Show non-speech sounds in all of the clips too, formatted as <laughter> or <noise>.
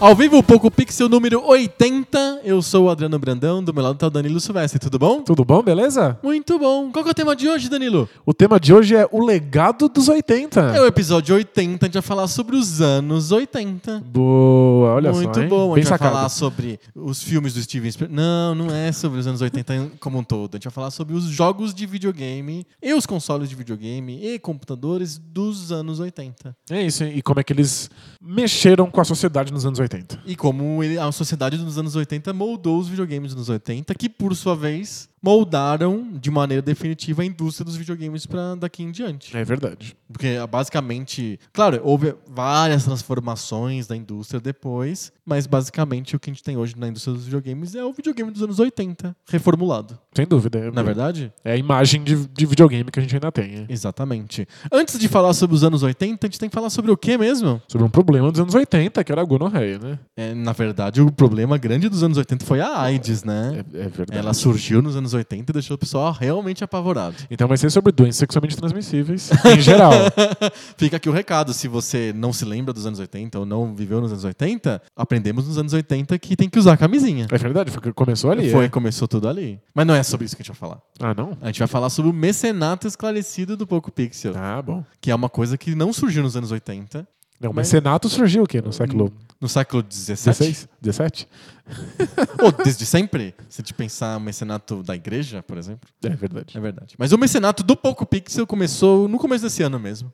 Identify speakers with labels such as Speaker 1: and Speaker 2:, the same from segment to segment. Speaker 1: Ao vivo, Poco Pixel número 80. Eu sou o Adriano Brandão, do meu lado tá o Danilo Silvestre, tudo bom?
Speaker 2: Tudo bom, beleza?
Speaker 1: Muito bom. Qual que é o tema de hoje, Danilo?
Speaker 2: O tema de hoje é o legado dos 80.
Speaker 1: É o episódio 80, a gente vai falar sobre os anos 80.
Speaker 2: Boa, olha só.
Speaker 1: Muito
Speaker 2: hein?
Speaker 1: bom.
Speaker 2: Bem
Speaker 1: a gente vai
Speaker 2: sacado.
Speaker 1: falar sobre os filmes do Steven Spielberg. Não, não é sobre os anos 80 como um todo. A gente vai falar sobre os jogos de videogame e os consoles de videogame e computadores dos anos 80.
Speaker 2: É isso, e como é que eles mexeram com a sociedade nos anos 80.
Speaker 1: E como ele- a sociedade dos anos 80 moldou os videogames nos 80, que por sua vez moldaram de maneira definitiva a indústria dos videogames para daqui em diante.
Speaker 2: É verdade.
Speaker 1: Porque ah, basicamente, claro, houve várias transformações da indústria depois, mas basicamente o que a gente tem hoje na indústria dos videogames é o videogame dos anos 80, reformulado.
Speaker 2: Sem dúvida.
Speaker 1: Na verdade?
Speaker 2: É a imagem de, de videogame que a gente ainda tem. é.
Speaker 1: Exatamente. Antes de falar sobre os anos 80, a gente tem que falar sobre o que mesmo?
Speaker 2: Sobre um problema dos anos 80, que era a gonorreia, né?
Speaker 1: É, na verdade, o problema grande dos anos 80 foi a AIDS, né?
Speaker 2: É, é verdade.
Speaker 1: Ela surgiu nos anos 80 e deixou o pessoal realmente apavorado.
Speaker 2: Então vai ser sobre doenças sexualmente transmissíveis, <laughs> em geral.
Speaker 1: Fica aqui o recado: se você não se lembra dos anos 80 ou não viveu nos anos 80, aprendemos nos anos 80 que tem que usar camisinha.
Speaker 2: É verdade, foi que começou ali.
Speaker 1: Foi,
Speaker 2: é.
Speaker 1: começou tudo ali. Mas não é sobre isso que a gente vai falar.
Speaker 2: Ah, não?
Speaker 1: A gente vai falar sobre o mecenato esclarecido do Poco Pixel,
Speaker 2: Ah, bom.
Speaker 1: que é uma coisa que não surgiu nos anos 80,
Speaker 2: Não, mas
Speaker 1: Mas- Hum,
Speaker 2: Senato surgiu o quê? No século
Speaker 1: no século XVII.
Speaker 2: 16? 17?
Speaker 1: Ou desde sempre. Se a gente pensar o mecenato da igreja, por exemplo.
Speaker 2: É verdade.
Speaker 1: É verdade. Mas o mecenato do Poco Pixel começou no começo desse ano mesmo.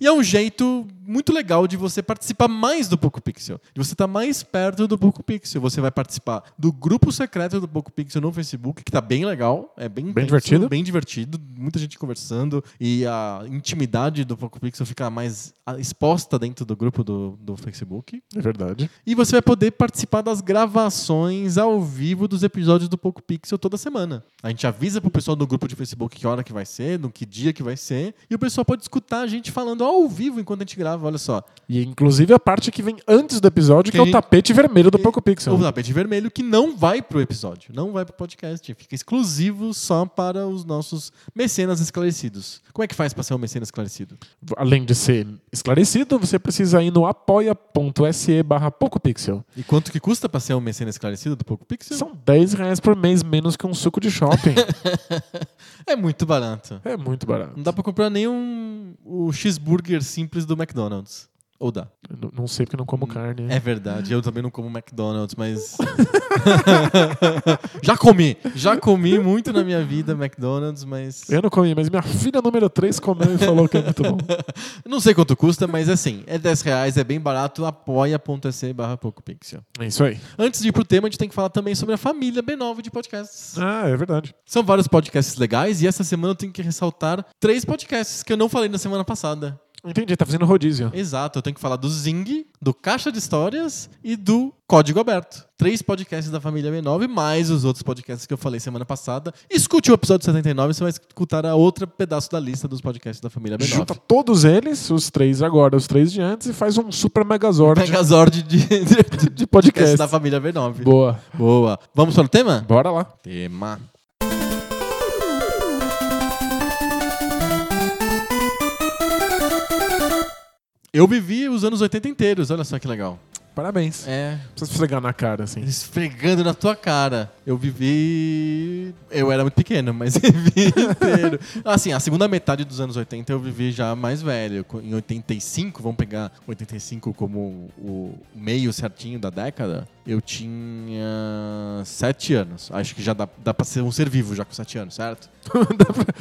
Speaker 1: e é um jeito muito legal de você participar mais do Poco Pixel. De você estar mais perto do Poco Pixel. Você vai participar do grupo secreto do Poco Pixel no Facebook, que tá bem legal, é bem, intenso,
Speaker 2: divertido.
Speaker 1: bem divertido, muita gente conversando e a intimidade do Poco Pixel fica mais ah, exposta dentro do grupo do, do Facebook.
Speaker 2: É verdade.
Speaker 1: E você vai poder participar das gravações ao vivo dos episódios do Poco Pixel toda semana. A gente avisa pro pessoal do grupo de Facebook que hora que vai ser, no que dia que vai ser, e o pessoal pode escutar a gente falando ao vivo enquanto a gente grava, olha só.
Speaker 2: E inclusive a parte que vem antes do episódio,
Speaker 1: Que
Speaker 2: que, é
Speaker 1: a
Speaker 2: o
Speaker 1: gente-
Speaker 2: tapete vermelho do
Speaker 1: E-
Speaker 2: Poco Pixel.
Speaker 1: O tapete vermelho que não vai pro episódio, não vai pro podcast, fica exclusivo só para os nossos mecenas esclarecidos. Como é que faz pra ser um mecenas esclarecido?
Speaker 2: Além de ser esclarecido, você precisa ir no apoia.se barra PocoPixel.
Speaker 1: E quanto que custa pra ser um mecenas esclarecido do Poco Pixel?
Speaker 2: São 10 reais por mês menos que um suco de
Speaker 1: <laughs>
Speaker 2: shopping.
Speaker 1: É muito barato.
Speaker 2: é muito barato.
Speaker 1: Não dá pra comprar nenhum o cheeseburger simples do McDonald's. Ou dá?
Speaker 2: Eu n- Não sei porque não como carne.
Speaker 1: É verdade, eu também não como McDonald's, mas. <laughs> já comi! Já comi muito na minha vida McDonald's, mas.
Speaker 2: Eu não comi, mas minha filha número 3 comeu e falou que é muito
Speaker 1: <laughs>
Speaker 2: bom.
Speaker 1: Não sei quanto custa, mas assim, é 10 reais, é bem barato, apoia.se barra PocoPixel.
Speaker 2: É isso aí.
Speaker 1: Antes de ir pro tema, a gente tem que falar também sobre a família B9 de podcasts.
Speaker 2: Ah, é verdade.
Speaker 1: São vários podcasts legais e essa semana eu tenho que ressaltar três podcasts que eu não falei na semana passada.
Speaker 2: Entendi, tá fazendo rodízio.
Speaker 1: Exato, eu tenho que falar do Zing, do Caixa de Histórias e do Código Aberto. Três podcasts da família B9, mais os outros podcasts que eu falei semana passada. Escute o episódio 79, você vai escutar a outra pedaço da lista dos podcasts da família B9. <laughs>
Speaker 2: Junta todos eles, os três agora, os três de antes, e faz um super megazord
Speaker 1: Megazord de, de podcast
Speaker 2: de podcast.
Speaker 1: da família B9.
Speaker 2: Boa.
Speaker 1: Boa. Vamos para o tema?
Speaker 2: Bora lá.
Speaker 1: Tema. Eu vivi os anos 80 inteiros, olha só que legal.
Speaker 2: Parabéns.
Speaker 1: É,
Speaker 2: Precisa esfregar na cara, assim.
Speaker 1: esfregando na tua cara. Eu vivi. Eu era muito pequeno, mas <laughs> vivi inteiro. Assim, a segunda metade dos anos 80 eu vivi já mais velho. Co- Em 85, vamos pegar 85 como o meio certinho da década, eu tinha 7 anos. Acho que já dá, dá pra ser um ser vivo já com 7 anos,
Speaker 2: <laughs>
Speaker 1: certo?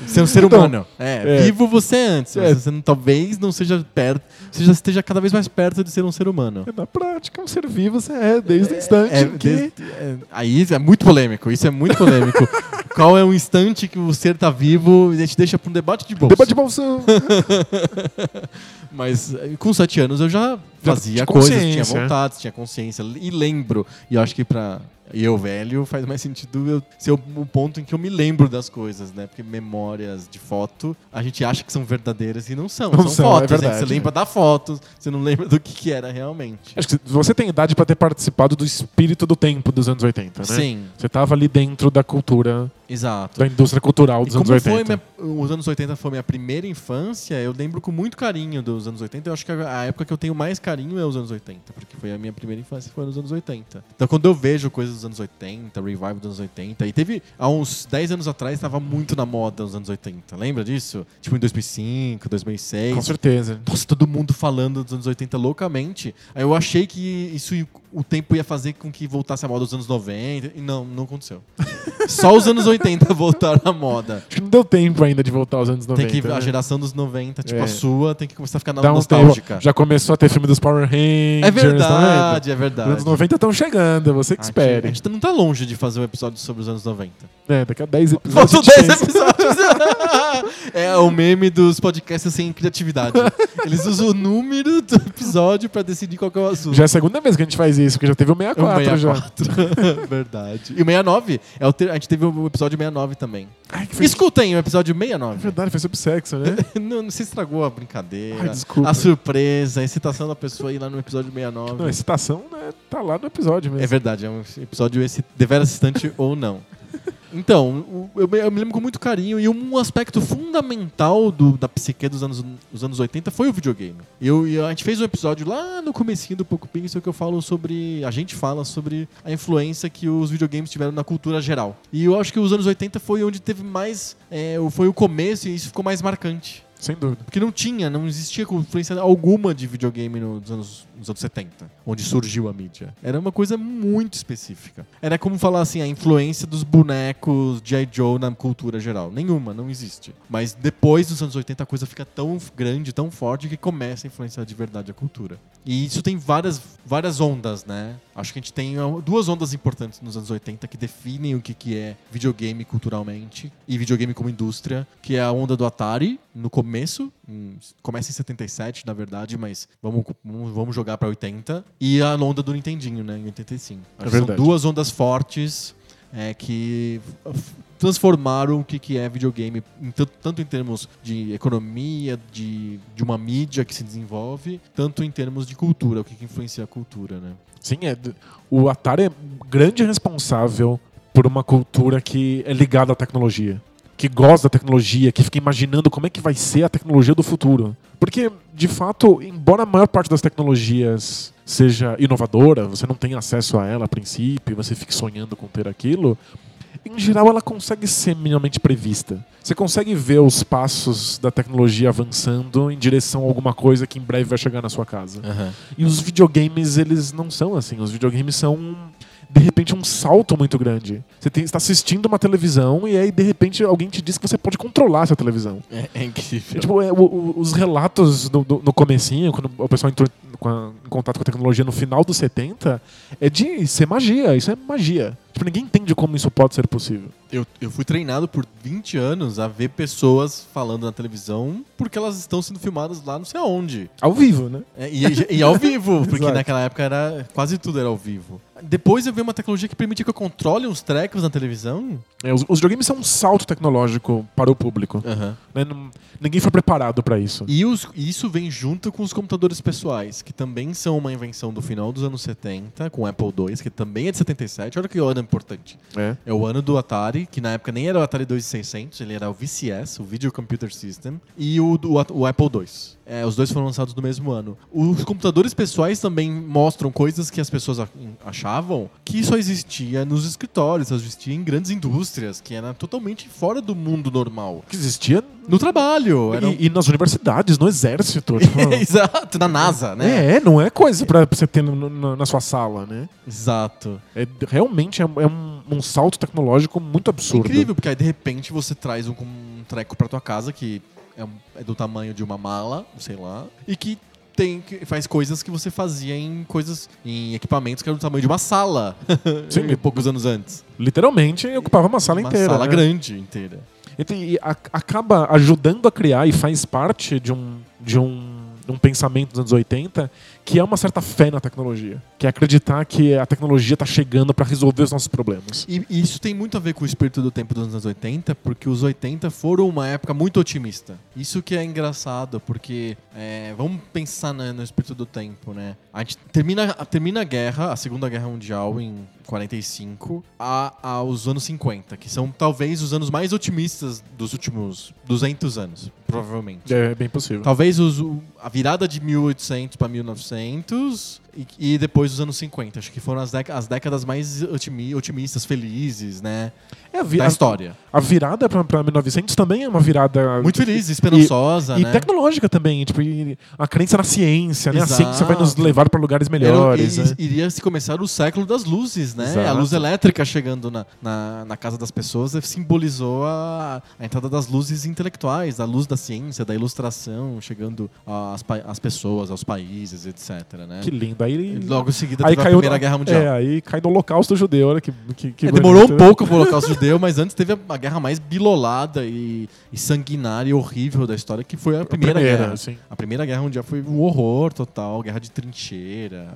Speaker 1: ser um ser
Speaker 2: Então,
Speaker 1: humano. É,
Speaker 2: é.
Speaker 1: vivo você é antes, mas
Speaker 2: É.
Speaker 1: você não- talvez não seja perto. Você já esteja cada vez mais perto de ser um ser humano.
Speaker 2: Na prática, um ser vivo você é desde o instante
Speaker 1: É,
Speaker 2: que...
Speaker 1: desde- é, aí isso é muito polêmico, isso é muito polêmico.
Speaker 2: <laughs>
Speaker 1: Qual é o instante que o ser tá vivo e a gente deixa pra um debate de bolso.
Speaker 2: Debate de bolsão.
Speaker 1: Mas eh, com sete anos eu já
Speaker 2: Já
Speaker 1: fazia
Speaker 2: tinha
Speaker 1: coisas, tinha
Speaker 2: consciência, é.
Speaker 1: vontade, tinha consciência e lembro. E eu acho que pra eu velho faz mais sentido eu ser o o ponto em que eu me lembro das coisas, né? Porque memórias de foto a gente acha que são verdadeiras e não são.
Speaker 2: Não
Speaker 1: são,
Speaker 2: são, é
Speaker 1: fotos, né?
Speaker 2: verdade, É,
Speaker 1: Você
Speaker 2: né?
Speaker 1: lembra da foto, você não lembra do que, que era realmente.
Speaker 2: <laughs> Acho que você tem idade pra ter participado do espírito do tempo dos anos 80, né?
Speaker 1: Sim,
Speaker 2: Você tava ali dentro da cultura,
Speaker 1: exato.
Speaker 2: da indústria cultural
Speaker 1: E
Speaker 2: dos anos
Speaker 1: como
Speaker 2: 80.
Speaker 1: foi minha- os anos 80 foi minha primeira infância, eu lembro com muito carinho dos anos 80. Eu acho que a a época que eu tenho mais carinho é os anos 80, porque foi a minha primeira infância foi nos anos 80. Então quando eu vejo coisas dos anos 80, revival dos anos 80, e teve há uns 10 anos atrás estava muito na moda os anos 80. Lembra disso? Tipo em 2005, 2006.
Speaker 2: Com certeza.
Speaker 1: Nossa, todo mundo falando dos anos 80 loucamente. Aí eu achei que isso i- o tempo ia fazer com que voltasse a moda dos anos 90. E não, não
Speaker 2: <laughs>
Speaker 1: aconteceu. Só os anos 80 voltaram à moda.
Speaker 2: Acho que não deu tempo ainda de voltar aos anos 90.
Speaker 1: Tem que,
Speaker 2: né?
Speaker 1: a geração dos 90, tipo
Speaker 2: É.
Speaker 1: a sua, tem que começar a ficar na
Speaker 2: Dá um
Speaker 1: nostálgica.
Speaker 2: tempo. Já começou a ter filme dos Power Rangers.
Speaker 1: é
Speaker 2: tá vendo?
Speaker 1: verdade, é verdade.
Speaker 2: Os anos 90 estão chegando, é você que
Speaker 1: A gente-
Speaker 2: espere.
Speaker 1: A gente não tá longe de fazer um episódio sobre os anos 90.
Speaker 2: É, daqui a 10 episódios.
Speaker 1: Faltam
Speaker 2: a gente
Speaker 1: 10
Speaker 2: pensa.
Speaker 1: episódios. <laughs> é o meme dos podcasts sem criatividade.
Speaker 2: <laughs>
Speaker 1: Eles usam o número do episódio pra decidir qual que é o assunto.
Speaker 2: Já é a segunda vez que a gente faz isso, porque já teve o
Speaker 1: É o
Speaker 2: 64, já.
Speaker 1: 64. <laughs> Verdade. E o 69. É o ter- A gente teve o episódio 69 também.
Speaker 2: Ai, que foi...
Speaker 1: Escutem o episódio
Speaker 2: É
Speaker 1: 69.
Speaker 2: verdade, foi sobre sexo,
Speaker 1: <laughs>
Speaker 2: né?
Speaker 1: não, não se estragou a brincadeira,
Speaker 2: Ai, desculpa.
Speaker 1: a surpresa, a excitação da pessoa ir lá no episódio 69.
Speaker 2: Não, a excitação né, tá lá no episódio mesmo.
Speaker 1: É verdade, é um episódio esse deveras excitante <laughs> ou não. Então, o- eu, me- eu me lembro com muito carinho e um aspecto fundamental do- da psique dos anos, dos anos 80 foi o videogame. Eu, e a gente fez um episódio lá no comecinho do Poco Pixel que eu falo sobre... A gente fala sobre a influência que os videogames tiveram na cultura geral. E eu acho que os anos 80 foi onde teve mais... é, o- foi o começo e isso ficou mais marcante.
Speaker 2: Sem dúvida.
Speaker 1: Porque não tinha, não existia influência alguma de videogame no- nos anos, nos anos 70, onde surgiu a mídia. Era uma coisa muito específica. Era como falar assim, a influência dos bonecos de I. Joe na cultura geral. Nenhuma, não existe. Mas depois dos anos 80 a coisa fica tão grande, tão forte, que começa a influenciar de verdade a cultura. E isso tem várias, várias ondas, né? Acho que a gente tem ó, duas ondas importantes nos anos 80 que definem o que, que é videogame culturalmente e videogame como indústria, que é a onda do Atari, no começo, em- começa em 77, na verdade, mas vamos, vamos- vamos jogar pra 80, e a onda do Nintendinho, né, em 85.
Speaker 2: É
Speaker 1: Acho que são
Speaker 2: verdade.
Speaker 1: duas ondas fortes é, que f- transformaram o que, que é videogame, em tan- tanto em termos de economia, de, de uma mídia que se desenvolve, tanto em termos de cultura, o que, que influencia a cultura, né?
Speaker 2: Sim, é. d- O Atari é grande responsável por uma cultura que é ligada à tecnologia. Que gosta da tecnologia, que fica imaginando como é que vai ser a tecnologia do futuro. Porque, de fato, embora a maior parte das tecnologias seja inovadora, você não tem acesso a ela a princípio, você fica sonhando com ter aquilo, em geral ela consegue ser minimamente prevista. Você consegue ver os passos da tecnologia avançando em direção a alguma coisa que em breve vai chegar na sua casa. E os videogames, eles não são assim. Os videogames são, de repente, um salto muito grande. Você tem- está assistindo uma televisão e aí, de repente, alguém te diz que você pode controlar essa televisão.
Speaker 1: É, é incrível.
Speaker 2: Tipo, é, o- o- os relatos no, no, no comecinho, quando o pessoal entrou com a- em contato com a tecnologia no final dos 70, é de ser magia. Isso é magia. Tipo, ninguém entende como isso pode ser possível.
Speaker 1: Eu, eu fui treinado por 20 anos a ver pessoas falando na televisão porque elas estão sendo filmadas lá não sei aonde.
Speaker 2: Ao vivo, né?
Speaker 1: É, E, e ao <laughs> vivo, porque
Speaker 2: Exato.
Speaker 1: naquela época era quase tudo era ao vivo. Depois eu vi uma tecnologia que permitia que eu controle uns trecos na televisão.
Speaker 2: É, os, os videogames são um salto tecnológico para o público. né? Não- ninguém foi preparado para isso.
Speaker 1: E os- e isso vem junto com os computadores pessoais, que também são uma invenção do final dos anos 70, com o Apple II, que também é de 77. Olha que ano importante.
Speaker 2: É.
Speaker 1: É o ano do Atari, que na época nem era o Atari 2600, ele era o VCS, o Video Computer System, e o, do, o Apple II. É, os dois foram lançados no mesmo ano. Os computadores pessoais também mostram coisas que as pessoas a- achavam que só existia nos escritórios, só existia em grandes indústrias, que era totalmente fora do mundo normal.
Speaker 2: que existia
Speaker 1: No trabalho, era um-
Speaker 2: E, e nas universidades, no
Speaker 1: <laughs>
Speaker 2: exército. tipo,
Speaker 1: É, Exato, na NASA, né?
Speaker 2: É, não é coisa pra você ter no- no- na sua sala, né?
Speaker 1: Exato.
Speaker 2: É, realmente é, é um, um salto tecnológico muito absurdo.
Speaker 1: Incrível, porque aí de repente você traz um, com- um treco pra tua casa que é, um- é do tamanho de uma mala, sei lá, e que tem que faz coisas que você fazia em coisas em equipamentos que eram do tamanho de uma sala,
Speaker 2: <laughs> Sim.
Speaker 1: poucos anos antes.
Speaker 2: Literalmente ocupava uma sala
Speaker 1: uma
Speaker 2: inteira.
Speaker 1: sala
Speaker 2: né?
Speaker 1: grande inteira.
Speaker 2: E tem- e a- acaba ajudando a criar e faz parte de um, de um um pensamento dos anos 80, que é uma certa fé na tecnologia. Que é acreditar que a tecnologia está chegando para resolver os nossos problemas.
Speaker 1: E, e isso tem muito a ver com o espírito do tempo dos anos 80, porque os 80 foram uma época muito otimista. Isso que é engraçado, porque é, vamos pensar na- no espírito do tempo, né? A gente termina, termina a guerra, a Segunda Guerra Mundial, em 45, a, aos anos 50, que são talvez os anos mais otimistas dos últimos 200 anos, provavelmente.
Speaker 2: É bem possível.
Speaker 1: Talvez os- o- a virada de 1800 para 1900 e, e depois os anos 50. Acho que foram as, déca- as décadas mais otimi- otimistas, felizes, né?
Speaker 2: É a, vi-
Speaker 1: Da
Speaker 2: a-
Speaker 1: história.
Speaker 2: a virada pra, pra 1900 também é uma virada...
Speaker 1: Muito feliz, esperançosa,
Speaker 2: E
Speaker 1: né?
Speaker 2: tecnológica também, tipo, e a crença na ciência, né? A
Speaker 1: Exato.
Speaker 2: ciência vai nos levar para lugares
Speaker 1: Era-
Speaker 2: melhores.
Speaker 1: i-
Speaker 2: né?
Speaker 1: Iria se começar o século das luzes, né?
Speaker 2: Exato.
Speaker 1: A luz elétrica chegando na, na, na casa das pessoas eh, simbolizou a, a entrada das luzes intelectuais, da luz da ciência, da ilustração, chegando às, pa- às pessoas, aos países, etc. Né?
Speaker 2: Que lindo. Aí,
Speaker 1: Logo em seguida
Speaker 2: aí
Speaker 1: teve
Speaker 2: caiu
Speaker 1: a Primeira Guerra Mundial.
Speaker 2: É, aí cai no holocausto judeu, olha que, que, que
Speaker 1: É, demorou
Speaker 2: bonito,
Speaker 1: um
Speaker 2: né?
Speaker 1: pouco pro Holocausto judeu, mas antes teve a, a guerra mais bilolada e, e sanguinária e horrível da história, que foi a Primeira, Guerra.
Speaker 2: sim.
Speaker 1: A Primeira Guerra Mundial foi um horror total, guerra de trincheira,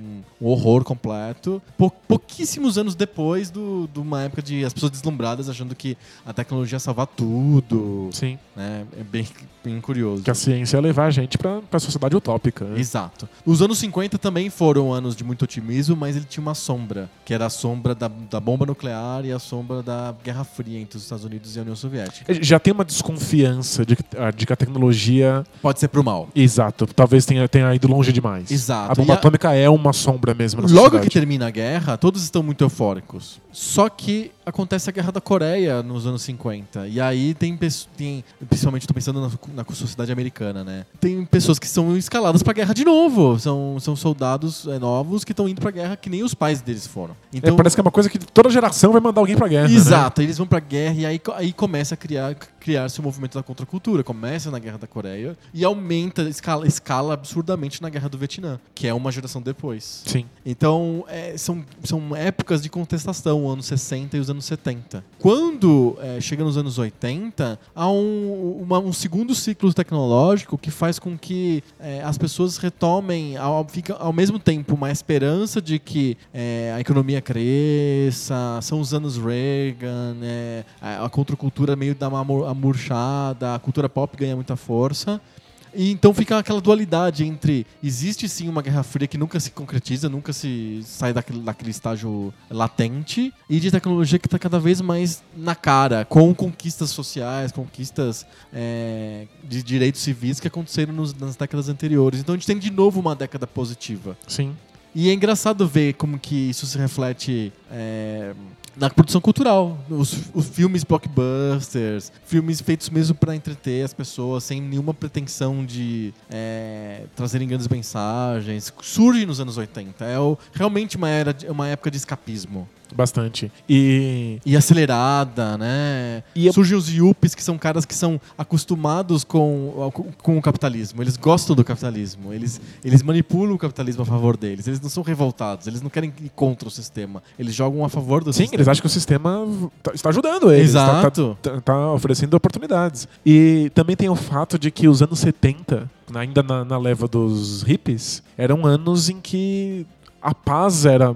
Speaker 1: um, um horror completo. Pou- pouquíssimos anos depois do- de uma época de as pessoas deslumbradas achando que a tecnologia ia salvar tudo,
Speaker 2: Sim.
Speaker 1: né? É bem, bem curioso.
Speaker 2: Que a ciência ia levar a gente pra, pra sociedade utópica. né?
Speaker 1: Exato. Os anos 50 também foram anos de muito otimismo, mas ele tinha uma sombra, que era a sombra da, da bomba nuclear e a sombra da Guerra Fria entre os Estados Unidos e a União Soviética.
Speaker 2: Já tem uma desconfiança de, que- ah, de que a tecnologia.
Speaker 1: Pode ser pro mal.
Speaker 2: Exato, talvez tenha, tenha ido longe demais.
Speaker 1: Exato.
Speaker 2: A bomba
Speaker 1: E a-
Speaker 2: atômica é uma sombra mesmo. Na
Speaker 1: Logo que
Speaker 2: sociedade.
Speaker 1: termina a guerra, todos estão muito eufóricos. Só que acontece a Guerra da Coreia nos anos 50. E aí tem pessoas. Tem, principalmente estou pensando na, na sociedade americana, né? Tem pessoas que são escaladas pra guerra de novo. São, são soldados é, novos que estão indo pra guerra que nem os pais deles foram. Então,
Speaker 2: É, parece que é uma coisa que toda geração vai mandar alguém pra guerra. né?
Speaker 1: um Exato, eles vão pra guerra e aí, co- aí começa a criar, criar-se o movimento da contracultura. Começa na Guerra da Coreia e aumenta, escala, escala absurdamente na Guerra do Vietnã, que é uma geração depois.
Speaker 2: Sim.
Speaker 1: Então, é, são, são épocas de contestação, anos 60 e os anos 70. Quando é, chega nos anos 80, há um, uma- um segundo ciclo tecnológico que faz com que é, as pessoas retomem, ao, fica ao mesmo tempo, uma esperança de que é, a economia cresça, são os anos Reagan, é, a, a contracultura meio dá uma mur- uma murchada, a cultura pop ganha muita força. E então fica aquela dualidade entre existe sim uma Guerra Fria que nunca se concretiza, nunca se sai daquele, daquele estágio latente, e de tecnologia que está cada vez mais na cara, com conquistas sociais, conquistas é, de direitos civis que aconteceram nos- nas décadas anteriores. Então a gente tem de novo uma década positiva.
Speaker 2: Sim.
Speaker 1: E é engraçado ver como que isso se reflete é, na produção cultural. Os, os filmes blockbusters, filmes feitos mesmo para entreter as pessoas, sem nenhuma pretensão de é, trazerem grandes mensagens, surge nos anos 80. É o- realmente uma, era, de- uma época de escapismo.
Speaker 2: Bastante. E.
Speaker 1: E acelerada, né?
Speaker 2: E eu-
Speaker 1: Surgem os yuppies, que são caras que são acostumados com, com o capitalismo. Eles gostam do capitalismo. Eles, eles manipulam o capitalismo a favor deles. Eles não são revoltados. Eles não querem ir contra o sistema. Eles jogam a favor do
Speaker 2: Sim,
Speaker 1: sistema.
Speaker 2: eles acham que o sistema tá- está ajudando eles. tá- tá-
Speaker 1: Exato.
Speaker 2: tá, tá oferecendo oportunidades. E também tem o fato de que os anos 70, ainda na, na leva dos hippies, eram anos em que a paz era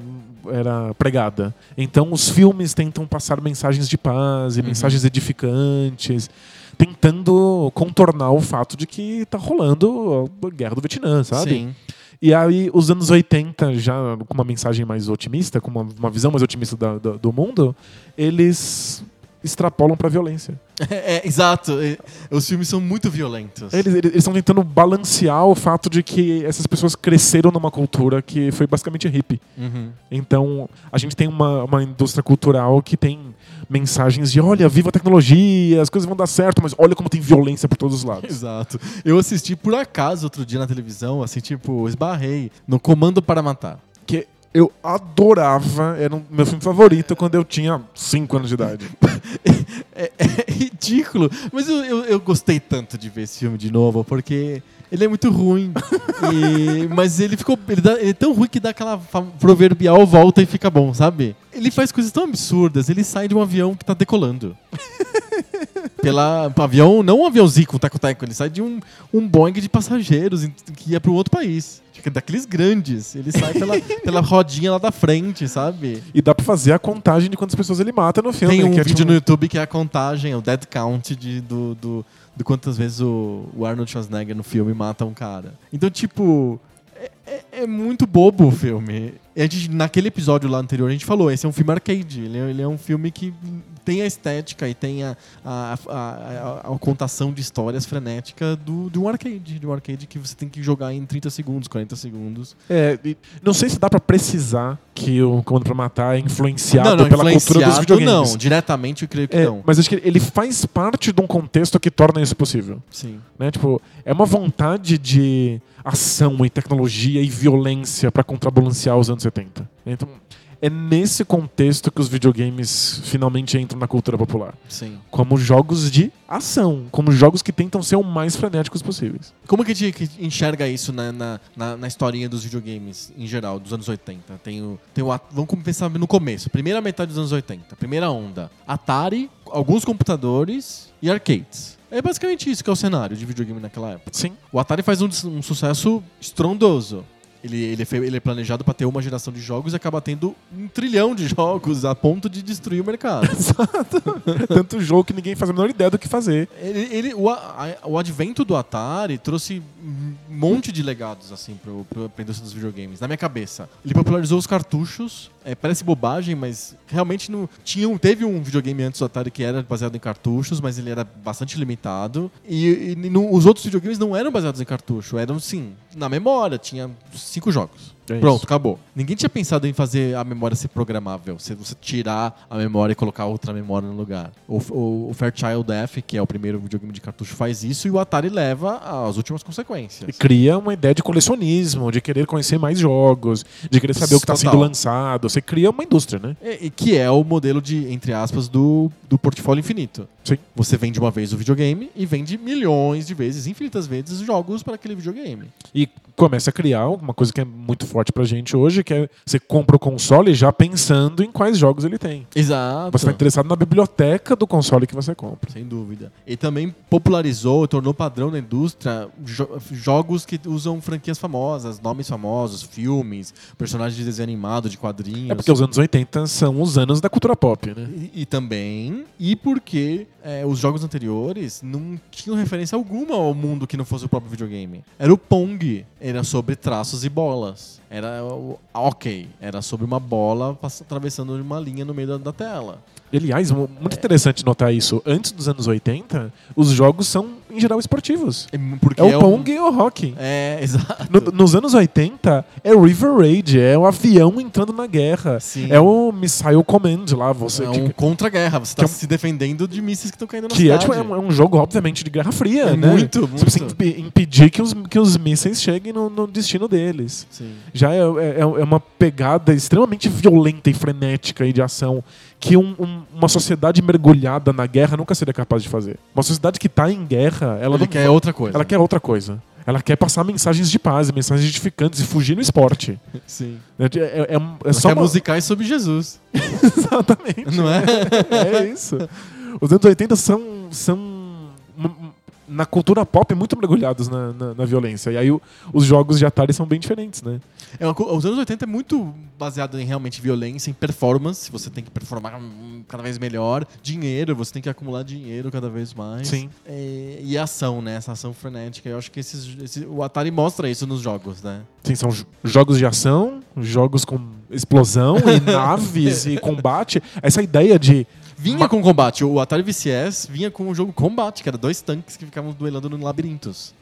Speaker 2: era pregada. Então os filmes tentam passar mensagens de paz e
Speaker 1: Uhum.
Speaker 2: mensagens edificantes, tentando contornar o fato de que tá rolando a guerra do Vietnã, sabe?
Speaker 1: Sim. <laughs>
Speaker 2: E aí, os anos 80, já com uma mensagem mais otimista, com uma, uma visão mais otimista da- da- do mundo, eles extrapolam pra violência.
Speaker 1: É, é, exato. É, os filmes são muito violentos.
Speaker 2: Eles eles- eles estão tentando balancear o fato de que essas pessoas cresceram numa cultura que foi basicamente hippie.
Speaker 1: Uhum.
Speaker 2: Então, a gente tem uma, uma indústria cultural que tem mensagens de olha, viva a tecnologia, as coisas vão dar certo, mas olha como tem violência por todos os
Speaker 1: <laughs>
Speaker 2: lados.
Speaker 1: Exato. Eu assisti por acaso outro dia na televisão, assim, tipo, esbarrei no Comando para Matar.
Speaker 2: Que eu adorava, era o meu filme favorito quando eu tinha 5 anos de idade.
Speaker 1: É, é ridículo. Mas eu, eu, eu gostei tanto de ver esse filme de novo, porque ele é muito ruim. E- mas ele ficou. Ele, dá- ele é tão ruim que dá aquela fa- proverbial volta e fica bom, sabe? Ele faz coisas tão absurdas, ele sai de um avião que tá decolando. pela pro avião, não um aviãozinho com teco-teco, ele sai de um, um Boeing de passageiros em- que ia para um outro país. Tipo, Daqueles grandes. Ele sai pela, pela rodinha lá da frente, sabe?
Speaker 2: E dá pra fazer a contagem de quantas pessoas ele mata no filme.
Speaker 1: Tem um
Speaker 2: que é,
Speaker 1: vídeo
Speaker 2: tipo,
Speaker 1: no YouTube que é a contagem, o dead count de, do, do, do quantas vezes o, o Arnold Schwarzenegger no filme mata um cara. Então, tipo, é, é- é muito bobo o filme. E a gente, naquele episódio lá anterior, a gente falou, esse é um filme arcade. Ele é, ele é um filme que tem a estética e tem a, a, a- a- a contação de histórias frenética do, de um arcade. De um arcade que você tem que jogar em 30 segundos, 40 segundos.
Speaker 2: é, e não sei se dá pra precisar que o Comando pra Matar é influenciado pela cultura dos
Speaker 1: influenciado,
Speaker 2: videogames.
Speaker 1: Não, diretamente eu creio que
Speaker 2: É,
Speaker 1: não.
Speaker 2: mas acho que ele faz parte de um contexto que torna isso possível.
Speaker 1: Sim.
Speaker 2: né? Tipo, é uma vontade de ação e tecnologia e violência para contrabalancear os anos 70. Então, é nesse contexto que os videogames finalmente entram na cultura popular.
Speaker 1: Sim.
Speaker 2: Como jogos de ação, como jogos que tentam ser o mais frenéticos possíveis.
Speaker 1: Como que a gente que enxerga isso na, na, na, na historinha dos videogames em geral, dos anos 80? Tem o, tem o, at- vamos começar no começo, primeira metade dos anos 80, primeira onda. Atari, alguns computadores e arcades. É basicamente isso que é o cenário de videogame naquela época.
Speaker 2: Sim.
Speaker 1: O Atari faz um, des- um sucesso estrondoso. Ele, ele, é fe- ele é planejado para ter uma geração de jogos e acaba tendo um trilhão de jogos a ponto de destruir o mercado.
Speaker 2: Tanto jogo que ninguém faz a menor ideia do que fazer.
Speaker 1: Ele, ele- o, a- a- o advento do Atari trouxe um monte de legados assim pro, pro, pra indústria dos videogames, na minha cabeça. Ele popularizou os cartuchos, é, parece bobagem, mas realmente não tinha um- teve um videogame antes do Atari que era baseado em cartuchos, mas ele era bastante limitado. E, e não- os outros videogames não eram baseados em cartucho, eram sim, na memória, tinha cinco jogos.
Speaker 2: É
Speaker 1: Pronto,
Speaker 2: isso.
Speaker 1: acabou. Ninguém tinha pensado em fazer a memória ser programável, se você tirar a memória e colocar outra memória no lugar. O, o- o Fairchild F, que é o primeiro videogame de cartucho, faz isso e o Atari leva às últimas consequências.
Speaker 2: E cria uma ideia de colecionismo, de querer conhecer mais jogos, de querer saber o que está
Speaker 1: Total.
Speaker 2: sendo lançado. Você cria uma indústria, né?
Speaker 1: E, e que é o modelo de, entre aspas, do, do portfólio infinito.
Speaker 2: Sim.
Speaker 1: Você vende uma vez o videogame e vende milhões de vezes, infinitas vezes, jogos para aquele videogame.
Speaker 2: E começa a criar uma coisa que é muito forte pra gente hoje, que é você compra o console já pensando em quais jogos ele tem.
Speaker 1: Exato.
Speaker 2: Você tá interessado na biblioteca do console que você compra.
Speaker 1: Sem dúvida. E também popularizou, tornou padrão na indústria jo- jogos que usam franquias famosas, nomes famosos, filmes, personagens de desenho animado, de quadrinhos.
Speaker 2: É porque os anos 80 são os anos da cultura pop, né?
Speaker 1: E, e também, e porque é, os jogos anteriores não tinham referência alguma ao mundo que não fosse o próprio videogame. Era o Pong, era sobre traços e bolas. Era o ok, era sobre uma bola pass- atravessando uma linha no meio da, da tela.
Speaker 2: E, aliás, mu-
Speaker 1: É.
Speaker 2: muito interessante notar isso. Antes dos anos 80, os jogos são, em geral, esportivos.
Speaker 1: É, porque
Speaker 2: É o
Speaker 1: um-
Speaker 2: Pong e o Hockey.
Speaker 1: É, <laughs> exato.
Speaker 2: No- nos anos 80, é River Raid, é o avião entrando na guerra.
Speaker 1: Sim.
Speaker 2: É o Missile Command lá, você
Speaker 1: é
Speaker 2: que-
Speaker 1: um contra-guerra, você tá
Speaker 2: que é um-
Speaker 1: se defendendo de mísseis que estão caindo na
Speaker 2: Que é,
Speaker 1: cidade.
Speaker 2: tipo, é um, é um jogo, obviamente, de Guerra Fria,
Speaker 1: É
Speaker 2: né?
Speaker 1: muito,
Speaker 2: Você precisa
Speaker 1: muito.
Speaker 2: impe- impedir que os, que os mísseis cheguem no, no destino deles.
Speaker 1: Sim.
Speaker 2: Já é, é, é uma pegada extremamente violenta e frenética e de ação que um- um- uma sociedade mergulhada na guerra nunca seria capaz de fazer. Uma sociedade que está em guerra, ela,
Speaker 1: Ela
Speaker 2: não-
Speaker 1: quer outra coisa.
Speaker 2: ela quer outra coisa. Ela quer passar mensagens de paz, mensagens edificantes e fugir no esporte.
Speaker 1: Sim.
Speaker 2: É, é- é um- é
Speaker 1: Ela
Speaker 2: só
Speaker 1: quer
Speaker 2: uma-
Speaker 1: musicais sobre Jesus,
Speaker 2: <laughs> Exatamente.
Speaker 1: não é? <laughs>
Speaker 2: É isso. Os anos 80 são, são m- m- na cultura pop muito mergulhados na, na, na violência. E aí o- os jogos de Atari são bem diferentes, né?
Speaker 1: É uma co- os anos 80 é muito baseado em realmente violência, em performance. Você tem que performar hum, cada vez melhor. Dinheiro, você tem que acumular dinheiro cada vez mais.
Speaker 2: Sim.
Speaker 1: É, e ação, né? Essa ação frenética. Eu acho que esses, esse- o Atari mostra isso nos jogos, né?
Speaker 2: Sim, são jo- jogos de ação, jogos com explosão <laughs> e naves e combate. Essa ideia de
Speaker 1: Vinha
Speaker 2: Ma-
Speaker 1: com combate. O Atari VCS vinha com o jogo combate, que era dois tanques que ficavam duelando no labirintos.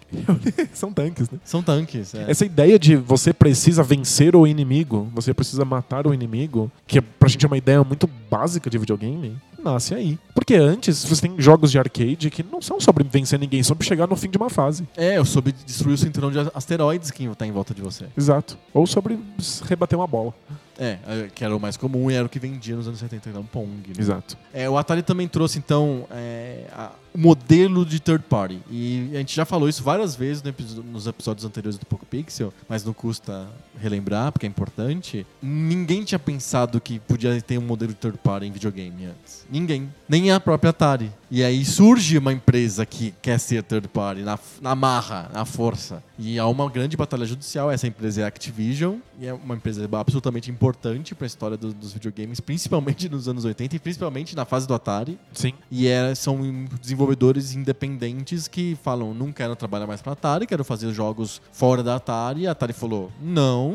Speaker 2: são tanques, né?
Speaker 1: São tanques, é.
Speaker 2: Essa ideia de você precisa vencer o inimigo, você precisa matar o inimigo, que é- pra gente é uma ideia muito básica de videogame, nasce aí. Porque antes você tem jogos de arcade que não são sobre vencer ninguém, sobre chegar no fim de uma fase.
Speaker 1: É, eu soube destruir o cinturão de asteroides que tá em volta de você.
Speaker 2: Exato. Ou sobre rebater uma bola.
Speaker 1: É, que era o mais comum e era o que vendia nos anos 70, então Pong. né?
Speaker 2: Exato.
Speaker 1: É, o Atari também trouxe, então, é, a- o modelo de third party. E a gente já falou isso várias vezes no episo- nos episódios anteriores do Poco Pixel, mas não custa relembrar, porque é importante. Ninguém tinha pensado que podia ter um modelo de third party em videogame antes. Ninguém. Nem a própria Atari. E aí surge uma empresa que quer ser third party na, f- na marra, na força. E há uma grande batalha judicial. Essa empresa é a Activision, e é uma empresa absolutamente importante para a história do- dos videogames, principalmente nos anos 80 e principalmente na fase do Atari.
Speaker 2: Sim.
Speaker 1: E era, são em- desenvolvedores independentes que falam: não quero trabalhar mais para Atari, quero fazer jogos fora da Atari. E a Atari falou: não,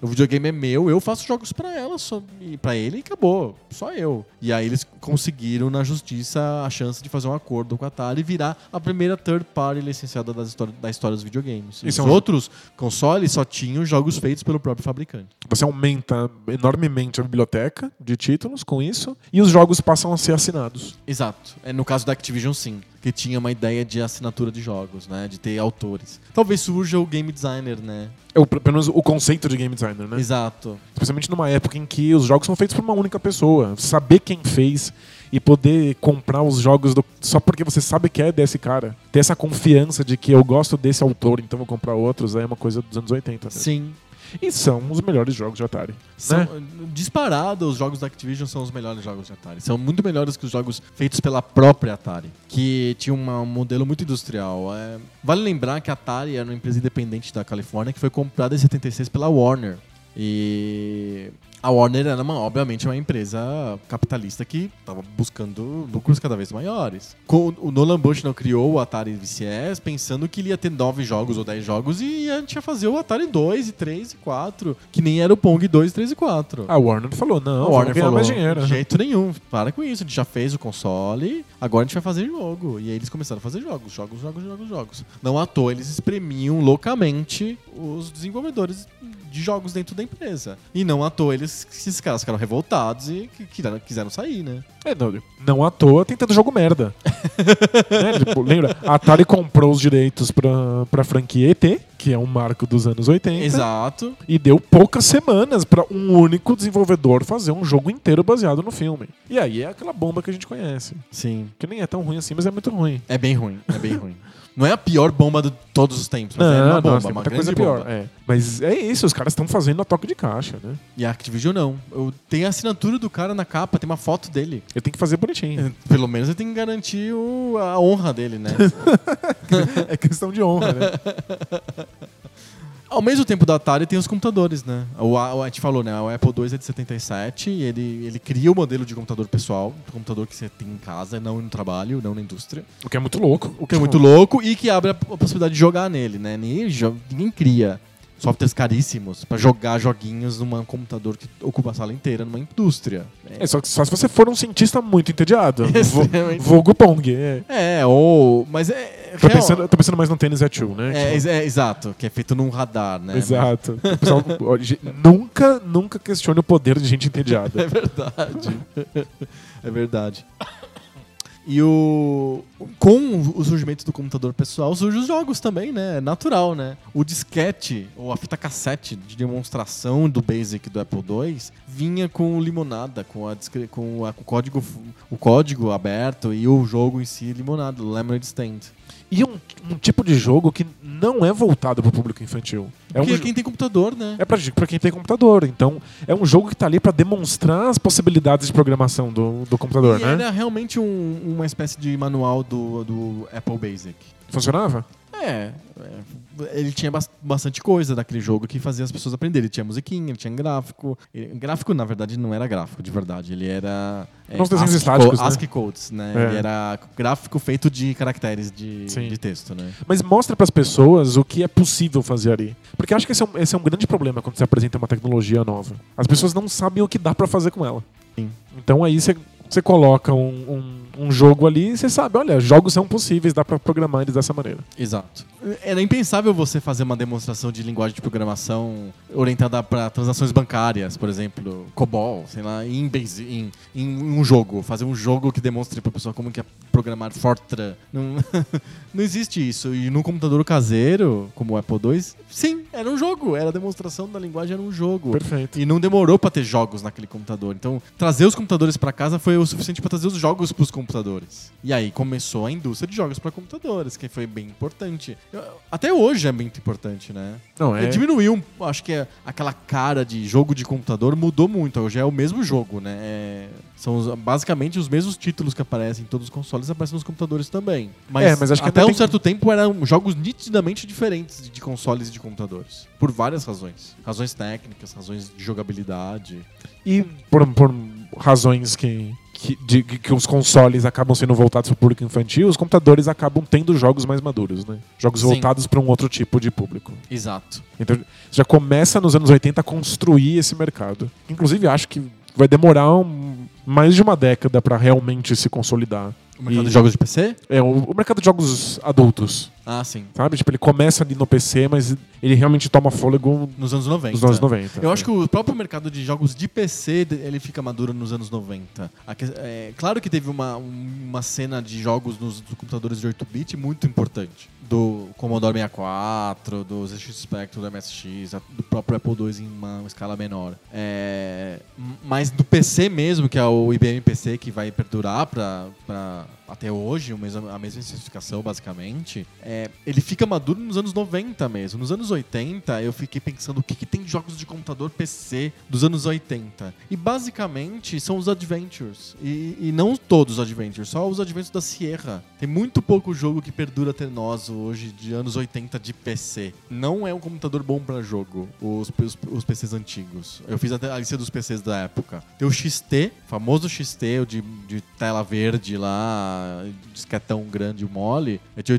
Speaker 1: o videogame é meu, eu faço jogos para ela, só para ele e acabou, só eu. E aí eles conseguiram na justiça a chance de fazer um acordo com a Atari e virar a primeira third party licenciada das história- da história dos videogames. E
Speaker 2: Isso
Speaker 1: os
Speaker 2: é um-
Speaker 1: outros consoles só tinham jogos feitos pelo próprio fabricante.
Speaker 2: Você aumenta enormemente a biblioteca de títulos com isso e os jogos passam a ser assinados.
Speaker 1: Exato. É no caso da Activision, sim. Que tinha uma ideia de assinatura de jogos, né? De ter autores. Talvez surja o game designer, né?
Speaker 2: É o, pelo menos o conceito de game designer, né?
Speaker 1: Exato.
Speaker 2: Especialmente numa época em que os jogos são feitos por uma única pessoa. Saber quem fez e poder comprar os jogos do- só porque você sabe que é desse cara. Ter essa confiança de que eu gosto desse autor, então vou comprar outros, aí é uma coisa dos anos 80. né?
Speaker 1: Sim.
Speaker 2: E são os melhores jogos de Atari.
Speaker 1: São, eh,
Speaker 2: Né?
Speaker 1: Disparado, os jogos da Activision são os melhores jogos de Atari. São muito melhores que os jogos feitos pela própria Atari, que tinha uma- um modelo muito industrial. É, vale lembrar que a Atari era uma empresa independente da Califórnia que foi comprada em 76 pela Warner. E a Warner era, uma, obviamente, uma empresa capitalista que estava buscando lucros cada vez maiores. Com- o Nolan Bushnell criou o Atari VCS pensando que ele ia ter nove jogos ou dez jogos e a gente ia fazer o Atari 2 e 3 e 4, que nem era o Pong 2, 3 e 4.
Speaker 2: A Warner falou, não,
Speaker 1: A Warner falou,
Speaker 2: mais dinheiro. né?
Speaker 1: de jeito nenhum, para com isso, a gente já fez o console, agora a gente vai fazer jogo. E aí eles começaram a fazer jogos, jogos, jogos, jogos, jogos. Não à toa, eles espremiam loucamente os desenvolvedores de jogos dentro da empresa. E não à toa, eles, esses caras ficaram revoltados e que- quiseram, quiseram sair, né?
Speaker 2: É, não, não à toa tem tanto jogo merda.
Speaker 1: <laughs>
Speaker 2: Né, tipo, lembra? A Atari comprou os direitos pra, pra franquia ET, que é um marco dos anos 80.
Speaker 1: Exato.
Speaker 2: E deu poucas semanas pra um único desenvolvedor fazer um jogo inteiro baseado no filme. E aí é aquela bomba que a gente conhece.
Speaker 1: Sim.
Speaker 2: Que nem é tão ruim assim, mas é muito ruim.
Speaker 1: É bem ruim, é bem ruim. Não é a pior bomba de todos os tempos, mas é uma bomba,
Speaker 2: tem
Speaker 1: uma
Speaker 2: muita
Speaker 1: grande
Speaker 2: coisa
Speaker 1: bomba.
Speaker 2: pior. é. Mas é isso, os caras estão fazendo a toque de caixa, né?
Speaker 1: E a Activision não. Eu, tem a assinatura do cara na capa, tem uma foto dele.
Speaker 2: Eu tenho que
Speaker 1: <laughs>
Speaker 2: fazer bonitinho.
Speaker 1: Pelo menos ele tem que garantir o- a honra dele,
Speaker 2: <laughs>
Speaker 1: né?
Speaker 2: é questão de honra, né?
Speaker 1: Ao mesmo tempo da Atari tem os computadores, né? O, a, o- a gente falou, né? O Apple II é de 77 e ele, ele cria o modelo de computador pessoal, do computador que você tem em casa, não no trabalho, não na indústria.
Speaker 2: <laughs> O que é muito louco.
Speaker 1: O que é muito louco e que abre a, p- a possibilidade de jogar nele, né? Ninguém, jo- ninguém cria softwares caríssimos pra jogar joguinhos num computador que ocupa a sala inteira numa indústria. É,
Speaker 2: É, só, só se você for um cientista muito
Speaker 1: <laughs>
Speaker 2: entediado. Vo-
Speaker 1: Extremamente.
Speaker 2: Vulgo Pong. É.
Speaker 1: é, ou. Mas é.
Speaker 2: Tô,
Speaker 1: real-
Speaker 2: pensando, tô pensando mais no tênis at né?
Speaker 1: É,
Speaker 2: Tipo,
Speaker 1: ex- é, exato, que é feito num radar, né?
Speaker 2: Exato. O pessoal- <laughs> ó, ge- nunca, nunca questione o poder de gente entediada.
Speaker 1: <laughs> É verdade. é verdade. E o. Com o surgimento do computador pessoal, surgem os jogos também, né? É natural, né? O disquete, ou a fita cassete de demonstração do Basic do Apple II, vinha com o limonada, com, a discre- com a- com o, código, f- o código aberto e o jogo em si limonada, Lemonade Stand.
Speaker 2: E um, um tipo de jogo que não é voltado pro público infantil. É, um,
Speaker 1: Porque
Speaker 2: jo-
Speaker 1: quem tem computador, né?
Speaker 2: é pra, ge- pra quem tem computador. Então, é um jogo que tá ali pra demonstrar as possibilidades de programação do, do computador,
Speaker 1: E
Speaker 2: né?
Speaker 1: era realmente um- uma espécie de manual do, do Apple Basic.
Speaker 2: Funcionava?
Speaker 1: É, é, ele tinha bas- bastante coisa daquele jogo que fazia as pessoas aprenderem. Ele tinha musiquinha, ele tinha gráfico. Ele- gráfico, na verdade, não era gráfico de verdade. Ele era. É,
Speaker 2: Uns desenhos
Speaker 1: ASCII
Speaker 2: estáticos,
Speaker 1: co-
Speaker 2: né?
Speaker 1: ASCII codes, né?
Speaker 2: É.
Speaker 1: Ele era gráfico feito de caracteres de,
Speaker 2: Sim.
Speaker 1: de texto, né?
Speaker 2: mas mostra para as pessoas o que é possível fazer ali. Porque eu acho que esse é, um, esse é um grande problema quando você apresenta uma tecnologia nova. As pessoas não sabem o que dá para fazer com ela.
Speaker 1: Sim.
Speaker 2: Então aí você Você coloca um, um, um jogo ali e você sabe, olha, jogos são possíveis, dá pra programar eles dessa maneira.
Speaker 1: Exato. Era impensável você fazer uma demonstração de linguagem de programação orientada para transações bancárias, por exemplo, COBOL, sei lá, em, base- em, em um jogo. Fazer um jogo que demonstre para pessoa como que é programar Fortran. Não, <laughs> não existe isso. E no computador caseiro, como o Apple II, sim, era um jogo. Era a demonstração da linguagem, era um jogo.
Speaker 2: Perfeito.
Speaker 1: E não demorou pra ter jogos naquele computador. Então, trazer os computadores pra casa foi o suficiente pra trazer os jogos pros computadores. E aí começou a indústria de jogos pra computadores, que foi bem importante. Eu- Até hoje é muito importante, né?
Speaker 2: Não, é.
Speaker 1: E Diminuiu, acho que é aquela cara de jogo de computador mudou muito. Hoje é o mesmo jogo, né? É- São os- basicamente os mesmos títulos que aparecem em todos os consoles, aparecem nos computadores também. Mas,
Speaker 2: É, mas acho que
Speaker 1: até um
Speaker 2: ainda tem-
Speaker 1: certo tempo eram jogos nitidamente diferentes de- de consoles e de computadores. Por várias razões. Razões técnicas, razões de jogabilidade.
Speaker 2: E por, por razões que, que, de- que- que os consoles acabam sendo voltados para o público infantil, os computadores acabam tendo jogos mais maduros, né? Jogos
Speaker 1: Sim.
Speaker 2: voltados para um outro tipo de público.
Speaker 1: Exato.
Speaker 2: Então já começa nos anos 80 a construir esse mercado. Inclusive acho que vai demorar um- mais de uma década para realmente se consolidar.
Speaker 1: O mercado
Speaker 2: E-
Speaker 1: de jogos de PC?
Speaker 2: É o, o mercado de jogos adultos,
Speaker 1: Ah, sim.
Speaker 2: sabe? Tipo, ele começa ali no PC, mas ele realmente toma fôlego
Speaker 1: Nos anos 90.
Speaker 2: nos anos 90.
Speaker 1: Eu acho que o próprio mercado de jogos de PC de- ele fica maduro nos anos 90. A que- é, claro que teve uma, um, uma cena de jogos nos computadores de 8-bit muito importante. Do Commodore 64, do ZX Spectrum, do MSX, a- do próprio Apple II em uma escala menor. É, m- mas do PC mesmo, que é o IBM PC que vai perdurar pra, pra até hoje, o mesmo- a mesma especificação basicamente, é, ele fica maduro nos anos 90 mesmo. Nos anos 80 eu fiquei pensando o que, que tem de jogos de computador PC dos anos 80. E basicamente são os adventures. E, e não todos os adventures, só os adventures da Sierra. Tem muito pouco jogo que perdura até nós hoje de anos 80 de PC. Não é um computador bom pra jogo, os, os, os PCs antigos. Eu fiz até a lista dos PCs da época. Tem o XT, famoso XT, o de, de tela verde lá, disquetão grande e mole, é de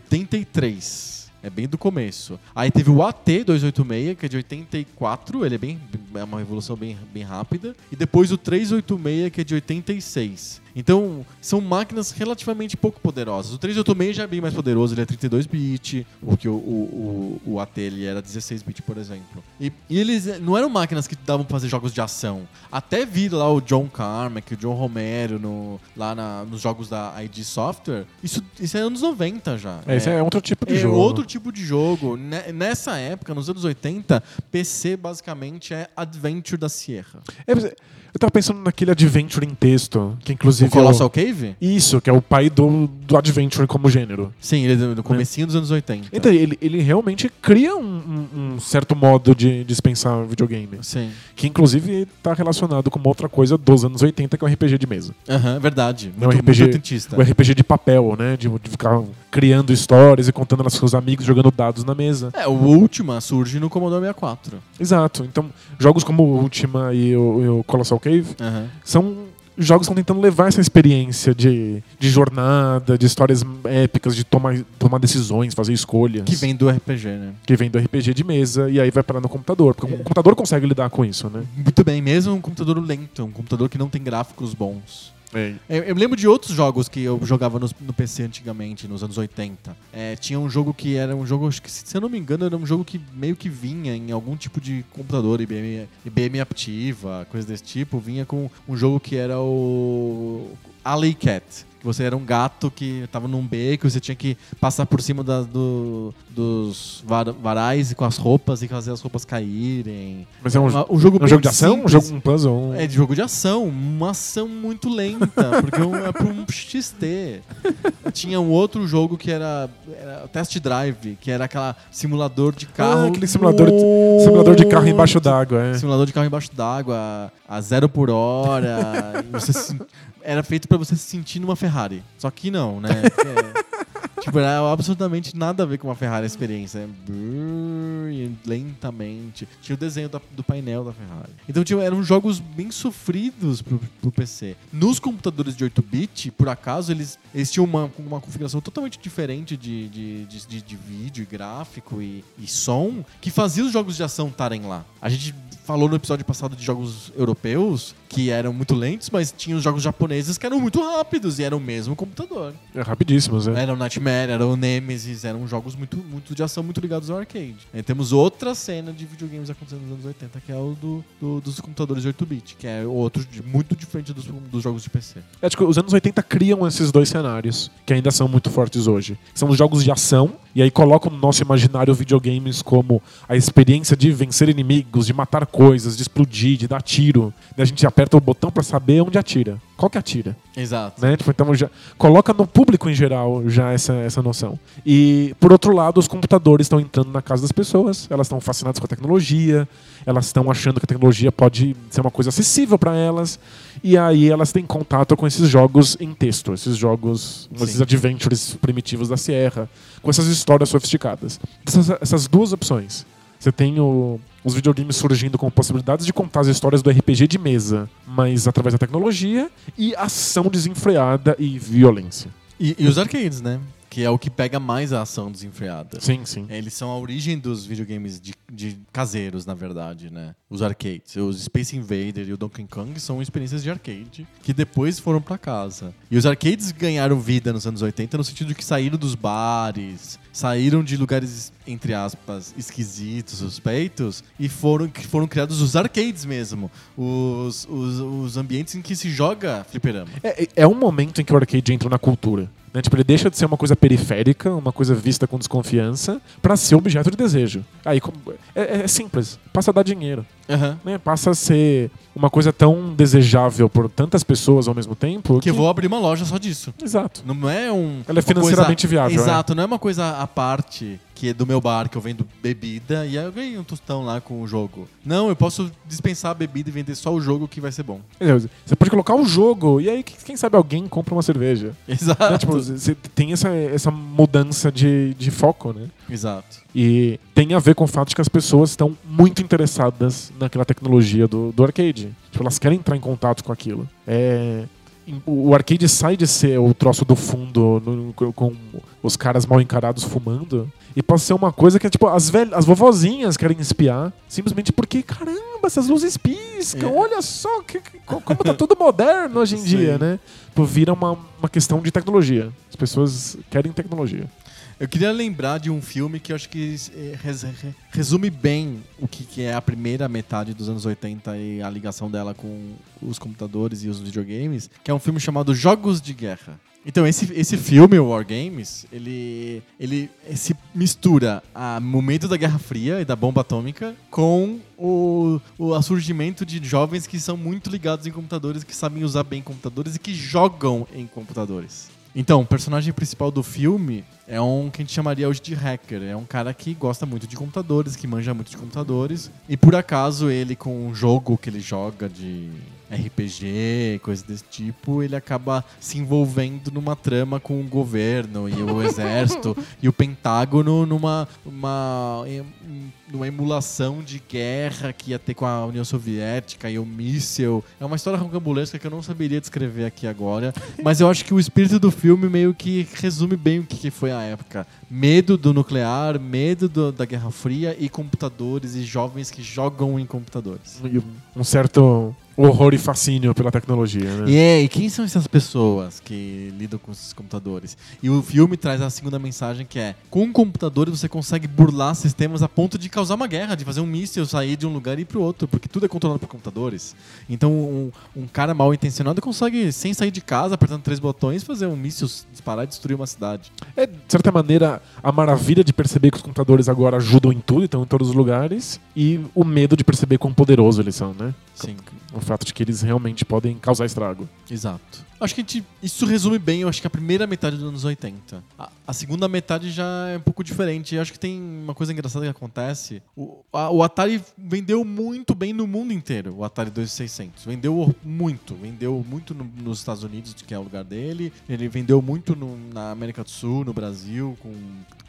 Speaker 1: 83. É bem do começo. Aí teve o AT286, que é de 84, ele é bem é uma revolução bem, bem rápida. E depois o 386, que é de 86. Então, são máquinas relativamente pouco poderosas. O 386 já é bem mais poderoso, ele é 32-bit, porque o, o, o, o AT ele era 16-bit, por exemplo. E, e eles eh, não eram máquinas que davam pra fazer jogos de ação. Até vir lá o John Carmack, o John Romero, no, lá na- nos jogos da ID Software, isso, isso é anos 90 já.
Speaker 2: É, esse é outro tipo de
Speaker 1: É
Speaker 2: jogo.
Speaker 1: outro tipo de jogo. Ne- Nessa época, nos anos 80, PC basicamente é Adventure da Sierra.
Speaker 2: É, mas eu tava pensando naquele adventure em texto, que inclusive.
Speaker 1: O Colossal Cave?
Speaker 2: é o- Isso, que é o pai do, do adventure como gênero.
Speaker 1: Sim, ele é do comecinho dos anos 80.
Speaker 2: Então, ele, ele realmente cria um, um- um certo modo de dispensar videogame.
Speaker 1: Sim.
Speaker 2: Que inclusive tá relacionado com uma outra coisa dos anos 80, que é o RPG de mesa.
Speaker 1: Aham, é verdade. Muito,
Speaker 2: Não, RPG
Speaker 1: muito autentista.
Speaker 2: O RPG de papel, né? De, de ficar criando histórias e contando elas com seus amigos, jogando dados na mesa.
Speaker 1: É, o Ultima surge no Commodore 64.
Speaker 2: Exato. Então, jogos como o Ultima e o, e o Colossal Cave
Speaker 1: Aham.
Speaker 2: são jogos que estão tentando levar essa experiência de, de jornada, de histórias épicas, de tomar, tomar decisões, fazer escolhas.
Speaker 1: Que vem do RPG, né?
Speaker 2: que vem do RPG de mesa e aí vai parar no computador. Porque
Speaker 1: É.
Speaker 2: o computador consegue lidar com isso, né?
Speaker 1: Muito bem, mesmo um computador lento, um computador que não tem gráficos bons.
Speaker 2: É.
Speaker 1: Eu, eu me lembro de outros jogos que eu jogava nos- no, PC antigamente, nos anos 80. É, tinha um jogo que era um jogo, acho que, se se eu não me engano, era um jogo que meio que vinha em algum tipo de computador, IBM, IBM Aptiva, coisa desse tipo. Vinha com um jogo que era o Alley Cat. Que você era um gato que tava num beco e você tinha que passar por cima da- do- dos var- varais e com as roupas e fazer as roupas caírem.
Speaker 2: Mas é um,
Speaker 1: Uma- um jogo
Speaker 2: é um
Speaker 1: bem
Speaker 2: jogo de ação, um
Speaker 1: simples.
Speaker 2: jogo um puzzle. um-
Speaker 1: É de jogo de ação, uma ação muito lenta, porque um- é pra um XT. Tinha um outro jogo que era, era Test Drive, que era aquela simulador de carro.
Speaker 2: Ah, aquele simulador, simulador de carro embaixo d'água, é.
Speaker 1: Simulador de carro embaixo d'água, a zero por hora. e você se- era feito pra você se sentir numa Ferrari. Só que não,
Speaker 2: <laughs>
Speaker 1: né? É, tipo, era absolutamente nada a ver com uma Ferrari a experiência. né? E Ferrari lentamente. Tinha o desenho da- do painel da Ferrari. Então tinha, eram jogos bem sofridos pro, pro PC. Nos computadores de 8-bit, por acaso, eles, eles tinham uma, uma configuração totalmente diferente de, de, de, de- de vídeo, e gráfico e, e som, que fazia os jogos de ação estarem lá. A gente falou no episódio passado de jogos europeus, que eram muito lentos, mas tinha os jogos japoneses que eram muito rápidos e era o mesmo computador.
Speaker 2: É rapidíssimo, Zé.
Speaker 1: Era o Nightmare, era o Nemesis, eram jogos muito, muito de ação, muito ligados ao arcade. Aí temos outra cena de videogames acontecendo nos anos 80, que é o do, do- dos computadores 8-bit, que é outro de- muito diferente dos, dos jogos de PC.
Speaker 2: É, tipo, os anos 80 criam esses dois cenários, que ainda são muito fortes hoje. São os jogos de ação, e aí colocam no nosso imaginário videogames como a experiência de vencer inimigos, de matar coisas, de explodir, de dar tiro. E a gente aperta o botão pra saber onde atira. Qual que atira?
Speaker 1: Exato.
Speaker 2: né? Tipo, então já coloca no público em geral já essa, essa noção. E por outro lado, os computadores estão entrando na casa das pessoas, elas estão fascinadas com a tecnologia, elas estão achando que a tecnologia pode ser uma coisa acessível para elas, e aí elas têm contato com esses jogos em texto, esses jogos, esses
Speaker 1: Sim.
Speaker 2: adventures primitivos da Sierra, com essas histórias sofisticadas. Então, Essas, essas duas opções. Você tem o- os videogames surgindo com possibilidades de contar as histórias do RPG de mesa, mas através da tecnologia e ação desenfreada e violência.
Speaker 1: E, e os arcades, né? Que é o que pega mais a ação desenfreada.
Speaker 2: Sim, sim.
Speaker 1: Eles são a origem dos videogames de, de caseiros, na verdade, né? Os arcades. Os Space Invader e o Donkey Kong são experiências de arcade que depois foram pra casa. E os arcades ganharam vida nos anos 80 no sentido de que saíram dos bares, saíram de lugares, entre aspas, esquisitos, suspeitos, e foram, que foram criados os arcades mesmo. Os, os, os ambientes em que se joga fliperama.
Speaker 2: É, é um momento em que o arcade entra na cultura. Né? Tipo, ele deixa de ser uma coisa periférica, uma coisa vista com desconfiança, pra ser objeto de desejo. Aí como- é- é simples, passa a dar dinheiro. né, passa a ser uma coisa tão desejável por tantas pessoas ao mesmo tempo.
Speaker 1: Que eu vou abrir uma loja só disso.
Speaker 2: Exato.
Speaker 1: Não é um.
Speaker 2: Ela
Speaker 1: uma
Speaker 2: é financeiramente viável,
Speaker 1: Exato, não é uma coisa à parte que é do meu bar que eu vendo bebida e aí eu ganho um tostão lá com o jogo. Não, eu posso dispensar a bebida e vender só o jogo que vai ser bom. <laughs>
Speaker 2: Quer dizer, Você pode colocar o jogo e aí, quem quem sabe, alguém compra uma cerveja.
Speaker 1: Exato.
Speaker 2: Né, tipo, você tem essa, essa mudança de, de foco, né?
Speaker 1: Exato.
Speaker 2: E tem a ver com o fato de que as pessoas estão muito interessadas naquela tecnologia do, do arcade. Tipo, elas querem entrar em contato com aquilo. É, em- o o arcade sai de ser o troço do fundo no- com- com os caras mal encarados fumando e passa a ser uma coisa que é tipo, as, velhas, as vovozinhas querem espiar simplesmente porque, caramba, essas luzes piscam,
Speaker 1: É.
Speaker 2: olha só que- que- co- como tá tudo
Speaker 1: <laughs>
Speaker 2: moderno hoje em
Speaker 1: Sim.
Speaker 2: dia, né? Tipo, vira uma, uma questão de tecnologia. As pessoas querem tecnologia.
Speaker 1: Eu queria lembrar de um filme que eu acho que eh, res- re- resume bem o que, que é a primeira metade dos anos 80 e a ligação dela com os computadores e os videogames, que é um filme chamado Jogos de Guerra. Então, esse, esse filme, o War Games, ele, ele se mistura a momento da Guerra Fria e da bomba atômica com o, o a surgimento de jovens que são muito ligados em computadores, que sabem usar bem computadores e que jogam em computadores. Então, o personagem principal do filme é um que a gente chamaria hoje de hacker. É um cara que gosta muito de computadores, que manja muito de computadores. E por acaso ele, com um jogo que ele joga de RPG, coisa desse tipo, ele acaba se envolvendo numa trama com o governo e o <laughs> exército e o Pentágono numa uma, em- um, numa emulação de guerra que ia ter com a União Soviética e o míssil. É uma história rocambolesca que eu não saberia descrever aqui agora, mas eu acho que o espírito do filme meio que resume bem o que, que foi a época. Medo do nuclear, medo do- da Guerra Fria e computadores e jovens que jogam em computadores.
Speaker 2: E um certo horror e fascínio pela tecnologia, né?
Speaker 1: E aí, quem são essas pessoas que lidam com esses computadores? E o filme traz a segunda mensagem que é: com computadores você consegue burlar sistemas a ponto de causar uma guerra, de fazer um míssil sair de um lugar e ir pro outro, porque tudo é controlado por computadores. Então, um, um cara mal intencionado consegue, sem sair de casa, apertando três botões, fazer um míssil disparar e destruir uma cidade.
Speaker 2: É, de certa maneira, a maravilha de perceber que os computadores agora ajudam em tudo, então em todos os lugares, e o medo de perceber quão poderosos eles são, né?
Speaker 1: Sim.
Speaker 2: O fato de que eles realmente podem causar estrago.
Speaker 1: Exato. Acho que a gente, isso resume bem, eu acho que a primeira metade dos anos 80. A, a segunda metade já é um pouco diferente. Eu acho que tem uma coisa engraçada que acontece. O, a- o Atari vendeu muito bem no mundo inteiro, o Atari 2600. Vendeu muito. Vendeu muito no- nos Estados Unidos, que é o lugar dele. Ele vendeu muito no- na América do Sul, no Brasil, com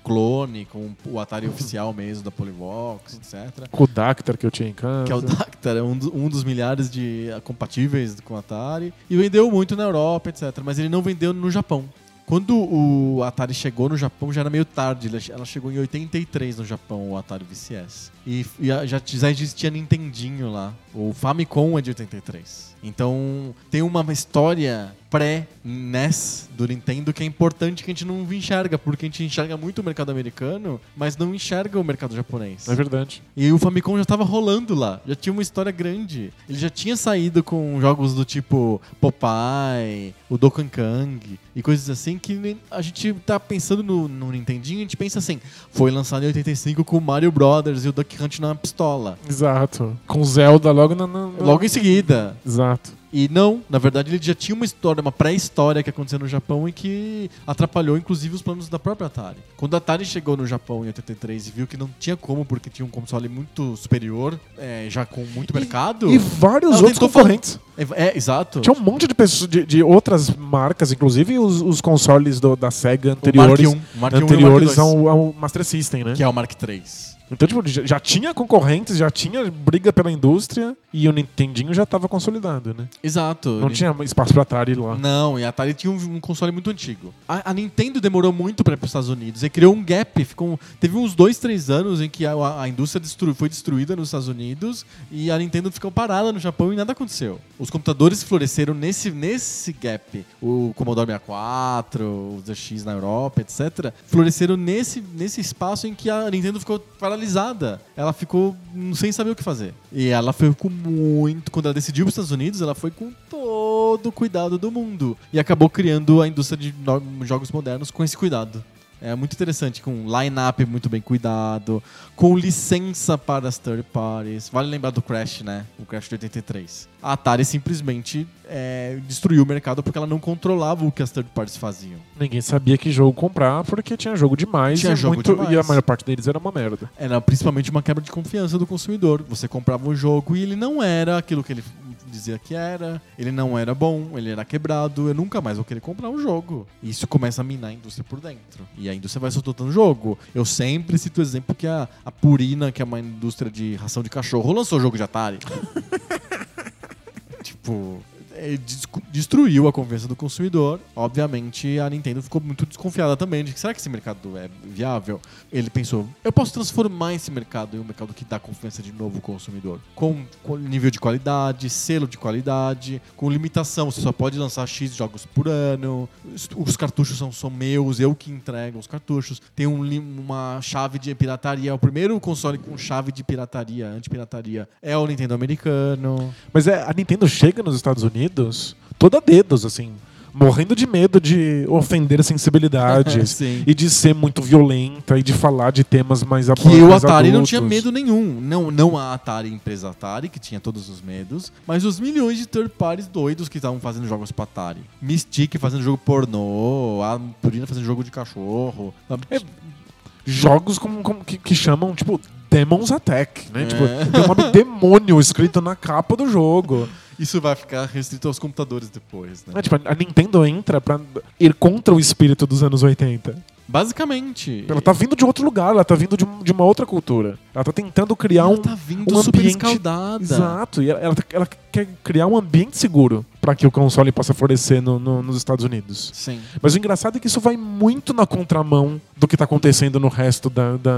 Speaker 1: clone, com o Atari oficial mesmo da Polivox, etc.
Speaker 2: Com o Dactar que eu tinha em casa.
Speaker 1: Que é o Dactar, é um, do- um dos milhares de ah, compatíveis com o Atari. E vendeu muito na Europa, etc. Mas ele não vendeu no Japão. Quando o Atari chegou no Japão, já era meio tarde. Ela che- Ela chegou em 83 no Japão, o Atari VCS. E, f- e a- já, t- já existia Nintendinho lá. O Famicom é de 83. Então, tem uma história pré-NES do Nintendo que é importante que a gente não enxerga, porque a gente enxerga muito o mercado americano, mas não enxerga o mercado japonês.
Speaker 2: É verdade.
Speaker 1: E o Famicom já tava rolando lá, já tinha uma história grande. Ele já tinha saído com jogos do tipo Popeye, o Dokkan Kang e coisas assim que nem- a gente tá pensando no, no Nintendinho, a gente pensa assim, foi lançado em 85 com o Mario Brothers e o Duck Hunt na pistola.
Speaker 2: Exato. Com Zelda logo na. na- na-
Speaker 1: Logo em seguida.
Speaker 2: Exato.
Speaker 1: E não, na verdade ele já tinha uma história, uma pré-história que aconteceu no Japão e que atrapalhou inclusive os planos da própria Atari. Quando a Atari chegou no Japão em 83 e viu que não tinha como, porque tinha um console muito superior, é, já com muito mercado.
Speaker 2: E vários
Speaker 1: Ela
Speaker 2: outros
Speaker 1: tentou
Speaker 2: concorrentes.
Speaker 1: É, é, exato.
Speaker 2: Tinha um monte de pessoas de, de outras marcas, inclusive os, os consoles do- da
Speaker 1: O
Speaker 2: SEGA
Speaker 1: Mark I,
Speaker 2: anteriores.
Speaker 1: o Mark I e o
Speaker 2: anteriores
Speaker 1: Mark II,
Speaker 2: ao, ao Master System, né?
Speaker 1: que é o Mark III.
Speaker 2: Então, tipo, já, já tinha concorrentes, já tinha briga pela indústria e o Nintendinho já tava consolidado, né?
Speaker 1: Exato.
Speaker 2: Não tinha espaço pra Atari lá.
Speaker 1: Uhum. Não, e a Atari tinha um, um console muito antigo. A, a Nintendo demorou muito para ir para os Estados Unidos e criou um gap. Ficou, um- teve uns dois, três anos em que a, a indústria destru- foi destruída nos Estados Unidos e a Nintendo ficou parada no Japão e nada aconteceu. Os computadores floresceram nesse, nesse gap. O Commodore 64, o ZX na Europa, etc. Floresceram nesse, nesse espaço em que a Nintendo ficou paralisada. Ela ficou hum, sem saber o que fazer. E ela foi com muito. Quando ela decidiu para os Estados Unidos, ela foi com todo o cuidado do mundo. E acabou criando a indústria de no- jogos modernos com esse cuidado. É muito interessante, com line-up muito bem cuidado, com licença para as third parties. Vale lembrar do Crash, né? O Crash de 83. A Atari simplesmente é, destruiu o mercado porque ela não controlava o que as third parties faziam.
Speaker 2: Ninguém sabia que jogo comprar porque tinha jogo demais,
Speaker 1: Tinha
Speaker 2: e,
Speaker 1: jogo
Speaker 2: muito-
Speaker 1: demais.
Speaker 2: e a maior parte deles era uma merda.
Speaker 1: Era É, principalmente uma quebra de confiança do consumidor. Você comprava um jogo e ele não era aquilo que ele dizia que era, ele não era bom, ele era quebrado, eu nunca mais vou querer comprar um jogo. E isso começa a minar a indústria por dentro. E a indústria vai soltando jogo. Eu sempre cito o exemplo que a, a Purina, que é uma indústria de ração de cachorro, lançou jogo de Atari. tipo, é, des- destruiu a confiança do consumidor. Obviamente, a Nintendo ficou muito desconfiada também de que será que esse mercado é viável? Ele pensou, eu posso transformar esse mercado em um mercado que dá confiança de novo ao consumidor. Com, com nível de qualidade, selo de qualidade, com limitação, você só pode lançar X jogos por ano, os, os cartuchos são, são meus, eu que entrego os cartuchos. Tem um li- uma chave de pirataria, o primeiro console com chave de pirataria, antipirataria, é o Nintendo americano.
Speaker 2: Mas é, a Nintendo chega nos Estados Unidos toda dedos, assim, morrendo de medo de ofender sensibilidades
Speaker 1: <laughs> Sim.
Speaker 2: e de ser muito violenta e de falar de temas mais
Speaker 1: Que o
Speaker 2: mais
Speaker 1: Atari não
Speaker 2: adultos.
Speaker 1: tinha medo nenhum. Não, não a Atari, a empresa Atari, que tinha todos os medos, mas os milhões de third parties doidos que estavam fazendo jogos pra Atari. Mystic fazendo jogo pornô, a Purina fazendo jogo de cachorro.
Speaker 2: É, Jogos com, com- que, que chamam, tipo, Demons Attack, né?
Speaker 1: É.
Speaker 2: Tipo, tem
Speaker 1: <laughs>
Speaker 2: o nome demônio escrito na capa do jogo.
Speaker 1: Isso vai ficar restrito aos computadores depois, né?
Speaker 2: É, tipo, a Nintendo entra pra ir contra o espírito dos anos 80.
Speaker 1: Basicamente.
Speaker 2: Ela tá vindo de outro lugar, ela tá vindo de, um- de uma outra cultura. Ela tá tentando criar
Speaker 1: ela
Speaker 2: um.
Speaker 1: tá vindo
Speaker 2: um
Speaker 1: super
Speaker 2: ambiente-
Speaker 1: escaldada.
Speaker 2: Exato, e ela, ela tá- ela quer criar um ambiente seguro pra que o console possa florescer no- no- nos Estados Unidos.
Speaker 1: Sim.
Speaker 2: Mas o engraçado é que isso vai muito na contramão do que tá acontecendo no resto da, da,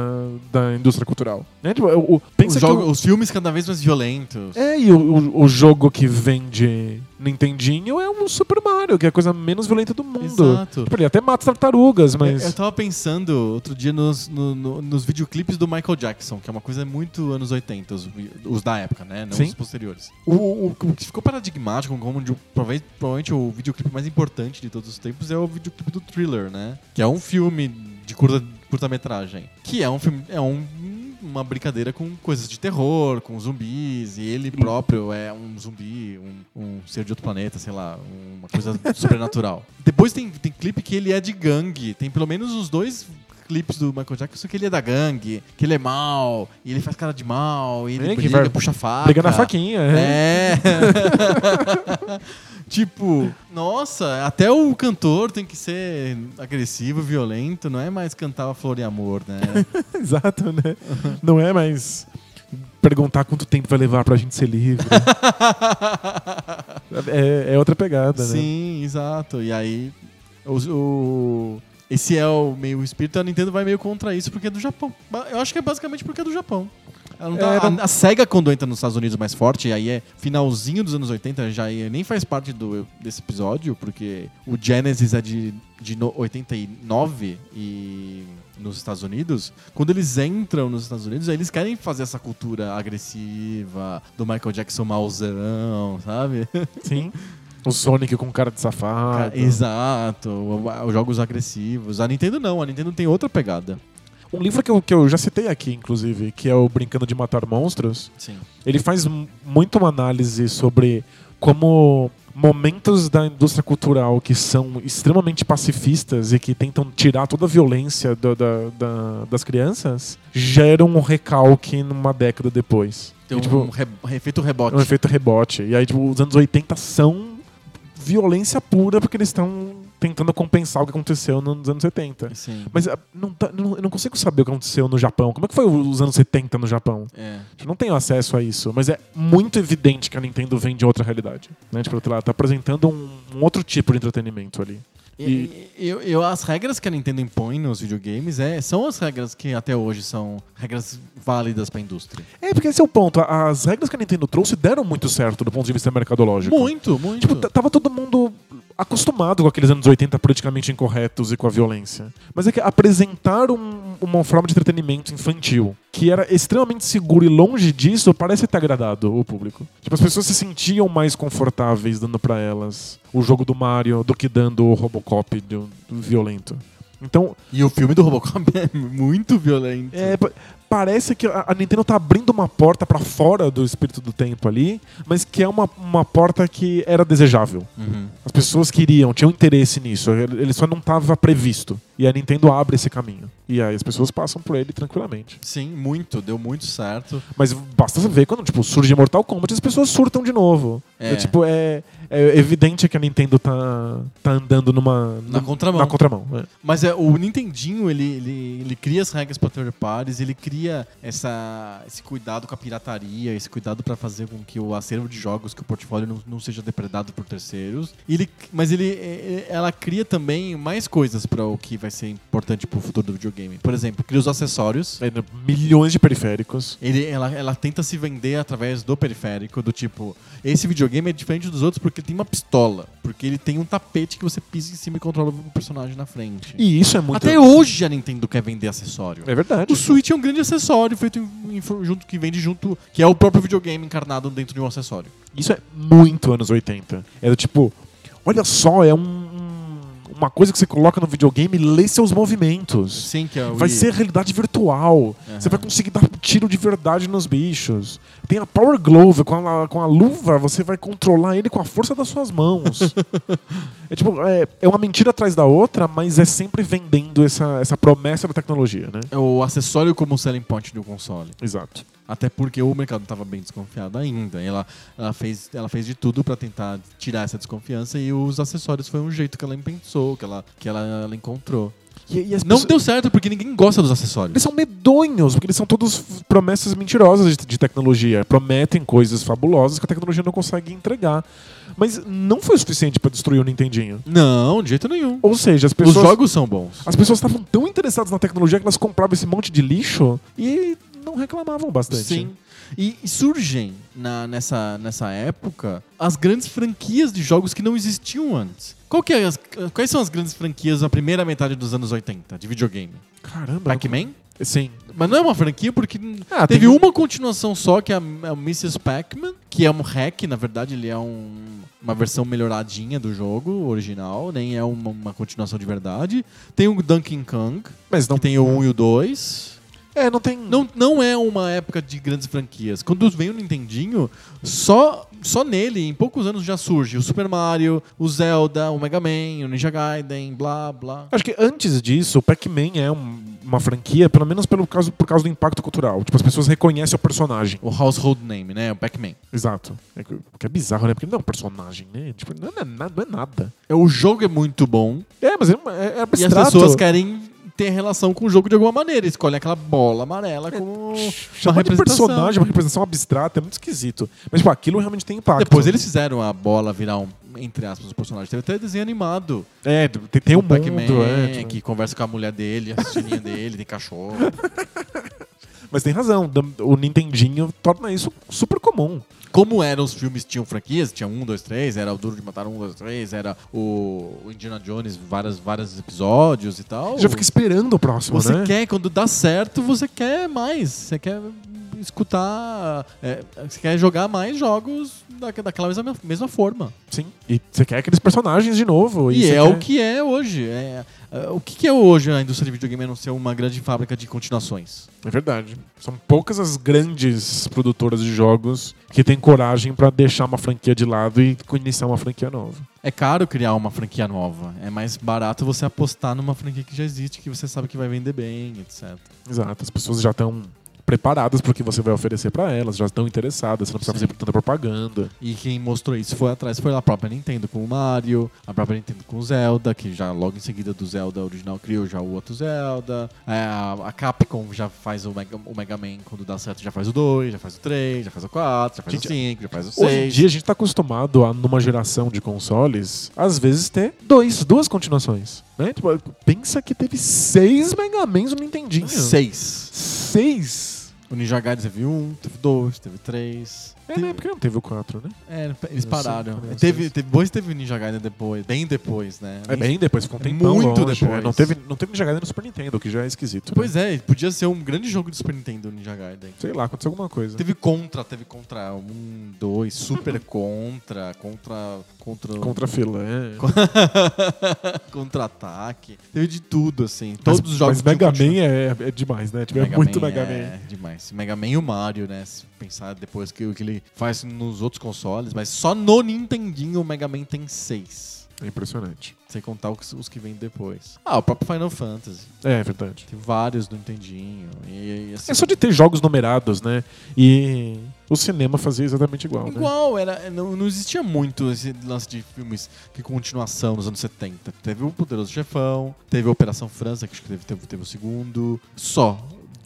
Speaker 2: da indústria cultural. Né? Tipo, o- o-
Speaker 1: Os,
Speaker 2: pensa que
Speaker 1: jogos-
Speaker 2: o-
Speaker 1: os filmes cada vez mais violentos.
Speaker 2: É, e o, o, o jogo que vende Nintendinho é um Super Mario, que é a coisa menos violenta do mundo.
Speaker 1: Exato. É, tá-
Speaker 2: Tipo, ele até mata as tartarugas, mas.
Speaker 1: Eu, eu tava pensando outro dia nos, no- no- nos videoclipes do Michael Jackson, que é uma coisa muito anos 80, os, vi- os da época, né? Não
Speaker 2: Sim.
Speaker 1: os posteriores. O, o- o que ficou paradigmático, como de- prove- provavelmente o videoclipe mais importante de todos os tempos, é o videoclipe do Thriller, né? Que é um filme de curta, curta-metragem. Que é um filme. É um- uma brincadeira com coisas de terror, com zumbis, e ele próprio é um zumbi, um, um ser de outro planeta, sei lá, <laughs> uma coisa sobrenatural. Depois tem, tem clipe que ele é de gangue, tem pelo menos uns dois clipes do Michael Jackson que ele é da gangue, que ele é mal, e ele faz cara de mal, e ele
Speaker 2: É, que
Speaker 1: briga,
Speaker 2: vai-
Speaker 1: puxa faca.
Speaker 2: Pegando a faquinha. É.
Speaker 1: É. tipo, nossa, até o cantor tem que ser agressivo, violento, não é mais cantar Flor e Amor, né?
Speaker 2: <laughs> Exato, né? Não é mais perguntar quanto tempo vai levar pra gente ser
Speaker 1: <laughs>
Speaker 2: livre. é, é outra pegada, né?
Speaker 1: Sim, exato. E aí, os- o, esse é o meio espírito, a Nintendo vai meio contra isso porque é do Japão. Ba- Eu acho que é basicamente porque é do Japão. Ela não tá-
Speaker 2: É,
Speaker 1: a-
Speaker 2: não-
Speaker 1: a, SEGA, quando entra nos Estados Unidos mais forte, e aí é finalzinho dos anos 80, já é- nem faz parte do, desse episódio, porque o Genesis é de, de no- 89 e nos Estados Unidos. Quando eles entram nos Estados Unidos, aí eles querem fazer essa cultura agressiva do Michael Jackson mauzão, sabe?
Speaker 2: Sim. O Sonic com cara de safado.
Speaker 1: Exato, o- os jogos agressivos. A Nintendo não, a Nintendo tem outra pegada.
Speaker 2: Um livro que eu, que eu já citei aqui, inclusive, que é o Brincando de Matar Monstros,
Speaker 1: Sim.
Speaker 2: ele faz m- muito uma análise sobre como momentos da indústria cultural que são extremamente pacifistas e que tentam tirar toda a violência do- da- da- das crianças geram um recalque numa década depois.
Speaker 1: Tem
Speaker 2: E,
Speaker 1: um,
Speaker 2: tipo,
Speaker 1: re- efeito rebote.
Speaker 2: é um efeito rebote. E aí, tipo, os anos 80 são violência pura porque eles estão tentando compensar o que aconteceu nos anos 70.
Speaker 1: Sim.
Speaker 2: Mas ah, não tá- não- eu não consigo saber o que aconteceu no Japão. Como é que foi os anos 70 no Japão?
Speaker 1: É.
Speaker 2: Eu não tenho acesso a isso, mas é muito evidente que a Nintendo vem de outra realidade. Né? Tipo, ela tá apresentando um, um outro tipo de entretenimento ali.
Speaker 1: E, eu, eu- as regras que a Nintendo impõe nos videogames é, são as regras que até hoje são regras válidas pra indústria.
Speaker 2: É, porque esse é o ponto. A- As regras que a Nintendo trouxe deram muito certo do ponto de vista mercadológico.
Speaker 1: Muito, muito.
Speaker 2: Tipo, t- tava todo mundo acostumado com aqueles anos 80 politicamente incorretos e com a violência. Mas é que apresentar um- uma forma de entretenimento infantil que era extremamente seguro e longe disso parece ter agradado o público. Tipo, as pessoas se sentiam mais confortáveis dando pra elas o jogo do Mario do que dando o Robocop do- do violento. Então,
Speaker 1: E o filme do Robocop <laughs> é muito violento.
Speaker 2: é, pa- parece que a a Nintendo tá abrindo uma porta pra fora do espírito do tempo ali, mas que é uma, uma porta que era desejável.
Speaker 1: Uhum.
Speaker 2: As pessoas queriam, tinham interesse nisso, ele ele só não estava previsto. E a Nintendo abre esse caminho. E aí as pessoas passam por ele tranquilamente.
Speaker 1: Sim, muito. Deu muito certo.
Speaker 2: Mas basta ver quando tipo, surge Mortal Kombat, as pessoas surtam de novo.
Speaker 1: É.
Speaker 2: É, tipo, é, é evidente que a Nintendo tá, tá andando numa.
Speaker 1: Na
Speaker 2: num-
Speaker 1: contramão.
Speaker 2: Na contramão. é.
Speaker 1: Mas é, o Nintendinho, ele, ele, ele cria as regras para third parties, ele cria essa, esse cuidado com a pirataria, esse cuidado para fazer com que o acervo de jogos, que o portfólio não, não seja depredado por terceiros. E ele, mas ele, é, é, ela cria também mais coisas para o que vai ser importante para o futuro do videogame. Por exemplo, cria os acessórios.
Speaker 2: É, milhões de periféricos.
Speaker 1: Ele, ela, ela tenta se vender através do periférico, do tipo, esse videogame é diferente dos outros porque ele tem uma pistola, porque ele tem um tapete que você pisa em cima e controla o personagem na frente.
Speaker 2: E isso é muito.
Speaker 1: Até hoje a Nintendo quer vender acessório.
Speaker 2: É verdade.
Speaker 1: O Switch é um grande acessório feito em- em for- junto que vende junto, que é o próprio videogame encarnado dentro de um acessório.
Speaker 2: Isso é muito anos 80. É do tipo, olha só, é um- uma coisa que você coloca no videogame e lê seus movimentos.
Speaker 1: Sim, que é o
Speaker 2: Vai
Speaker 1: Wii.
Speaker 2: ser realidade virtual. Você vai conseguir dar tiro de verdade nos bichos. Tem a Power Glove, com a, com a luva, você vai controlar ele com a força das suas <laughs> mãos. é tipo, é, é uma mentira atrás da outra, mas é sempre vendendo essa, essa promessa da tecnologia, né?
Speaker 1: É o acessório como selling point do console.
Speaker 2: Exato.
Speaker 1: Até porque o mercado estava bem desconfiado ainda. Ela, ela, fez, ela fez de tudo para tentar tirar essa desconfiança e os acessórios foi um jeito que ela pensou, que ela, que ela, ela encontrou.
Speaker 2: E, e as
Speaker 1: Não
Speaker 2: pessoas-
Speaker 1: deu certo porque ninguém gosta dos acessórios.
Speaker 2: Eles são medonhos, porque eles são todos f- promessas mentirosas de, de tecnologia. Prometem coisas fabulosas que a tecnologia não consegue entregar. Mas não foi o suficiente pra destruir o Nintendinho.
Speaker 1: Não, de jeito nenhum.
Speaker 2: Ou seja, as
Speaker 1: Os
Speaker 2: pessoas.
Speaker 1: jogos são bons.
Speaker 2: As pessoas estavam tão interessadas na tecnologia que elas compravam esse monte de lixo e não reclamavam bastante.
Speaker 1: Sim. E e surgem na- nessa, nessa época as grandes franquias de jogos que não existiam antes. Qual que é as- quais são as grandes franquias na primeira metade dos anos 80 de videogame?
Speaker 2: Caramba.
Speaker 1: Pac-Man?
Speaker 2: Sim.
Speaker 1: Mas não é uma franquia porque
Speaker 2: Ah,
Speaker 1: teve
Speaker 2: tem-
Speaker 1: uma continuação só que é a, é o Mrs. Pac-Man, que é um hack, na verdade ele é um- uma versão melhoradinha do jogo original, nem é uma, uma continuação de verdade. Tem o Donkey Kong,
Speaker 2: Mas não
Speaker 1: que tem o 1 e o 2.
Speaker 2: É, não tem.
Speaker 1: Não, não é uma época de grandes franquias. Quando vem o Nintendinho, só, só nele, em poucos anos, já surge o Super Mario, o Zelda, o Mega Man, o Ninja Gaiden, blá, blá.
Speaker 2: Acho que antes disso, o Pac-Man é um- uma franquia, pelo menos pelo caso, por causa do impacto cultural. Tipo, as pessoas reconhecem o personagem.
Speaker 1: O household name, né? O Pac-Man.
Speaker 2: Exato. É, que que é bizarro, né? Porque não é um personagem, né? Tipo, não é, na- não é nada.
Speaker 1: É, O jogo é muito bom
Speaker 2: É, mas é, uma- é, é
Speaker 1: e
Speaker 2: abstrato.
Speaker 1: as pessoas querem ter relação com o jogo de alguma maneira. Escolhem aquela bola amarela como uma
Speaker 2: Chamar É, de
Speaker 1: representação.
Speaker 2: personagem, uma representação abstrata, é muito esquisito. Mas, tipo, aquilo realmente tem impacto.
Speaker 1: Depois eles fizeram a bola virar um, entre aspas, um personagem. Teve até desenho animado.
Speaker 2: É, tem, tem um
Speaker 1: O Pac-Man,
Speaker 2: mundo, é, tipo,
Speaker 1: que conversa com a mulher dele, a filhinha dele, tem cachorro.
Speaker 2: Mas tem razão, dam- o Nintendinho torna isso super comum.
Speaker 1: Como eram os filmes, tinham franquias, tinha um, dois, três, era o Duro de Matar um, dois, três, era o o Indiana Jones, vários várias episódios e tal.
Speaker 2: Já fica esperando o próximo,
Speaker 1: Você
Speaker 2: né?
Speaker 1: quer, quando dá certo, você quer mais. Você quer escutar. é, você quer jogar mais jogos da- daquela mesma, mesma forma.
Speaker 2: Sim. E você quer aqueles personagens de novo.
Speaker 1: E
Speaker 2: você
Speaker 1: é
Speaker 2: quer-
Speaker 1: o que é hoje. É, é, o que que é hoje a indústria de videogame a não ser uma grande fábrica de continuações?
Speaker 2: É verdade. São poucas as grandes produtoras de jogos que têm coragem pra deixar uma franquia de lado e iniciar uma franquia nova.
Speaker 1: É caro criar uma franquia nova. É mais barato você apostar numa franquia que já existe, que você sabe que vai vender bem, etc.
Speaker 2: Exato. As pessoas já estão preparadas pro que você vai oferecer pra elas, já estão interessadas, você não precisa
Speaker 1: Sim.
Speaker 2: fazer tanta propaganda.
Speaker 1: E quem mostrou isso foi atrás, foi a própria Nintendo com o Mario, a própria Nintendo com o Zelda, que já logo em seguida do Zelda original criou já o outro Zelda. É, a a Capcom já faz o Mega, o Mega Man quando dá certo, já faz o 2, já faz o 3, já faz o 4, já faz
Speaker 2: Gente,
Speaker 1: o 5, já faz o
Speaker 2: Hoje em
Speaker 1: 6.
Speaker 2: dia a gente tá acostumado a, numa geração de consoles, às vezes ter dois, duas continuações. Né? Tipo, pensa que teve seis Mega Mans no Nintendinho.
Speaker 1: 6.
Speaker 2: Seis?
Speaker 1: O Ninja Gaiden teve um, teve dois, teve três.
Speaker 2: É,
Speaker 1: Teve-
Speaker 2: né? Porque não teve o quatro, né?
Speaker 1: É, eles
Speaker 2: Eu
Speaker 1: pararam.
Speaker 2: sei,
Speaker 1: Teve,
Speaker 2: eu
Speaker 1: teve,
Speaker 2: sei.
Speaker 1: depois teve o Ninja Gaiden depois, bem depois, né?
Speaker 2: É bem depois, ficou um
Speaker 1: É
Speaker 2: tempão
Speaker 1: muito
Speaker 2: longe,
Speaker 1: depois.
Speaker 2: é. Não teve, não teve Ninja Gaiden no Super Nintendo, o que já é esquisito. né?
Speaker 1: Pois é, podia ser um grande jogo do Super Nintendo o Ninja Gaiden.
Speaker 2: Sei lá, aconteceu alguma coisa.
Speaker 1: Teve contra, teve contra um, dois, super contra, contra. Contra.
Speaker 2: Contra a fila, é.
Speaker 1: Contra-ataque. Teve de tudo, assim.
Speaker 2: Mas-
Speaker 1: Todos os jogos.
Speaker 2: Mas Mega
Speaker 1: tinham
Speaker 2: Man é, é demais, né? Tipo,
Speaker 1: continuação.
Speaker 2: é muito
Speaker 1: Man
Speaker 2: Mega
Speaker 1: é
Speaker 2: Man.
Speaker 1: demais. Mega Man e o Mario, né? Se pensar depois que o que ele faz nos outros consoles, mas só no Nintendinho o Mega Man tem seis.
Speaker 2: É impressionante.
Speaker 1: Sem contar os, os que vêm depois. Ah, o próprio Final Fantasy.
Speaker 2: É, é verdade.
Speaker 1: Tem vários do Nintendinho. E, e assim,
Speaker 2: É só de ter jogos numerados, né? E o cinema fazia exatamente igual. né?
Speaker 1: Igual, era, não, não existia muito esse lance de filmes que continuação nos anos 70. Teve o Poderoso Chefão, teve a Operação França, que acho que teve, teve, teve o segundo. Só.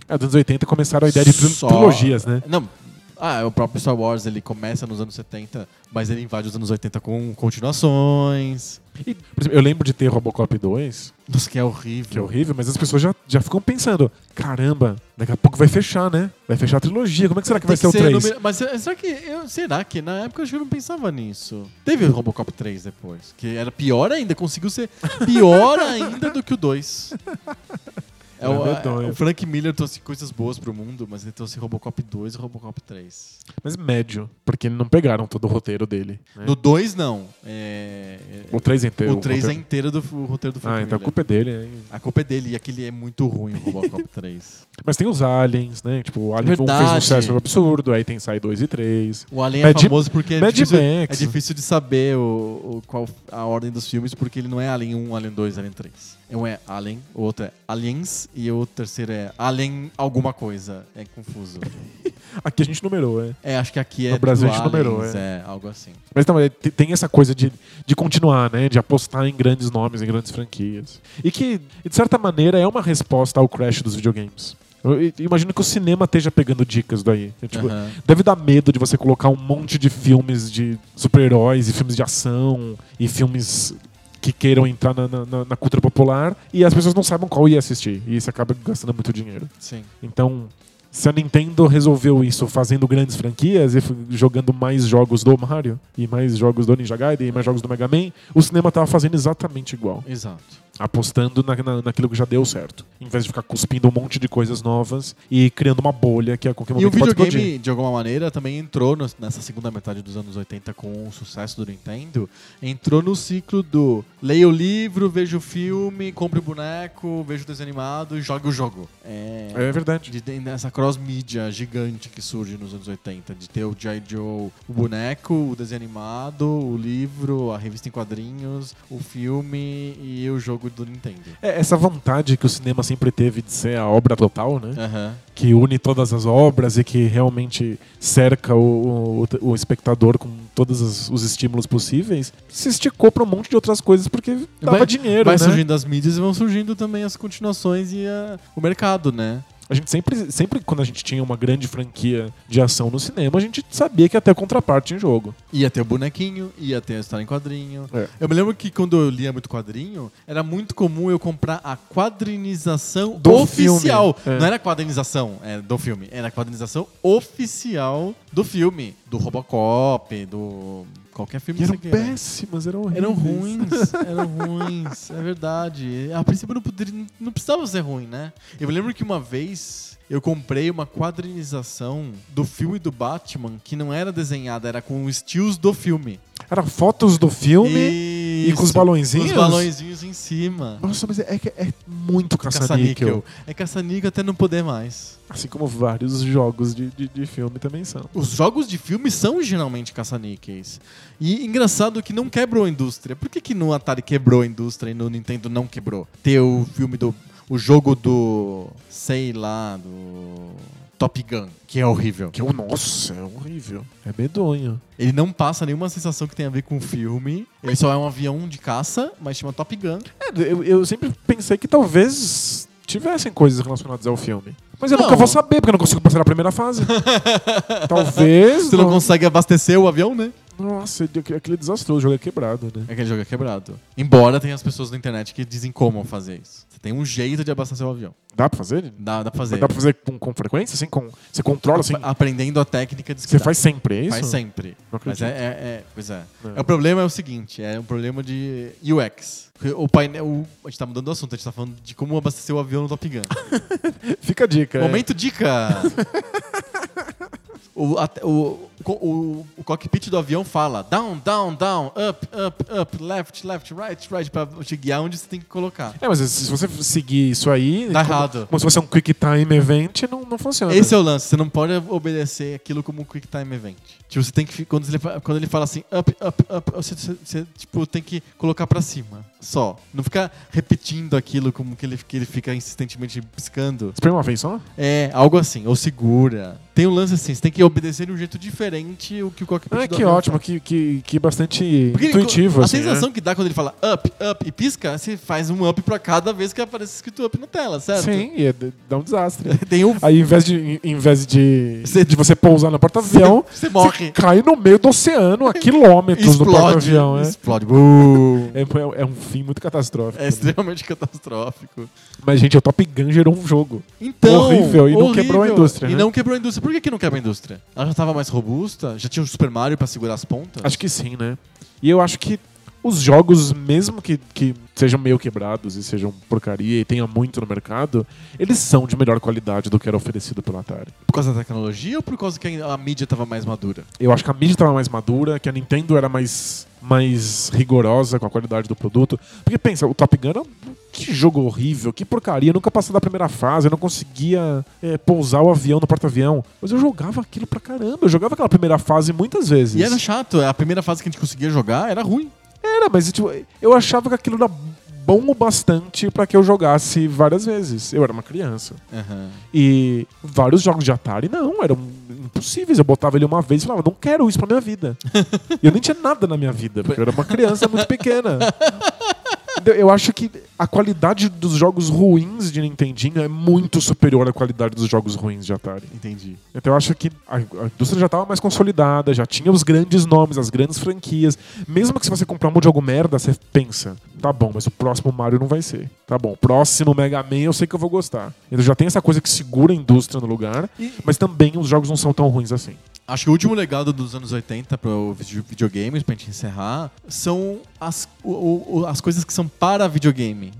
Speaker 2: É, dos anos 80 começaram a ideia de tri-
Speaker 1: Só-
Speaker 2: trilogias, né?
Speaker 1: Não. Ah, o próprio Star Wars ele começa nos anos 70, mas ele invade os anos 80 com continuações.
Speaker 2: E, por exemplo, eu lembro de ter Robocop 2,
Speaker 1: Nossa, que é horrível.
Speaker 2: que é horrível, mas as pessoas já, já ficam pensando: caramba, daqui a pouco vai fechar, né? Vai fechar a trilogia, como é que será que vai
Speaker 1: Tem
Speaker 2: ser o
Speaker 1: ser
Speaker 2: 3?
Speaker 1: número- Mas se- será que, eu, será que na época eu acho que eu não pensava nisso? Teve o Robocop 3 depois, que era pior ainda, conseguiu ser
Speaker 2: <laughs>
Speaker 1: pior ainda do que o 2. É, o,
Speaker 2: É verdade.
Speaker 1: é, o Frank Miller trouxe coisas boas pro mundo, mas ele trouxe Robocop 2 e Robocop 3.
Speaker 2: Mas médio, porque não pegaram todo o roteiro dele. né?
Speaker 1: No 2, não. É,
Speaker 2: O 3
Speaker 1: é-
Speaker 2: inteiro.
Speaker 1: o 3 é
Speaker 2: roteiro.
Speaker 1: inteiro do o roteiro do Frank
Speaker 2: Ah, então a
Speaker 1: Miller.
Speaker 2: culpa é dele. hein?
Speaker 1: A culpa é dele, e aquele é muito ruim, o
Speaker 2: <laughs>
Speaker 1: Robocop 3.
Speaker 2: Mas tem os Aliens, né? Tipo, o Alien 1 fez um
Speaker 1: Verdade.
Speaker 2: sucesso absurdo, aí tem Sai 2 e 3.
Speaker 1: O Alien
Speaker 2: Mad-
Speaker 1: é famoso porque é
Speaker 2: Mad
Speaker 1: difícil,
Speaker 2: Max.
Speaker 1: é difícil de saber o, o- qual a ordem dos filmes, porque ele não é Alien 1, Alien 2, Alien 3. Um é Alien, o outro é Aliens e o terceiro é Alien alguma coisa. É
Speaker 2: <laughs>
Speaker 1: confuso.
Speaker 2: Aqui a gente numerou, né?
Speaker 1: É, acho que aqui é
Speaker 2: No Brasil
Speaker 1: do
Speaker 2: a gente numerou,
Speaker 1: Aliens, é. algo assim.
Speaker 2: Mas então, é, te- tem essa coisa de, de continuar, né? De apostar em grandes nomes, em grandes franquias. E que, de certa maneira, é uma resposta ao crash dos videogames. Eu i- imagino que o cinema esteja pegando dicas daí. É, tipo,
Speaker 1: Aham.
Speaker 2: Deve dar medo de você colocar um monte de filmes de super-heróis e filmes de ação e filmes que queiram entrar na, na- na- na cultura popular e as pessoas não saibam qual ir assistir. E isso acaba gastando muito dinheiro.
Speaker 1: Sim.
Speaker 2: Então, se a Nintendo resolveu isso fazendo grandes franquias e f- jogando mais jogos do Mario, e mais jogos do Ninja Gaiden, e mais jogos do Mega Man, o cinema tava fazendo exatamente igual.
Speaker 1: Exato.
Speaker 2: Apostando na, na- naquilo que já deu certo. Em vez de ficar cuspindo um monte de coisas novas e criando uma bolha que a qualquer
Speaker 1: E o
Speaker 2: momento pode explodir.
Speaker 1: videogame, de alguma maneira, também entrou no- nessa segunda metade dos anos 80 com o sucesso do Nintendo. Entrou no ciclo do leia o livro, veja o filme, compre o boneco, veja o desenho animado e jogue o jogo. É,
Speaker 2: É verdade.
Speaker 1: de, de- nessa cross-mídia gigante que surge nos anos 80, de ter o G.I. Joe, o boneco, o desenho animado, o livro, a revista em quadrinhos, o filme e o jogo jogo do Nintendo.
Speaker 2: É, essa vontade que o cinema sempre teve de ser a obra total, né?
Speaker 1: Aham.
Speaker 2: Que une todas as obras e que realmente cerca o, o, o espectador com todos os, os estímulos possíveis, se esticou pra um monte de outras coisas porque dava
Speaker 1: Vai-
Speaker 2: dinheiro,
Speaker 1: Vai
Speaker 2: né?
Speaker 1: surgindo as mídias e vão surgindo também as continuações e a- o mercado, né?
Speaker 2: A gente sempre, sempre quando a gente tinha uma grande franquia de ação no cinema, a gente sabia que ia ter a contraparte em jogo.
Speaker 1: Ia ter o bonequinho, ia ter a história em quadrinho.
Speaker 2: É.
Speaker 1: Eu me lembro que quando eu lia muito quadrinho, era muito comum eu comprar a quadrinização
Speaker 2: Do
Speaker 1: oficial.
Speaker 2: filme, é.
Speaker 1: Não era quadrinização é, do filme, era a quadrinização oficial do filme. Do Robocop, do. qualquer filme
Speaker 2: E eram
Speaker 1: que você queira.
Speaker 2: péssimas, eram horríveis.
Speaker 1: Eram ruins, <laughs> eram ruins, é verdade. A princípio não, poderia, não precisava ser ruim, né? Eu me lembro que uma vez eu comprei uma quadrinização do filme do Batman que não era desenhada, era com os estilos do filme.
Speaker 2: Eram fotos do filme.
Speaker 1: e
Speaker 2: com os balõezinhos?
Speaker 1: Com os balõezinhos em cima.
Speaker 2: Nossa, mas é, é, é muito caça-níquel.
Speaker 1: Caça-níquel. É caça-níquel até não poder mais.
Speaker 2: Assim como vários jogos de, de, de filme também são.
Speaker 1: Os jogos de filme são geralmente caça-níqueis. E engraçado que não quebrou a indústria. Por que, que no Atari quebrou a indústria e no Nintendo não quebrou? Ter o filme do. O jogo do. Sei lá, do. Top Gun, que é horrível.
Speaker 2: Que é um- nossa, é horrível. É medonho.
Speaker 1: Ele não passa nenhuma sensação que tem a ver com o filme. Ele só é um avião de caça, mas chama Top Gun.
Speaker 2: É, eu, eu sempre pensei que talvez tivessem coisas relacionadas ao filme. Mas eu
Speaker 1: Não.
Speaker 2: nunca vou saber, porque eu não consigo passar a
Speaker 1: <laughs>
Speaker 2: primeira fase. talvez.
Speaker 1: Você não
Speaker 2: no-
Speaker 1: consegue abastecer o avião, né?
Speaker 2: Nossa, aquele aquele desastroso, o jogo é quebrado, né?
Speaker 1: Aquele jogo é quebrado. Embora tenha as pessoas na internet que dizem como fazer isso. Você tem um jeito de abastecer o avião.
Speaker 2: Dá pra fazer?
Speaker 1: Dá, dá pra fazer.
Speaker 2: Dá pra fazer com, com frequência? Assim, com, você controla, assim.
Speaker 1: Ap- Aprendendo a técnica de
Speaker 2: Você
Speaker 1: esquiar.
Speaker 2: faz sempre, é isso?
Speaker 1: Faz sempre.
Speaker 2: Não
Speaker 1: Mas
Speaker 2: acredito.
Speaker 1: é, é- é- pois é.
Speaker 2: Não.
Speaker 1: É, O problema é o seguinte, é um problema de UX. Porque O painel, o- a gente tá mudando o assunto, a gente tá falando de como abastecer o avião no Top Gun.
Speaker 2: Fica a dica. é.
Speaker 1: Momento
Speaker 2: <laughs>
Speaker 1: dica! o, at- o, o, o- o cockpit do avião fala down, down, down, up, up, up, left, left, right, right, pra te guiar onde você tem que colocar.
Speaker 2: É, mas se você seguir isso aí.
Speaker 1: Tá
Speaker 2: como,
Speaker 1: errado.
Speaker 2: Como se fosse um quick time event, não, não funciona.
Speaker 1: Esse é o lance, você não pode obedecer aquilo como um quick time event. Tipo, você tem que. fi- Quando ele, fa- quando ele fala assim, up, up, up, você, você- você, tipo, tem que colocar pra cima. Só. Não ficar repetindo aquilo como que ele, que ele fica insistentemente piscando.
Speaker 2: Espreme uma vez só?
Speaker 1: É, algo assim, ou segura. Tem um lance assim, você tem que obedecer de um jeito diferente o que é o cockpit
Speaker 2: Ah,
Speaker 1: do
Speaker 2: que
Speaker 1: avião
Speaker 2: ótimo,
Speaker 1: faz.
Speaker 2: que, que, que bastante
Speaker 1: Porque ele-
Speaker 2: intuitivo.
Speaker 1: a
Speaker 2: assim,
Speaker 1: sensação que dá quando ele fala up, up e pisca, você faz um up pra cada vez que aparece escrito up na tela,
Speaker 2: né?
Speaker 1: certo?
Speaker 2: Sim, e é- dá um desastre.
Speaker 1: Tem um.
Speaker 2: Aí, em vez de, em vez de,
Speaker 1: Você-
Speaker 2: de você pousar no porta-avião,
Speaker 1: <laughs> Você morre.
Speaker 2: cai no meio do oceano a quilômetros do
Speaker 1: Explode.
Speaker 2: porta-avião. É.
Speaker 1: Explode. Bum.
Speaker 2: É, é um fim muito catastrófico.
Speaker 1: É
Speaker 2: né?
Speaker 1: extremamente catastrófico.
Speaker 2: Mas, gente, o Top Gun gerou um jogo.
Speaker 1: Então,
Speaker 2: Horrível, e não quebrou a indústria,
Speaker 1: E
Speaker 2: né?
Speaker 1: não quebrou a indústria. Por que, que não quebra a indústria? Ela já estava mais robusta, já tinha o Super Mario pra segurar as pontas.
Speaker 2: Acho que sim, né? E eu acho que os jogos, mesmo que, que sejam meio quebrados e sejam porcaria e tenha muito no mercado, eles são de melhor qualidade do que era oferecido pelo Atari.
Speaker 1: Por causa da tecnologia ou por causa que a a mídia estava mais madura?
Speaker 2: Eu acho que a mídia estava mais madura, que a Nintendo era mais, mais rigorosa com a qualidade do produto. Porque pensa, o Top Gun era um- que jogo horrível, que porcaria, eu nunca passei da primeira fase, eu não conseguia eh, pousar o avião no porta-avião. Mas eu jogava aquilo pra caramba, eu jogava aquela primeira fase muitas vezes.
Speaker 1: E era chato, a primeira fase que a gente conseguia jogar era ruim.
Speaker 2: Era, mas tipo, eu achava que aquilo era bom o bastante pra que eu jogasse várias vezes. Eu era uma criança. E vários jogos de Atari não, eram impossíveis. Eu botava ele uma vez e falava, não quero isso pra minha vida. e eu nem tinha nada na minha vida, porque eu era uma criança muito pequena. Entendeu? Então, Eu acho que a qualidade dos jogos ruins de Nintendinho é muito superior à qualidade dos jogos ruins de Atari.
Speaker 1: Entendi.
Speaker 2: Então eu acho que a a indústria já estava mais consolidada, já tinha os grandes nomes, as grandes franquias. Mesmo que se você comprar um monte de jogo merda, você pensa, tá bom, mas o próximo Mario não vai ser. Tá bom, o próximo Mega Man eu sei que eu vou gostar. Então já tem essa coisa que segura a indústria no lugar,
Speaker 1: E-
Speaker 2: mas também os jogos não são tão ruins assim.
Speaker 1: Acho que o último legado dos anos 80 para videogames, pra gente encerrar, são as, o- o- as coisas que são para videogame.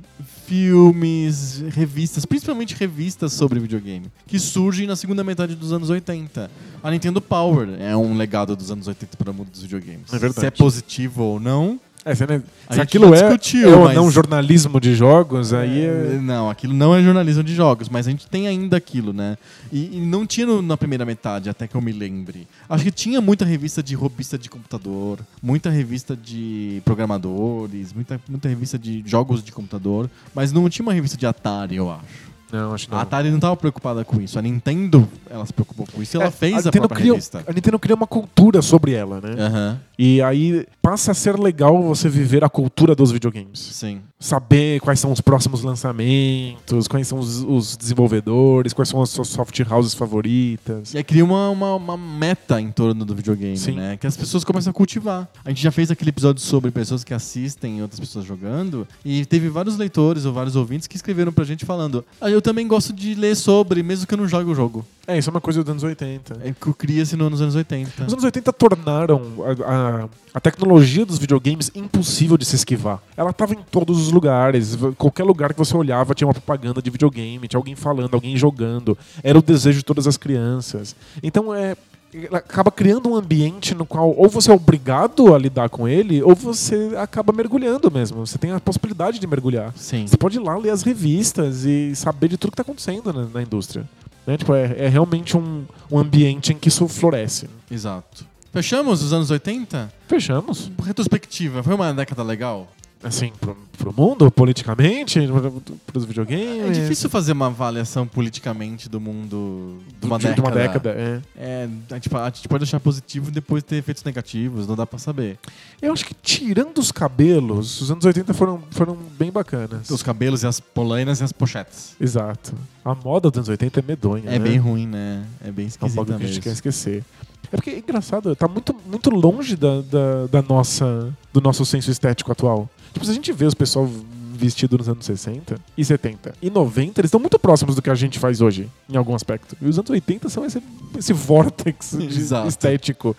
Speaker 1: Filmes, revistas, principalmente revistas sobre videogame, que surgem na segunda metade dos anos 80. A Nintendo Power é um legado dos anos 80 para o mundo dos videogames.
Speaker 2: É verdade.
Speaker 1: Se é positivo ou não,
Speaker 2: É, se, né,
Speaker 1: A
Speaker 2: se
Speaker 1: gente
Speaker 2: aquilo
Speaker 1: já
Speaker 2: é,
Speaker 1: discutiu,
Speaker 2: é ou
Speaker 1: mas-
Speaker 2: não jornalismo de jogos, aí
Speaker 1: É,
Speaker 2: é...
Speaker 1: Não, aquilo não é jornalismo de jogos, mas a gente tem ainda aquilo, né? E, e não tinha no- na primeira metade, até que eu me lembre. Acho que tinha muita revista de robista de computador, muita revista de programadores, muita, muita revista de jogos de computador, mas não tinha uma revista de Atari, eu acho.
Speaker 2: Não, acho que
Speaker 1: A
Speaker 2: não.
Speaker 1: Atari não estava preocupada com isso. A Nintendo, ela se preocupou com isso e
Speaker 2: É,
Speaker 1: Então ela fez a,
Speaker 2: Nintendo
Speaker 1: própria
Speaker 2: criou-
Speaker 1: revista. É.
Speaker 2: A Nintendo cria uma cultura sobre ela, né?
Speaker 1: Aham,
Speaker 2: E aí passa a ser legal você viver a cultura dos videogames.
Speaker 1: sim.
Speaker 2: Saber quais são os próximos lançamentos, quais são os, os desenvolvedores, quais são as suas soft houses favoritas.
Speaker 1: E aí cria uma, uma, uma meta em torno do videogame,
Speaker 2: Sim.
Speaker 1: né? Que as pessoas começam a cultivar. A gente já fez aquele episódio sobre pessoas que assistem outras pessoas jogando. E teve vários leitores ou vários ouvintes que escreveram pra gente falando: ah, Eu também gosto de ler sobre, mesmo que eu não jogue o jogo.
Speaker 2: É, isso é uma coisa dos anos 80.
Speaker 1: É que cria-se no- nos anos 80.
Speaker 2: Os anos 80 tornaram a, a- a tecnologia dos videogames impossível de se esquivar. Ela estava em todos os lugares. v- Qualquer lugar que você olhava tinha uma propaganda de videogame, tinha alguém falando, alguém jogando. Era o desejo de todas as crianças. Então é. ela acaba criando um ambiente no qual ou você é obrigado a lidar com ele, ou você acaba mergulhando mesmo. Você tem a possibilidade de mergulhar.
Speaker 1: Sim.
Speaker 2: Você pode ir lá ler as revistas e saber de tudo que está acontecendo na, na indústria. Né? Tipo, é, é realmente um, um ambiente em que isso floresce.
Speaker 1: Exato. Fechamos os anos 80?
Speaker 2: Fechamos.
Speaker 1: Retrospectiva, foi uma década legal?
Speaker 2: Assim, pro, pro mundo, politicamente, pro- pros
Speaker 1: É
Speaker 2: videogames.
Speaker 1: difícil fazer uma avaliação politicamente do mundo de uma
Speaker 2: de,
Speaker 1: década.
Speaker 2: de uma década. é.
Speaker 1: É, a gente, a gente pode achar positivo e depois ter efeitos negativos, não dá pra saber.
Speaker 2: Eu acho que tirando os cabelos, os anos 80 foram, foram bem bacanas.
Speaker 1: Os cabelos e as polainas e as pochetes.
Speaker 2: Exato. A moda dos anos 80 é medonha.
Speaker 1: É
Speaker 2: né?
Speaker 1: bem ruim, né? É bem
Speaker 2: É um
Speaker 1: esquisita
Speaker 2: bagulho que a gente
Speaker 1: mesmo.
Speaker 2: quer esquecer. É porque é engraçado, tá muito, muito longe da, da, da nossa, do nosso senso estético atual. Tipo, se a gente vê os pessoal vestido nos anos 60 e 70 e 90, eles estão muito próximos do que a gente faz hoje, em algum aspecto. E os anos 80 são esse, esse vórtex
Speaker 1: <laughs>
Speaker 2: de-
Speaker 1: Exato.
Speaker 2: estético.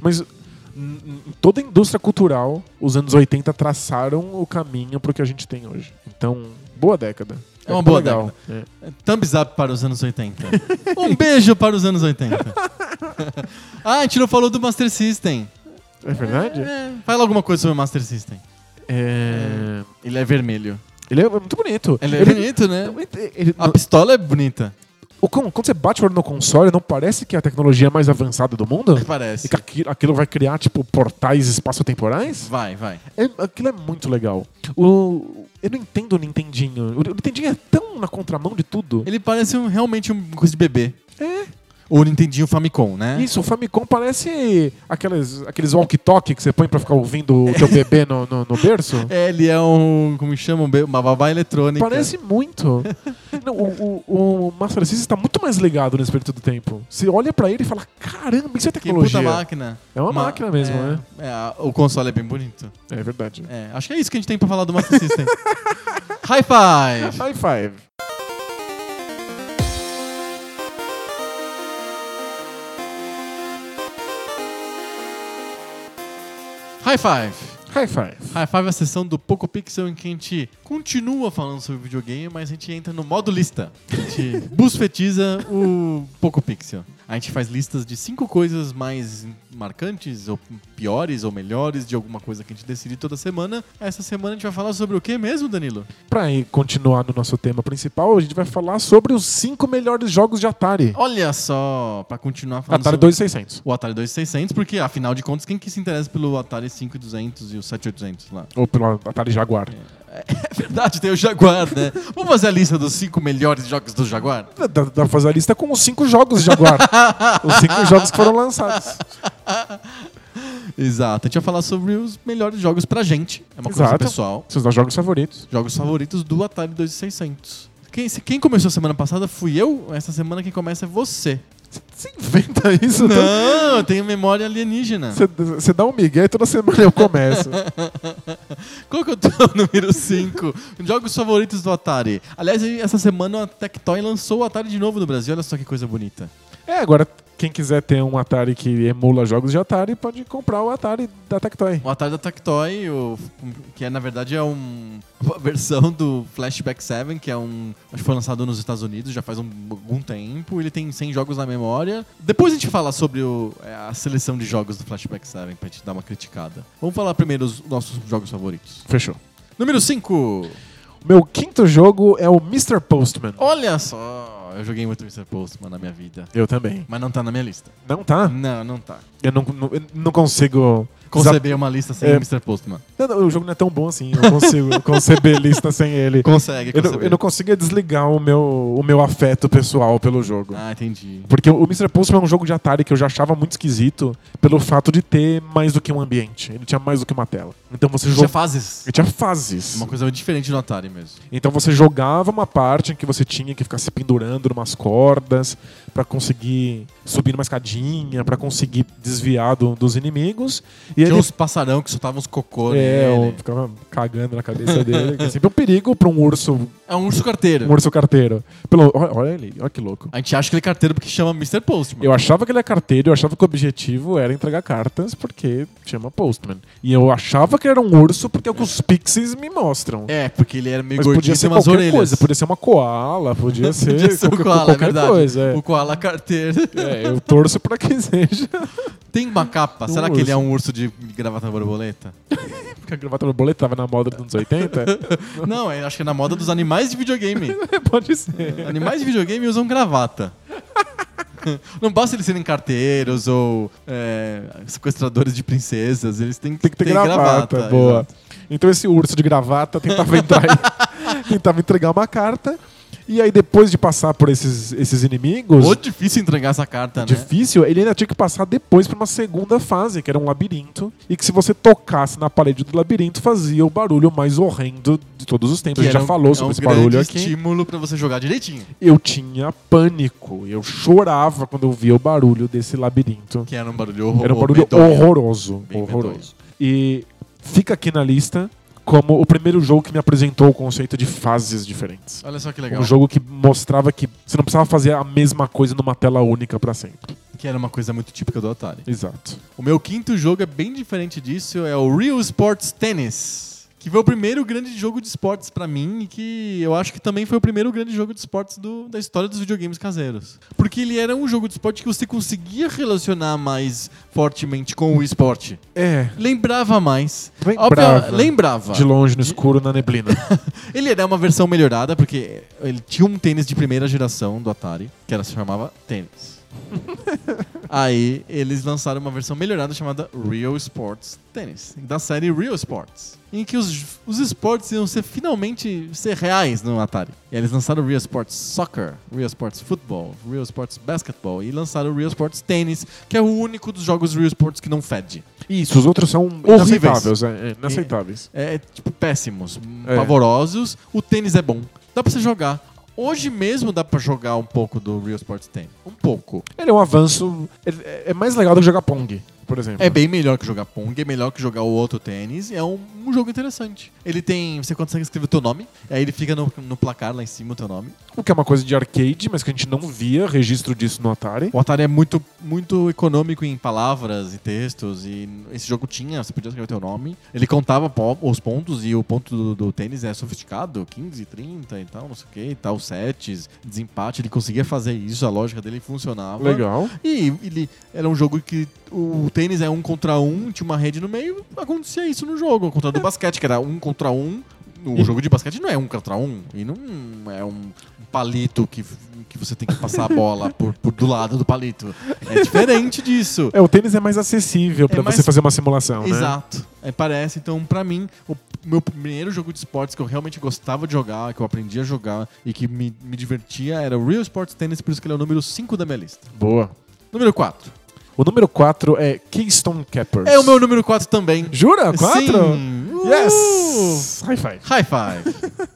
Speaker 2: Mas n- n- toda a indústria cultural, os anos 80 traçaram o caminho pro que a gente tem hoje. Então, boa década.
Speaker 1: É uma boa
Speaker 2: década.
Speaker 1: Thumbs up para os anos <laughs> 80. um beijo para os anos 80. <laughs> ah, a gente não falou do Master System.
Speaker 2: É, é verdade?
Speaker 1: É, fala alguma coisa sobre o Master System.
Speaker 2: é...
Speaker 1: Ele é vermelho.
Speaker 2: Ele é muito bonito.
Speaker 1: Ele é bonito, né?
Speaker 2: Não, ele- ele-
Speaker 1: A
Speaker 2: não-
Speaker 1: pistola é bonita.
Speaker 2: o- quando quando você bate o olho no console, não parece que é a tecnologia mais avançada do mundo? E
Speaker 1: Parece.
Speaker 2: que aquilo, aquilo vai criar, tipo, portais espaço-temporais?
Speaker 1: Vai, vai.
Speaker 2: É- aquilo é muito legal. O, eu não entendo o Nintendinho. O, Nintendinho é tão na contramão de tudo.
Speaker 1: Ele parece um- realmente um coisa de bebê.
Speaker 2: É.
Speaker 1: Ou Nintendinho Famicom, né?
Speaker 2: Isso, o Famicom parece aquelas, aqueles walkie-talkie que você põe pra ficar ouvindo o teu bebê no, no, no
Speaker 1: <laughs>
Speaker 2: berço.
Speaker 1: É, ele é um. Como chama? Um be- Uma babá eletrônica. <laughs>
Speaker 2: Parece muito. Não, o, o, o Master System está muito mais ligado nesse período do tempo. Você olha pra ele e fala: caramba, isso é
Speaker 1: Que puta
Speaker 2: tecnologia.
Speaker 1: máquina.
Speaker 2: É uma máquina mesmo,
Speaker 1: é,
Speaker 2: né?
Speaker 1: é, a- o console é bem bonito.
Speaker 2: É verdade.
Speaker 1: É, acho que é isso que a gente tem pra falar do Master System. <laughs> High five!
Speaker 2: High five.
Speaker 1: High five!
Speaker 2: High five.
Speaker 1: High five é a sessão do Poco Pixel em que a gente continua falando sobre videogame, mas a gente entra no modo lista. A gente
Speaker 2: <laughs>
Speaker 1: busfetiza o Poco Pixel. A gente faz listas de cinco coisas mais marcantes, ou piores, ou melhores, de alguma coisa que a gente decide toda semana. Essa semana a gente vai falar sobre o que mesmo, Danilo?
Speaker 2: Pra ir continuar no nosso tema principal, a gente vai falar sobre os cinco melhores jogos de Atari.
Speaker 1: Olha só, pra continuar falando
Speaker 2: Atari
Speaker 1: sobre-
Speaker 2: 2600.
Speaker 1: o Atari 2600, porque afinal de contas, quem que se interessa pelo Atari 5200 e o 7800 lá? <laughs>
Speaker 2: Ou pelo Atari Jaguar.
Speaker 1: É verdade, tem o Jaguar, né? Vamos fazer a lista dos cinco melhores jogos do Jaguar?
Speaker 2: Dá, dá pra fazer a lista com os cinco jogos de
Speaker 1: <laughs>
Speaker 2: Jaguar. os cinco jogos que foram lançados.
Speaker 1: Exato, a gente vai falar sobre os melhores jogos pra gente, é uma coisa
Speaker 2: Exato.
Speaker 1: pessoal.
Speaker 2: Seus dois jogos favoritos.
Speaker 1: Jogos favoritos do Atari 2600. Quem, se- quem começou semana passada fui eu, essa semana quem começa é
Speaker 2: <laughs>
Speaker 1: você.
Speaker 2: Você inventa isso? todo-
Speaker 1: Não, eu tenho memória alienígena.
Speaker 2: Então- Você- Você dá um migué e toda semana eu começo.
Speaker 1: Qual que eu tô <laughs> número 5? Jogos favoritos do Atari. Aliás, essa semana a Tectoy lançou o Atari de novo no Brasil. Olha só que coisa bonita.
Speaker 2: É, agora Quem quiser ter um Atari que emula jogos de Atari, pode comprar o Atari da Tectoy.
Speaker 1: O Atari da Tectoy, o- que é, na verdade é um- uma <laughs> versão do Flashback 7, que é um. Acho que foi lançado nos Estados Unidos já faz um, algum tempo. Ele tem 100 jogos na memória. Depois a gente fala sobre o- é, a seleção de jogos do Flashback 7 pra gente dar uma criticada. Vamos falar primeiro os nossos jogos favoritos.
Speaker 2: Fechou.
Speaker 1: Número 5.
Speaker 2: Meu quinto jogo é o Mr. Postman.
Speaker 1: Olha só! Eu joguei muito Mr. Postman na minha vida.
Speaker 2: Eu também.
Speaker 1: Mas não tá na minha lista.
Speaker 2: Não tá?
Speaker 1: Não, não tá.
Speaker 2: Eu não, não, eu não consigo.
Speaker 1: Conceber uma lista sem
Speaker 2: É.
Speaker 1: o Mr. Postman.
Speaker 2: Não, não, o jogo não é tão bom assim. Eu <laughs> consigo conceber lista sem ele.
Speaker 1: Consegue,
Speaker 2: Eu não,
Speaker 1: conceber.
Speaker 2: eu não consigo desligar o meu, o meu afeto pessoal pelo jogo.
Speaker 1: Ah, entendi.
Speaker 2: Porque o Mr. Postman é um jogo de Atari que eu já achava muito esquisito pelo fato de ter mais do que um ambiente. Ele tinha mais do que uma tela. Então você
Speaker 1: Já
Speaker 2: jogava.
Speaker 1: fazes.
Speaker 2: Ele tinha fases.
Speaker 1: Uma coisa diferente do Atari mesmo.
Speaker 2: Então você jogava uma parte em que você tinha que ficar se pendurando numas cordas pra conseguir subir numa escadinha, pra conseguir desviar do- dos inimigos. E
Speaker 1: Tinha
Speaker 2: ele
Speaker 1: uns né, passarão que soltavam uns cocô
Speaker 2: é, eu
Speaker 1: nele.
Speaker 2: ficava cagando na cabeça dele. que É sempre um perigo pra um urso,
Speaker 1: É um urso carteiro.
Speaker 2: um urso carteiro. Pelo, olha, olha ele, olha que louco.
Speaker 1: A gente acha que ele é carteiro porque chama Mr. Postman.
Speaker 2: Eu achava que ele é carteiro, eu achava que o objetivo era entregar cartas porque chama Postman. E eu achava que era um urso porque é o que os pixies me mostram.
Speaker 1: É, porque ele era meio
Speaker 2: Mas
Speaker 1: gordinho
Speaker 2: podia ser
Speaker 1: tem umas
Speaker 2: qualquer
Speaker 1: orelhas.
Speaker 2: coisa, podia ser uma koala, podia ser,
Speaker 1: <laughs> Podia ser
Speaker 2: qualquer,
Speaker 1: o koala, é
Speaker 2: qualquer
Speaker 1: verdade.
Speaker 2: coisa. é.
Speaker 1: O koala carteiro. <laughs>
Speaker 2: É, eu torço pra que <laughs> seja.
Speaker 1: Tem uma capa.
Speaker 2: Um
Speaker 1: Será que ele é
Speaker 2: urso.
Speaker 1: um urso de gravata borboleta?
Speaker 2: Porque a gravata borboleta tava na moda dos anos 80?
Speaker 1: Não, eu acho que é na moda dos animais de videogame.
Speaker 2: <laughs> Pode ser.
Speaker 1: Animais de videogame usam gravata. <laughs> Não basta eles serem carteiros ou é, sequestradores de princesas, eles têm que,
Speaker 2: Tem que ter gravata, boa.
Speaker 1: exato.
Speaker 2: Então esse urso de gravata tentava, entrar,
Speaker 1: <laughs>
Speaker 2: tentava entregar uma carta. E aí, depois de passar por esses, esses inimigos,
Speaker 1: Ou difícil entregar essa carta, né?
Speaker 2: difícil, ele ainda tinha que passar depois pra uma segunda fase, que era um labirinto. E que se você tocasse na parede do labirinto, fazia o barulho mais horrendo de todos os tempos. A gente
Speaker 1: era
Speaker 2: já
Speaker 1: um-
Speaker 2: falou
Speaker 1: é um
Speaker 2: sobre esse
Speaker 1: grande
Speaker 2: barulho aqui.
Speaker 1: estímulo pra você jogar direitinho.
Speaker 2: Eu tinha pânico. Eu chorava quando eu via o barulho desse labirinto.
Speaker 1: Que era um barulho horroroso.
Speaker 2: Era um barulho horroroso.
Speaker 1: Bem medonho.
Speaker 2: Horroroso. E fica aqui na lista como o primeiro jogo que me apresentou o conceito de fases diferentes.
Speaker 1: Olha só que Ah, legal.
Speaker 2: Um jogo que mostrava que você não precisava fazer a mesma coisa numa tela única pra sempre.
Speaker 1: Que era uma coisa muito típica do Atari.
Speaker 2: Exato.
Speaker 1: O meu quinto jogo é bem diferente disso, é o Real Sports Tennis. Que foi o primeiro grande jogo de esportes pra mim e que eu acho que também foi o primeiro grande jogo de esportes do- da história dos videogames caseiros. Porque ele era um jogo de esporte que você conseguia relacionar mais fortemente com o esporte.
Speaker 2: É.
Speaker 1: Lembrava mais.
Speaker 2: Lembrava.
Speaker 1: Óbvio, lembrava.
Speaker 2: De longe, no escuro,
Speaker 1: <laughs>
Speaker 2: na neblina.
Speaker 1: Ele era uma versão melhorada, porque ele tinha um tênis de primeira geração do Atari, que era, se chamava tênis. Aí eles lançaram uma versão melhorada chamada Real Sports Tennis, da série Real Sports, em que os, os esportes iam ser finalmente ser reais no Atari. E eles lançaram o Real Sports Soccer, Real Sports Football, Real Sports Basketball e lançaram o Real Sports Tennis, que é o único dos jogos Real Sports que não fede.
Speaker 2: Isso, os outros são
Speaker 1: Horríveis.
Speaker 2: inaceitáveis. É, é, inaceitáveis.
Speaker 1: É, tipo, péssimos,
Speaker 2: É.
Speaker 1: pavorosos. O tênis é bom. Dá pra você jogar. Hoje mesmo dá pra jogar um pouco do Real Sports Tennis. Um pouco.
Speaker 2: Ele é um avanço. ele- É, é mais legal do que jogar Pong, por exemplo.
Speaker 1: É bem melhor que jogar Pong, é melhor que jogar o outro tênis. É um, um jogo interessante. Ele tem... Você consegue escrever o teu nome. Aí ele fica no, no placar lá em cima o teu nome.
Speaker 2: O que é uma coisa de arcade, mas que a gente não via registro disso no Atari.
Speaker 1: O Atari é muito, muito econômico em palavras e textos. E esse jogo tinha, você podia escrever o teu nome. Ele contava po- os pontos e o ponto do, do tênis é sofisticado, 15, 30 e tal, não sei o que, e tal, sets, desempate. Ele conseguia fazer isso, a lógica dele funcionava.
Speaker 2: Legal.
Speaker 1: E ele era um jogo que o tênis é um contra um, tinha uma rede no meio, acontecia isso no jogo. Ao contrário do basquete, que era um contra um. O
Speaker 2: É. E-
Speaker 1: jogo de basquete não é um contra um, e não é um palito que, que você tem que passar a
Speaker 2: <laughs>
Speaker 1: bola por, por do lado do palito. É diferente disso.
Speaker 2: É, o tênis é mais acessível pra
Speaker 1: mais-
Speaker 2: você fazer uma simulação, né?
Speaker 1: Exato. É, parece, então, pra mim, o meu primeiro jogo de esportes que eu realmente gostava de jogar, que eu aprendi a jogar e que me, me divertia era o Real Sports Tennis, por isso que ele é o número 5 da minha lista.
Speaker 2: Boa.
Speaker 1: Número 4.
Speaker 2: O número 4 é Keystone Cappers.
Speaker 1: É o meu número 4 também.
Speaker 2: Jura? 4?
Speaker 1: Sim. Uh,
Speaker 2: Yes! High five.
Speaker 1: High
Speaker 2: <laughs>
Speaker 1: five.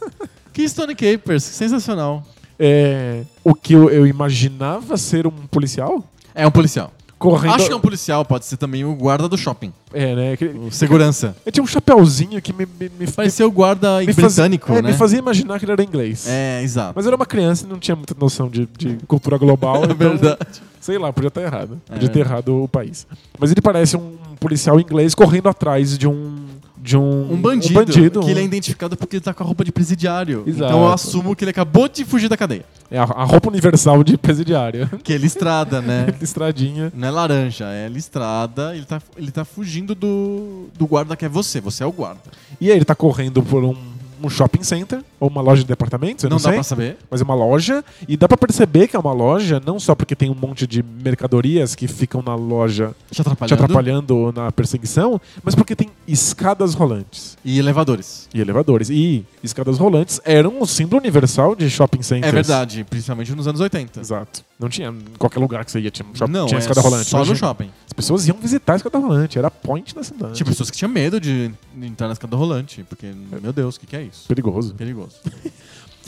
Speaker 1: Keystone Capers, sensacional.
Speaker 2: É, o que eu, eu imaginava ser um policial?
Speaker 1: É um policial.
Speaker 2: correndo.
Speaker 1: Acho que é um policial, pode ser também o guarda do shopping.
Speaker 2: É, né? Aquele-
Speaker 1: O segurança.
Speaker 2: Ele tinha um chapéuzinho que me, me, me,
Speaker 1: Parecia o guarda
Speaker 2: me faz-
Speaker 1: britânico,
Speaker 2: é,
Speaker 1: né?
Speaker 2: me fazia imaginar que ele era inglês.
Speaker 1: É, exato.
Speaker 2: Mas eu era uma criança e não tinha muita noção de, de cultura global.
Speaker 1: <laughs> É
Speaker 2: então,
Speaker 1: verdade.
Speaker 2: Sei lá, podia estar errado.
Speaker 1: É
Speaker 2: Podia ter errado o país. Mas ele parece um policial inglês correndo atrás de um. De um,
Speaker 1: Um bandido,
Speaker 2: bandido.
Speaker 1: que ele é identificado porque ele tá com a roupa de presidiário.
Speaker 2: Exato.
Speaker 1: Então eu assumo que ele acabou de fugir da cadeia.
Speaker 2: É a, a roupa universal <laughs> de presidiário.
Speaker 1: Que é listrada, né?
Speaker 2: <laughs> Listradinha.
Speaker 1: Não é laranja, é listrada. Ele tá, ele tá fugindo do, do guarda que é você. Você é o guarda.
Speaker 2: E aí ele tá correndo por um, um shopping center, ou uma loja de departamentos, eu não,
Speaker 1: não dá
Speaker 2: sei.
Speaker 1: pra saber.
Speaker 2: Mas é uma loja, e dá pra perceber que é uma loja, não só porque tem um monte de mercadorias que ficam na loja
Speaker 1: Te atrapalhando.
Speaker 2: te atrapalhando na perseguição, mas porque tem escadas rolantes.
Speaker 1: E elevadores.
Speaker 2: E elevadores. E escadas rolantes eram um símbolo universal de shopping centers.
Speaker 1: É verdade, principalmente nos anos 80.
Speaker 2: Exato. Não tinha em qualquer lugar que você ia, tinha, um shopping,
Speaker 1: Não,
Speaker 2: tinha
Speaker 1: é
Speaker 2: escada rolante.
Speaker 1: só no
Speaker 2: imagina.
Speaker 1: shopping. Tipo,
Speaker 2: As pessoas iam visitar a escada rolante, era a point da cidade.
Speaker 1: Tinha pessoas que tinham medo de entrar na escada rolante, porque, meu Deus, o que, que é isso?
Speaker 2: Perigoso.
Speaker 1: Perigoso.
Speaker 2: <laughs>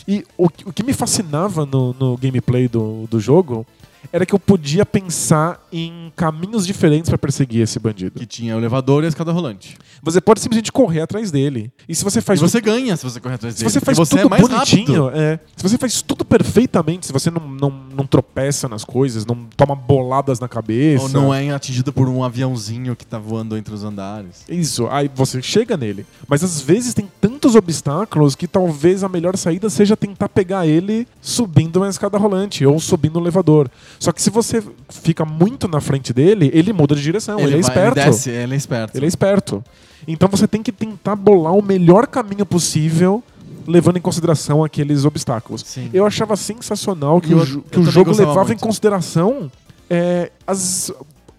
Speaker 2: E o, que- o que me fascinava no, no gameplay do, do jogo era que eu podia pensar em caminhos diferentes pra perseguir esse bandido.
Speaker 1: Que tinha o elevador e a escada rolante.
Speaker 2: Você pode simplesmente correr atrás dele. E se você faz
Speaker 1: e você ganha se você correr atrás
Speaker 2: Se
Speaker 1: dele.
Speaker 2: você
Speaker 1: porque
Speaker 2: faz
Speaker 1: você
Speaker 2: tudo
Speaker 1: é mais
Speaker 2: bonitinho,
Speaker 1: rápido.
Speaker 2: é. se você faz tudo perfeitamente, se você não, não, não tropeça nas coisas, não toma boladas na cabeça.
Speaker 1: Ou não é atingido por um aviãozinho que tá voando entre os andares.
Speaker 2: Isso, aí você chega nele. Mas às vezes tem tantos obstáculos que talvez a melhor saída seja tentar pegar ele subindo uma escada rolante ou subindo um elevador. Só que se você fica muito na frente dele, ele muda de direção, ele, é
Speaker 1: vai-
Speaker 2: esperto.
Speaker 1: Ele desce, ele é esperto.
Speaker 2: Ele é esperto. Então você tem que tentar bolar o melhor caminho possível, levando em consideração aqueles obstáculos.
Speaker 1: Sim.
Speaker 2: Eu achava sensacional que,
Speaker 1: Eu-
Speaker 2: o, jo-
Speaker 1: eu
Speaker 2: que o
Speaker 1: também
Speaker 2: jogo
Speaker 1: gostava
Speaker 2: levava em
Speaker 1: muito.
Speaker 2: consideração é, as,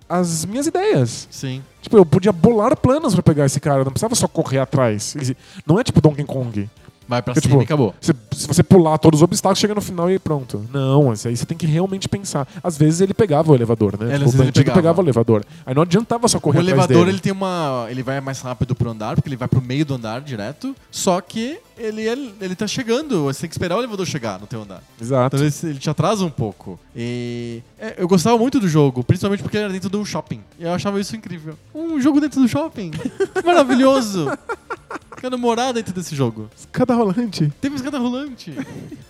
Speaker 2: as minhas ideias.
Speaker 1: Sim.
Speaker 2: Tipo, eu podia bolar planos pra pegar esse cara, não precisava só correr atrás. Quer dizer, Não é tipo Donkey Kong.
Speaker 1: Vai pra
Speaker 2: Eu,
Speaker 1: cima
Speaker 2: tipo,
Speaker 1: e acabou.
Speaker 2: Você- se você pular todos os obstáculos, chega no final e pronto. Não, esse aí você tem que realmente pensar. Às vezes ele pegava o elevador, né?
Speaker 1: É, às
Speaker 2: o
Speaker 1: vezes ele
Speaker 2: bandido pegava.
Speaker 1: pegava
Speaker 2: o elevador. Aí não adiantava só correr
Speaker 1: O
Speaker 2: atrás
Speaker 1: elevador,
Speaker 2: dele.
Speaker 1: ele tem uma. Ele vai mais rápido pro andar, porque ele vai pro meio do andar direto. Só que ele, é- ele tá chegando. Você tem que esperar o elevador chegar no teu andar.
Speaker 2: Exato.
Speaker 1: Então ele, ele te atrasa um pouco. E. é, eu gostava muito do jogo, principalmente porque ele era dentro de um shopping. E eu achava isso incrível. Um jogo dentro do shopping? Que Maravilhoso! Quero morar dentro desse jogo.
Speaker 2: Cada rolante.
Speaker 1: Teve escada rolante.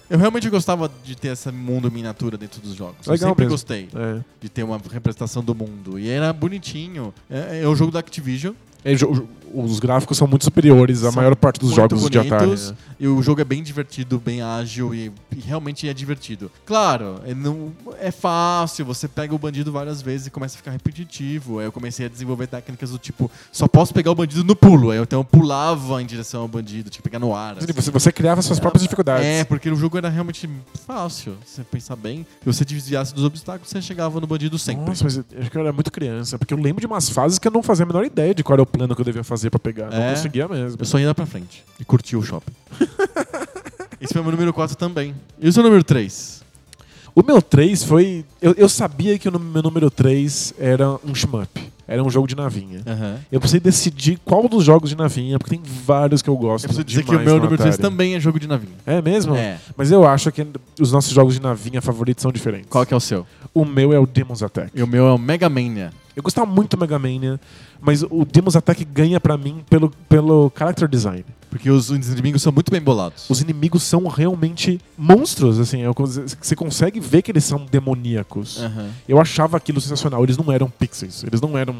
Speaker 1: Eu realmente gostava de ter esse mundo miniatura dentro dos jogos. eu
Speaker 2: Legal
Speaker 1: sempre
Speaker 2: mesmo.
Speaker 1: gostei
Speaker 2: É.
Speaker 1: de ter uma representação do mundo. E era bonitinho. É, é um jogo da Activision.
Speaker 2: É, jo- jo- os gráficos são muito superiores à
Speaker 1: São
Speaker 2: maior parte dos
Speaker 1: muito
Speaker 2: jogos de Atari.
Speaker 1: bonitos,
Speaker 2: né?
Speaker 1: E o jogo é bem divertido, bem ágil e, e realmente é divertido. Claro, é, não, é fácil, você pega o bandido várias vezes e começa a ficar repetitivo. Aí eu comecei a desenvolver técnicas do tipo, só posso pegar o bandido no pulo. Aí eu, então eu pulava em direção ao bandido, tinha que pegar no ar.
Speaker 2: Quer dizer,
Speaker 1: assim.
Speaker 2: Você, você criava suas próprias dificuldades.
Speaker 1: É, porque o jogo era realmente fácil, se você pensar bem. Se você desviasse dos obstáculos, você chegava no bandido sempre.
Speaker 2: Nossa, mas eu acho que eu era muito criança, porque eu lembro de umas fases que eu não fazia a menor ideia de qual era o plano que eu devia fazer pra pegar. Não
Speaker 1: É.
Speaker 2: conseguia mesmo.
Speaker 1: Eu só ia lá pra frente e curtia o
Speaker 2: <laughs>
Speaker 1: shopping. Esse foi o meu número 4 também. E o seu número 3?
Speaker 2: O meu 3 foi. Eu, eu sabia que o nu- meu número 3 era um shmup. Era um jogo de navinha.
Speaker 1: Aham.
Speaker 2: Eu precisei decidir qual dos jogos de navinha, porque tem vários que eu gosto.
Speaker 1: Eu preciso dizer que o
Speaker 2: demais
Speaker 1: meu
Speaker 2: no
Speaker 1: número 3
Speaker 2: Atari.
Speaker 1: também é jogo de navinha.
Speaker 2: É mesmo?
Speaker 1: É.
Speaker 2: Mas eu acho que os nossos jogos de navinha favoritos são diferentes.
Speaker 1: Qual que é o seu?
Speaker 2: O meu é o Demon's Attack.
Speaker 1: E o meu é o Mega Mania.
Speaker 2: Eu gostava muito do Mega Mania, mas o Demon's Attack ganha pra mim pelo, pelo character design.
Speaker 1: Porque os os inimigos são muito bem bolados.
Speaker 2: Os inimigos são realmente monstros, assim, é uma coisa- você consegue ver que eles são demoníacos.
Speaker 1: Aham.
Speaker 2: Eu achava aquilo sensacional, eles não eram pixels, eles não eram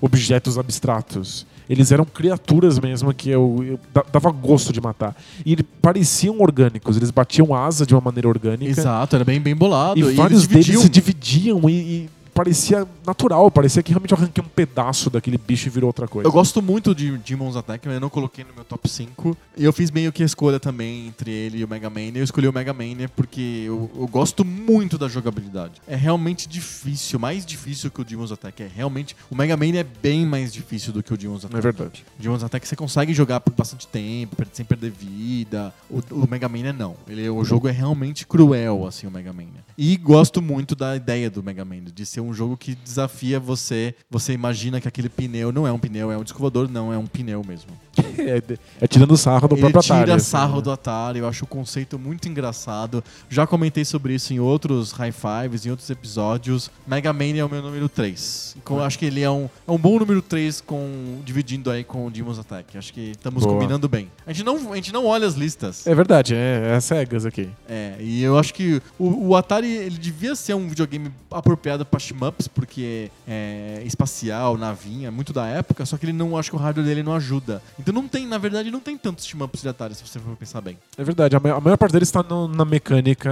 Speaker 2: objetos abstratos. Eles eram criaturas mesmo que eu, eu da- dava gosto de matar. E eles pareciam orgânicos, eles batiam asa de uma maneira orgânica.
Speaker 1: Exato, era bem, bem bolado.
Speaker 2: E
Speaker 1: E,
Speaker 2: vários
Speaker 1: eles dividiam.
Speaker 2: deles se dividiam e, e parecia natural, parecia que realmente eu arranquei um pedaço daquele bicho e virou outra coisa.
Speaker 1: Eu gosto muito de Demon's Attack, mas eu não coloquei no meu top 5. E eu fiz meio que a escolha também entre ele e o Mega Mania. Eu escolhi o Mega Mania porque eu, eu gosto muito da jogabilidade. É realmente difícil, mais difícil que o Demon's Attack. É realmente. O Mega Mania é bem mais difícil do que o Demon's Attack.
Speaker 2: É verdade.
Speaker 1: Demon's Attack você consegue jogar por bastante tempo, per- sem perder vida. O, o Mega Mania não. né. Ele, o jogo é realmente cruel, assim, o Mega Mania. E gosto muito da ideia do Mega Mania, de ser um um jogo que desafia você. Você imagina que aquele pneu não é um pneu, é um descovador, não, é um pneu mesmo.
Speaker 2: É, <laughs> é tirando sarro do
Speaker 1: Ele
Speaker 2: próprio
Speaker 1: tira
Speaker 2: Atari. assim,
Speaker 1: sarro
Speaker 2: né?
Speaker 1: do Atari, eu acho o conceito muito engraçado. Já comentei sobre isso em outros high fives, em outros episódios. Mega Man é o meu número 3. Eu acho que ele é um, é um bom número 3 com, dividindo aí com o Demon's Attack. Acho que estamos
Speaker 2: Boa.
Speaker 1: combinando bem. A gente, não, a gente não olha as listas.
Speaker 2: É verdade, é, é cegas aqui.
Speaker 1: É, e eu acho que o, o Atari ele devia ser um videogame apropriado para shmups, porque é espacial, navinha, muito da época, só que ele não acho que o hardware dele não ajuda. Então não tem, na verdade, não tem tantos shmups de Atari, se você for pensar bem.
Speaker 2: É verdade, a, ma- a maior parte deles está no- na mecânica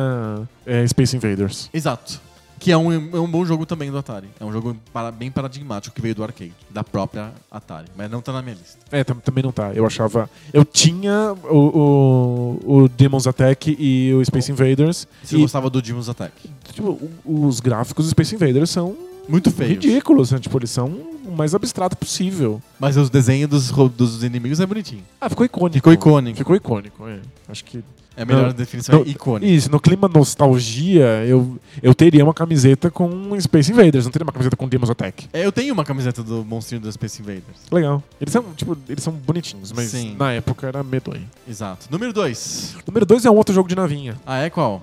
Speaker 2: é, Space Invaders.
Speaker 1: Exato. Que é um, é um bom jogo também do Atari. É um jogo para- bem paradigmático que veio do arcade, da própria Atari. Mas não tá na minha lista.
Speaker 2: É, tam- também não tá. Eu achava. Eu tinha o, o, o Demon's Attack e o Space Invaders.
Speaker 1: Você
Speaker 2: E,
Speaker 1: gostava do Demon's Attack.
Speaker 2: tipo, o- os gráficos do Space Invaders são
Speaker 1: Muito feio.
Speaker 2: ridículos, né? Tipo, eles são o mais abstrato possível.
Speaker 1: Mas os desenhos dos, ro- dos inimigos é bonitinho.
Speaker 2: Ah, ficou icônico.
Speaker 1: Ficou icônico.
Speaker 2: Ficou icônico, é. Acho que.
Speaker 1: É a melhor
Speaker 2: Não,
Speaker 1: definição,
Speaker 2: não,
Speaker 1: é icônico.
Speaker 2: Isso, no clima nostalgia, eu, eu teria uma camiseta com Space Invaders, não teria uma camiseta com Demon's Attack.
Speaker 1: É, Eu tenho uma camiseta do monstrinho do Space Invaders.
Speaker 2: Legal. Eles são, tipo, eles são bonitinhos, mas
Speaker 1: Sim.
Speaker 2: na época era medonho.
Speaker 1: Exato. Número 2.
Speaker 2: Número 2 é um outro jogo de navinha.
Speaker 1: Ah, é qual?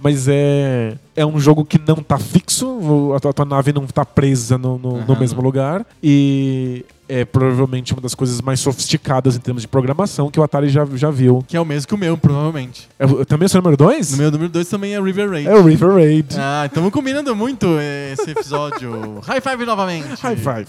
Speaker 2: Mas é, é um jogo que não tá fixo, o- a tua, a tua nave não tá presa no, no- no
Speaker 1: Aham.
Speaker 2: mesmo lugar. E é provavelmente uma das coisas mais sofisticadas em termos de programação que o Atari já, já viu.
Speaker 1: Que é o mesmo que o meu, provavelmente.
Speaker 2: É, o- também é o seu número 2?
Speaker 1: No meu número 2 também é River Raid.
Speaker 2: É o River Raid.
Speaker 1: Ah, estamos combinando muito eh, esse
Speaker 2: <laughs>
Speaker 1: episódio. High five novamente.
Speaker 2: High five.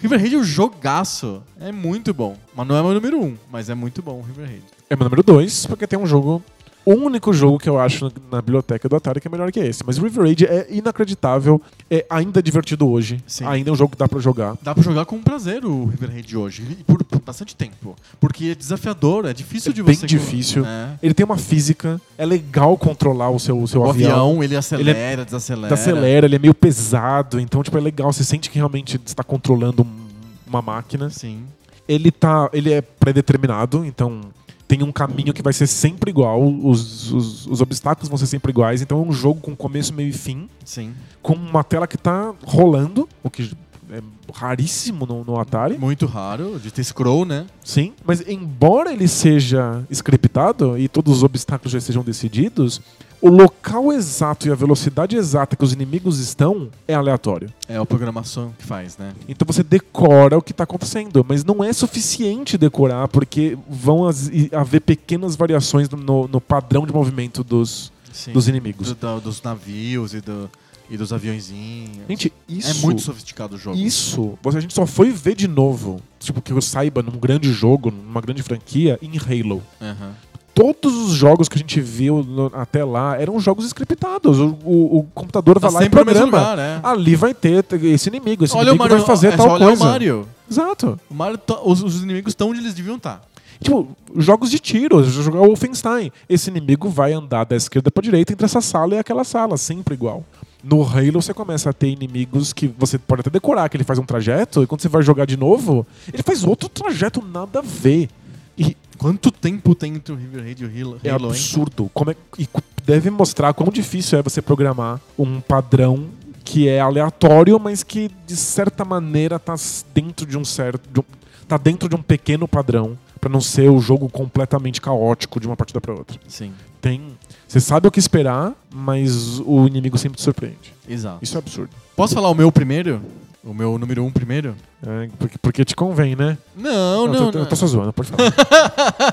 Speaker 1: River Raid é um jogaço. É muito bom. Mas não é meu número 1, um, mas é muito bom o River Raid.
Speaker 2: É meu número 2, porque tem um jogo. O único jogo que eu acho na- na biblioteca do Atari que é melhor que esse. Mas River Raid é inacreditável, é ainda divertido hoje.
Speaker 1: Sim.
Speaker 2: Ainda é um jogo que dá pra jogar.
Speaker 1: Dá pra jogar com prazer o River Raid hoje. E por, por bastante tempo. Porque é desafiador, é difícil
Speaker 2: É
Speaker 1: de
Speaker 2: bem
Speaker 1: você...
Speaker 2: difícil.
Speaker 1: É.
Speaker 2: Ele tem uma física, é legal controlar o seu, o seu
Speaker 1: O
Speaker 2: avião.
Speaker 1: avião, né? ele acelera, desacelera.
Speaker 2: Ele acelera, ele é meio pesado, então tipo, é legal, você sente que realmente está controlando um- uma máquina.
Speaker 1: Sim.
Speaker 2: Ele tá. Ele é pré-determinado, então tem um caminho que vai ser sempre igual, os, os, os obstáculos vão ser sempre iguais, então é um jogo com começo, meio e fim,
Speaker 1: Sim.
Speaker 2: com uma tela que tá rolando, o que é raríssimo no, no Atari.
Speaker 1: Muito raro, de ter scroll, né?
Speaker 2: Sim, mas embora ele seja scriptado e todos os obstáculos já sejam decididos, o local exato e a velocidade exata que os inimigos estão é aleatório.
Speaker 1: É a programação que faz, né?
Speaker 2: Então você decora o que está acontecendo, mas não é suficiente decorar porque vão as- e- haver pequenas variações no- no, no padrão de movimento dos,
Speaker 1: Sim.
Speaker 2: dos inimigos.
Speaker 1: Do- do- dos navios e, do- e dos aviõezinhos.
Speaker 2: Gente, isso
Speaker 1: é muito sofisticado o jogo.
Speaker 2: Isso, você- a gente só foi ver de novo, tipo, que eu saiba, num grande jogo, numa grande franquia, em Halo.
Speaker 1: Aham.
Speaker 2: Todos os jogos que a gente viu no- até lá eram jogos scriptados. O, o- o computador
Speaker 1: Tá
Speaker 2: vai lá e
Speaker 1: sempre no mesmo
Speaker 2: programa.
Speaker 1: lugar, né?
Speaker 2: Ali vai ter t- esse inimigo, esse
Speaker 1: olha o
Speaker 2: inimigo
Speaker 1: Mario,
Speaker 2: vai fazer
Speaker 1: é
Speaker 2: tal
Speaker 1: só olhar
Speaker 2: coisa.
Speaker 1: o Mario.
Speaker 2: Exato.
Speaker 1: O Mario to- os, os inimigos estão onde eles deviam tá. estar.
Speaker 2: Tipo, jogos de tiro, jogar Wolfenstein. Esse inimigo vai andar da esquerda pra direita entre essa sala e aquela sala, sempre igual. No Halo você começa a ter inimigos que você pode até decorar, que ele faz um trajeto, e quando você vai jogar de novo, ele faz outro trajeto, nada a ver. E
Speaker 1: Quanto tempo tem entre o River Raid e o Halo,
Speaker 2: é
Speaker 1: Halo, hein?
Speaker 2: absurdo. Como é, e cu- deve mostrar quão difícil é você programar um padrão que é aleatório, mas que de certa maneira tá s- dentro de um certo, de um- tá dentro de um pequeno padrão pra não ser o jogo completamente caótico de uma partida pra outra.
Speaker 1: Sim,
Speaker 2: Tem, você sabe o que esperar, mas o inimigo sempre te surpreende.
Speaker 1: exato.
Speaker 2: Isso é absurdo.
Speaker 1: Posso falar o meu primeiro? O meu número um primeiro?
Speaker 2: É, porque, porque te convém, né?
Speaker 1: Não,
Speaker 2: eu,
Speaker 1: Oh, não,
Speaker 2: tô,
Speaker 1: não.
Speaker 2: eu tô só zoando, pode falar.
Speaker 1: <laughs>
Speaker 2: <laughs>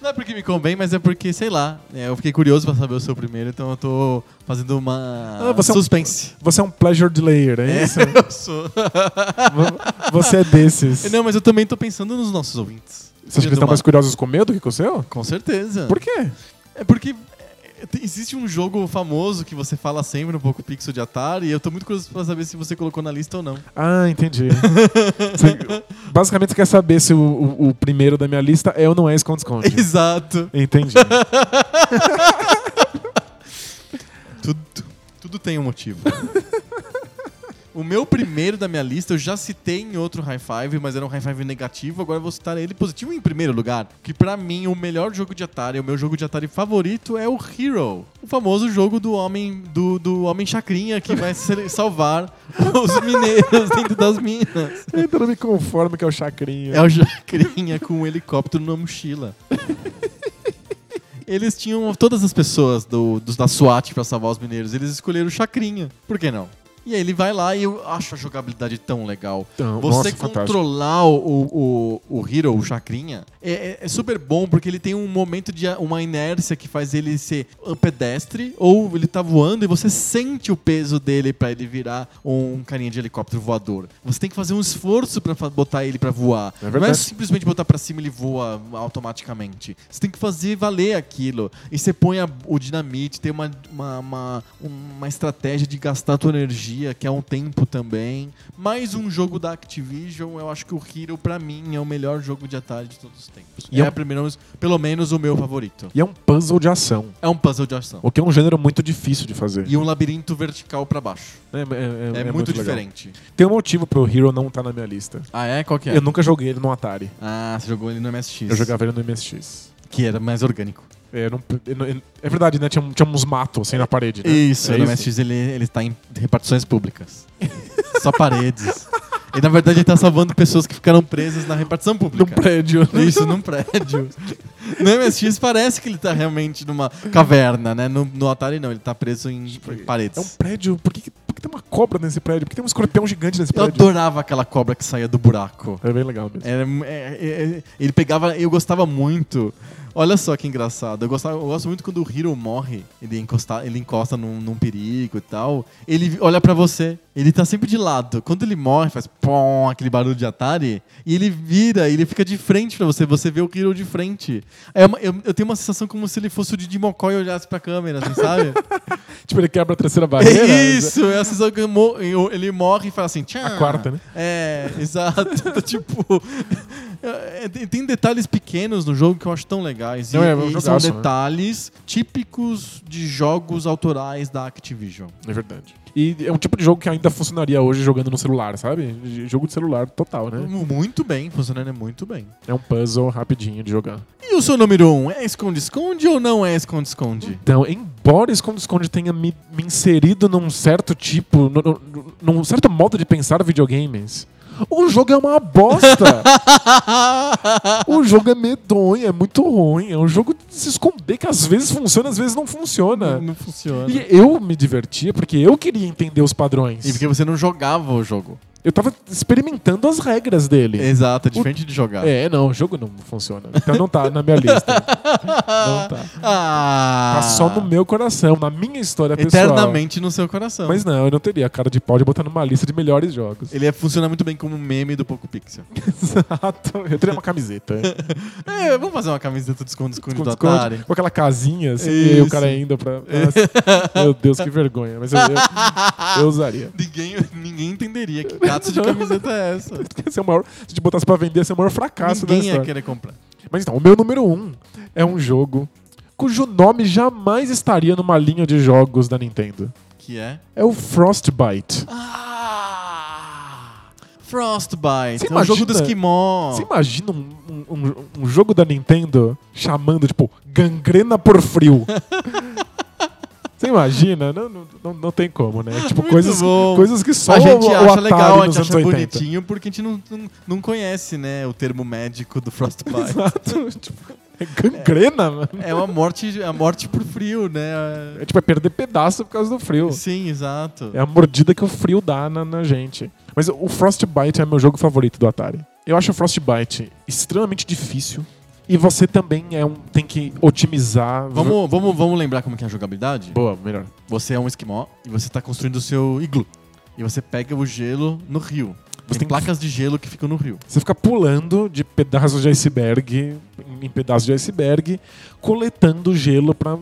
Speaker 1: Não é porque me convém, mas é porque, sei lá, é, eu fiquei curioso pra saber o seu primeiro, então eu tô fazendo uma
Speaker 2: Ah, você é um- <laughs>
Speaker 1: suspense.
Speaker 2: Você é um pleasure delayer, é, isso?
Speaker 1: Eu sou.
Speaker 2: Vo- Você é
Speaker 1: <laughs>
Speaker 2: desses.
Speaker 1: Não, mas eu também tô pensando nos nossos ouvintes.
Speaker 2: Você acha que eles
Speaker 1: Tendo
Speaker 2: estão
Speaker 1: uma-
Speaker 2: mais curiosos com medo que com o seu?
Speaker 1: Com certeza.
Speaker 2: Por quê?
Speaker 1: É porque é, tem- existe um jogo famoso que você fala sempre no Poco Pixel de Atari e eu tô muito curioso pra saber se você colocou na lista ou não.
Speaker 2: Ah, entendi. Você- basicamente, você quer saber se o, o- o primeiro da minha lista é ou não é esconde-esconde.
Speaker 1: <laughs> Exato.
Speaker 2: Entendi.
Speaker 1: Tudo, tudo tem um motivo. O meu primeiro da minha lista, eu já citei em outro high five, mas era um high five negativo, agora eu vou citar ele positivo em primeiro lugar. Que pra mim, o melhor jogo de Atari, o meu jogo de Atari favorito é o Hero. O famoso jogo do homem do, do homem chacrinha que vai <laughs> se- salvar os mineiros dentro das minas.
Speaker 2: Então não me conformo que é o Chacrinha.
Speaker 1: É o <laughs> Chacrinha com um helicóptero na mochila. Eles tinham todas as pessoas do, dos, da SWAT pra salvar os mineiros. Eles escolheram o Chacrinha. Por que não? E aí ele vai lá e eu acho a jogabilidade tão legal.
Speaker 2: Então,
Speaker 1: Você
Speaker 2: nossa, fantástico.
Speaker 1: controlar o, o, o Hero, o Chacrinha, é, é- é super bom porque ele tem um momento de a- uma inércia que faz ele ser um pedestre ou ele tá voando e você sente o peso dele pra ele virar um carinha de helicóptero voador. Você tem que fazer um esforço pra fa- botar ele pra voar.
Speaker 2: É
Speaker 1: Não é
Speaker 2: verdade.
Speaker 1: simplesmente botar pra cima e ele voa automaticamente. Você tem que fazer valer aquilo. E você põe a- o dinamite, tem uma, uma, uma, uma estratégia de gastar a tua energia, que é um tempo também. Mais um jogo da Activision, eu acho que o Hero, pra mim, é o melhor jogo de Atari de todos os tempos.
Speaker 2: E
Speaker 1: E é,
Speaker 2: é um-
Speaker 1: a primeira, pelo menos o meu favorito.
Speaker 2: E é um puzzle de ação,
Speaker 1: É um puzzle de ação.
Speaker 2: o que é um gênero muito difícil de fazer.
Speaker 1: E um labirinto vertical pra baixo.
Speaker 2: É, é- é-
Speaker 1: É,
Speaker 2: é
Speaker 1: muito,
Speaker 2: legal.
Speaker 1: diferente.
Speaker 2: Tem um motivo pro Hero não estar na minha lista.
Speaker 1: Ah, é? Qual que é?
Speaker 2: Eu nunca joguei ele no Atari.
Speaker 1: Ah, você jogou ele no MSX.
Speaker 2: Eu jogava ele no MSX.
Speaker 1: Que era mais orgânico.
Speaker 2: É, não- é- é verdade, né? Tinha, um- tinha uns matos assim na parede, né?
Speaker 1: Isso,
Speaker 2: É
Speaker 1: o
Speaker 2: isso?
Speaker 1: MSX ele, ele tá em repartições públicas. Só paredes. E na verdade ele tá salvando pessoas que ficaram presas na repartição
Speaker 2: Num
Speaker 1: pública.
Speaker 2: prédio.
Speaker 1: Isso, num prédio. No MSX parece que ele tá realmente numa caverna, né? No, no Atari não, ele tá preso em, em
Speaker 2: É um
Speaker 1: paredes.
Speaker 2: prédio. Por que, por que tem uma cobra nesse prédio? Por que tem um escorpião gigante nesse
Speaker 1: Então, Eu
Speaker 2: prédio?
Speaker 1: adorava aquela cobra que saía do buraco.
Speaker 2: É bem legal mesmo.
Speaker 1: Era- é- é- ele pegava, eu gostava muito. Olha só que engraçado. Eu, gostava, eu gosto muito quando o Hiro morre, ele encosta, ele encosta num, num perigo e tal. Ele olha pra você, ele tá sempre de lado. Quando ele morre, faz pom, aquele barulho de Atari, e ele vira, ele fica de frente pra você, você vê o Hiro de frente. É uma- eu, eu tenho uma sensação como se ele fosse o Didi Mocó e olhasse pra câmera, assim, sabe?
Speaker 2: Tipo, ele quebra a terceira barreira. né?
Speaker 1: É isso, é a sensação que eu mo- eu- ele morre e fala assim, tchau.
Speaker 2: A quarta, né?
Speaker 1: É, exato. <laughs> tipo. é, tem- tem detalhes pequenos no jogo que eu acho tão legais. E,
Speaker 2: Não, é um
Speaker 1: e são
Speaker 2: jogaço, né?
Speaker 1: detalhes típicos de jogos autorais da Activision.
Speaker 2: É verdade. E é um tipo de jogo que ainda funcionaria hoje jogando no celular, sabe? J- Jogo de celular total, né?
Speaker 1: Muito bem, funcionando muito bem.
Speaker 2: É um puzzle rapidinho de jogar.
Speaker 1: E o seu número um, é esconde-esconde ou não é esconde-esconde?
Speaker 2: Então, embora Esconde-Esconde tenha me, me inserido num certo tipo, no- no- no- num certo modo de pensar videogames, o jogo é uma
Speaker 1: <laughs>
Speaker 2: bosta. o jogo é medonho, é muito ruim. É um jogo de se esconder que às vezes funciona, às vezes não funciona.
Speaker 1: não funciona.
Speaker 2: E é eu me divertia porque eu queria entender os padrões.
Speaker 1: E porque você não jogava o jogo.
Speaker 2: Eu tava experimentando as regras dele.
Speaker 1: Exato, é diferente de jogar.
Speaker 2: É, não, o jogo não funciona. Então não tá na minha
Speaker 1: <laughs>
Speaker 2: lista. não tá.
Speaker 1: Ah,
Speaker 2: Tá só no meu coração, na minha história pessoal.
Speaker 1: Eternamente no seu coração.
Speaker 2: Mas não, eu não teria a cara de pau de botar numa lista de
Speaker 1: <laughs>
Speaker 2: melhores jogos.
Speaker 1: Ele é- funciona muito bem como um meme do Poco Pixel.
Speaker 2: Exato. Eu teria uma camiseta.
Speaker 1: <laughs> É, vamos fazer uma camiseta do esconde-esconde do
Speaker 2: Esconde-esconde,
Speaker 1: Atari.
Speaker 2: Com aquela casinha, assim, e aí o
Speaker 1: Isso.
Speaker 2: cara ainda pra. Nossa, meu Deus, que vergonha. Mas eu,
Speaker 1: <laughs>
Speaker 2: eu, eu usaria.
Speaker 1: Ninguém, ninguém entenderia
Speaker 2: <laughs>
Speaker 1: que gato de camiseta é essa.
Speaker 2: Esse é o maior, se te botasse pra vender, esse é o maior fracasso da
Speaker 1: ninguém ia
Speaker 2: história.
Speaker 1: querer comprar.
Speaker 2: Mas então, o meu número um é um jogo cujo nome jamais estaria numa linha de jogos da Nintendo.
Speaker 1: Que é.
Speaker 2: É o Frostbite.
Speaker 1: Ah! Frostbite.
Speaker 2: Você
Speaker 1: é o jogo
Speaker 2: imagina-
Speaker 1: do Esquimó.
Speaker 2: Você imagina um, um- um- um jogo da Nintendo chamando, tipo, gangrena por
Speaker 1: <laughs>
Speaker 2: frio? Você imagina? Não, não, não, não tem como, né? Tipo,
Speaker 1: Muito
Speaker 2: coisas,
Speaker 1: bom.
Speaker 2: coisas que só
Speaker 1: a gente
Speaker 2: o, o
Speaker 1: acha
Speaker 2: Atari
Speaker 1: legal, a
Speaker 2: nos
Speaker 1: gente
Speaker 2: anos
Speaker 1: acha
Speaker 2: 80.
Speaker 1: bonitinho, porque a gente não, não, não conhece, né, o termo médico
Speaker 2: <laughs>
Speaker 1: do Frostbite.
Speaker 2: Exato. Tipo, é gangrena, mano.
Speaker 1: é uma morte, a morte por frio, né?
Speaker 2: É tipo, é perder pedaço por causa do frio.
Speaker 1: Sim, exato.
Speaker 2: É a mordida que o frio dá na, na gente. Mas o Frostbite é meu jogo favorito do Atari. Eu acho o Frostbite extremamente difícil. E você também é um, tem que otimizar.
Speaker 1: Vamos, vamos, vamos lembrar como que é a jogabilidade?
Speaker 2: Boa, melhor.
Speaker 1: Você é um esquimó e você está construindo o seu iglu. E você pega o gelo no rio.
Speaker 2: Você
Speaker 1: Você
Speaker 2: tem
Speaker 1: tem
Speaker 2: que-
Speaker 1: placas de gelo que ficam no rio.
Speaker 2: Você fica pulando de pedaço de iceberg em- em pedaço de iceberg, coletando gelo pra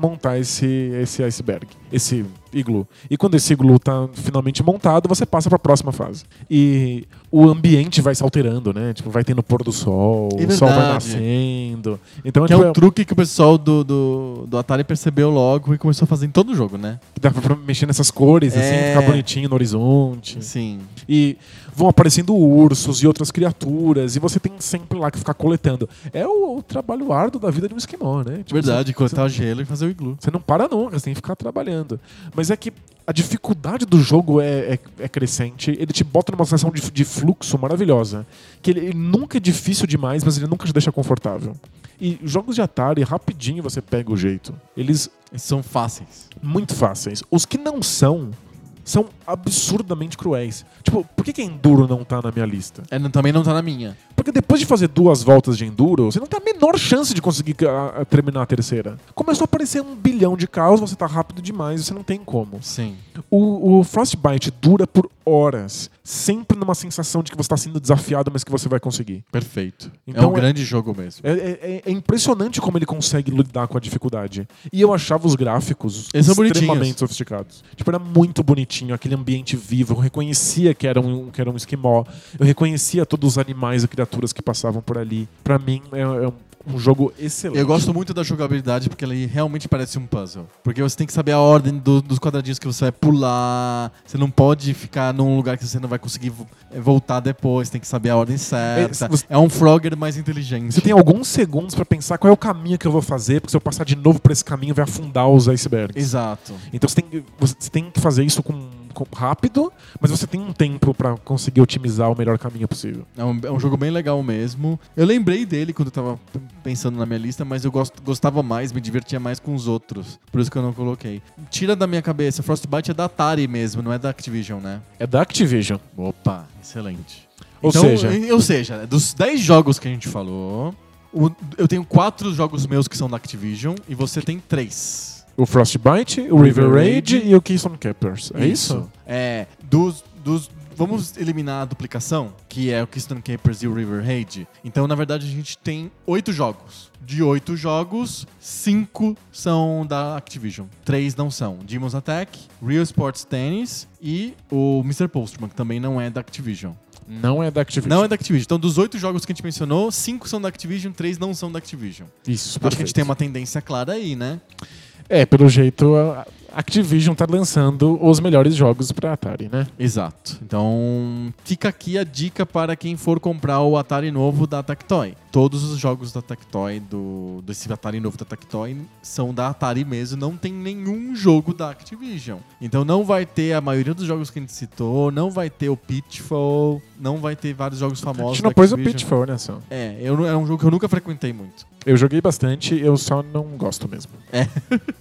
Speaker 2: montar esse, esse iceberg, esse iglu. E quando esse iglu tá finalmente montado, você passa para a próxima fase. E o ambiente vai se alterando, né? Tipo, vai tendo pôr do sol,
Speaker 1: É
Speaker 2: o sol vai
Speaker 1: verdade.
Speaker 2: nascendo. Então,
Speaker 1: Que é
Speaker 2: tipo,
Speaker 1: um truque que o pessoal do, do, do Atari percebeu logo e começou a fazer em todo jogo, né?
Speaker 2: dá pra mexer nessas cores, assim,
Speaker 1: É.
Speaker 2: ficar bonitinho no horizonte.
Speaker 1: Sim.
Speaker 2: E vão aparecendo ursos e outras criaturas, e você tem sempre lá que ficar coletando. É o, o trabalho árduo da vida de um esquimó, né? Tipo,
Speaker 1: Verdade,
Speaker 2: você-
Speaker 1: cortar o gelo e fazer o iglu.
Speaker 2: Você não para nunca, você tem que ficar trabalhando. Mas é que a dificuldade do jogo é, é- é crescente, ele te bota numa sensação de, de fluxo maravilhosa. Que ele, ele nunca é difícil demais, mas ele nunca te deixa confortável. E jogos de Atari, rapidinho você pega o jeito. Eles
Speaker 1: Esses são fáceis.
Speaker 2: muito fáceis. Os que não são, são absurdamente cruéis. Tipo, por que, que Enduro não tá na minha lista?
Speaker 1: É, não- também não tá na minha.
Speaker 2: Porque depois de fazer duas voltas de enduro, você não tem a menor chance de conseguir ah, terminar a terceira. Começou a aparecer um bilhão de carros, você tá rápido demais, você não tem como.
Speaker 1: Sim.
Speaker 2: O, o Frostbite dura por horas, sempre numa sensação de que você tá sendo desafiado, mas que você vai conseguir.
Speaker 1: Perfeito. é
Speaker 2: Então
Speaker 1: um
Speaker 2: é-
Speaker 1: grande jogo mesmo.
Speaker 2: É, é- é- é impressionante como ele consegue lidar com a dificuldade. E eu achava os gráficos
Speaker 1: Eles são
Speaker 2: extremamente
Speaker 1: bonitinhos.
Speaker 2: sofisticados. Tipo, era muito bonitinho, aquele ambiente vivo. Eu reconhecia que era um, que era um esquimó. Eu reconhecia todos os animais e criaturas que passavam por ali. Pra mim, é, é um, um jogo excelente.
Speaker 1: Eu gosto muito da jogabilidade porque ele realmente parece um puzzle. Porque você tem que saber a ordem do- dos quadradinhos que você vai pular. Você não pode ficar num lugar que você não vai conseguir vo- eh, voltar depois. Tem que saber a ordem certa.
Speaker 2: se
Speaker 1: É,
Speaker 2: você-
Speaker 1: um Frogger mais inteligente.
Speaker 2: Você tem um alguns segundos pra pensar qual é o caminho que eu vou fazer, porque se eu passar de novo por esse caminho, vai afundar os icebergs.
Speaker 1: Exato.
Speaker 2: Então você tem, você tem que fazer isso com, com- rápido, mas você tem um tempo pra conseguir otimizar o melhor caminho possível.
Speaker 1: É um, é um jogo bem legal mesmo. Eu lembrei dele quando eu tava p- pensando na minha lista, mas eu gosto- gostava mais, me divertia mais com os outros. Por isso que eu não coloquei. Tira da minha cabeça, Frostbite é da Atari mesmo, não é da Activision, né?
Speaker 2: É da Activision.
Speaker 1: Opa, excelente.
Speaker 2: Ou
Speaker 1: Então,
Speaker 2: seja-
Speaker 1: eh, ou seja, dos 10 jogos que a gente falou, o- eu tenho quatro jogos meus que são da Activision e você tem três.
Speaker 2: O Frostbite, o River
Speaker 1: River
Speaker 2: Raid
Speaker 1: Raid
Speaker 2: e o Keystone Capers. É isso?
Speaker 1: É, dos, dos vamos eliminar a duplicação, que é o Keystone Capers e o River Raid. Então, na verdade, a gente tem oito jogos. De oito jogos, cinco são da Activision. Três não são. Demon's Attack, Real Sports Tennis e o Mr. Postman, que também não é da Activision.
Speaker 2: Não é da Activision.
Speaker 1: Não é da Activision. Então, dos oito jogos que a gente mencionou, cinco são da Activision, três não são da Activision.
Speaker 2: Isso,
Speaker 1: Acho que a gente tem uma tendência clara aí, né?
Speaker 2: É, pelo jeito, a a Activision tá lançando os melhores jogos pra Atari, né?
Speaker 1: Exato. Então, fica aqui a dica para quem for comprar o Atari novo da Tectoy. Todos os jogos da Tectoy, do, desse Atari novo da Tectoy, são da Atari mesmo. Não tem nenhum jogo da Activision. Então, não vai ter a maioria dos jogos que a gente citou, não vai ter o Pitfall, não vai ter vários jogos
Speaker 2: a
Speaker 1: famosos
Speaker 2: gente
Speaker 1: da
Speaker 2: não pôs o
Speaker 1: Activision.
Speaker 2: Pitfall, né, só.
Speaker 1: É, eu, não- é um jogo que eu nunca frequentei muito.
Speaker 2: Eu joguei bastante, eu só não gosto mesmo.
Speaker 1: É.
Speaker 2: <laughs>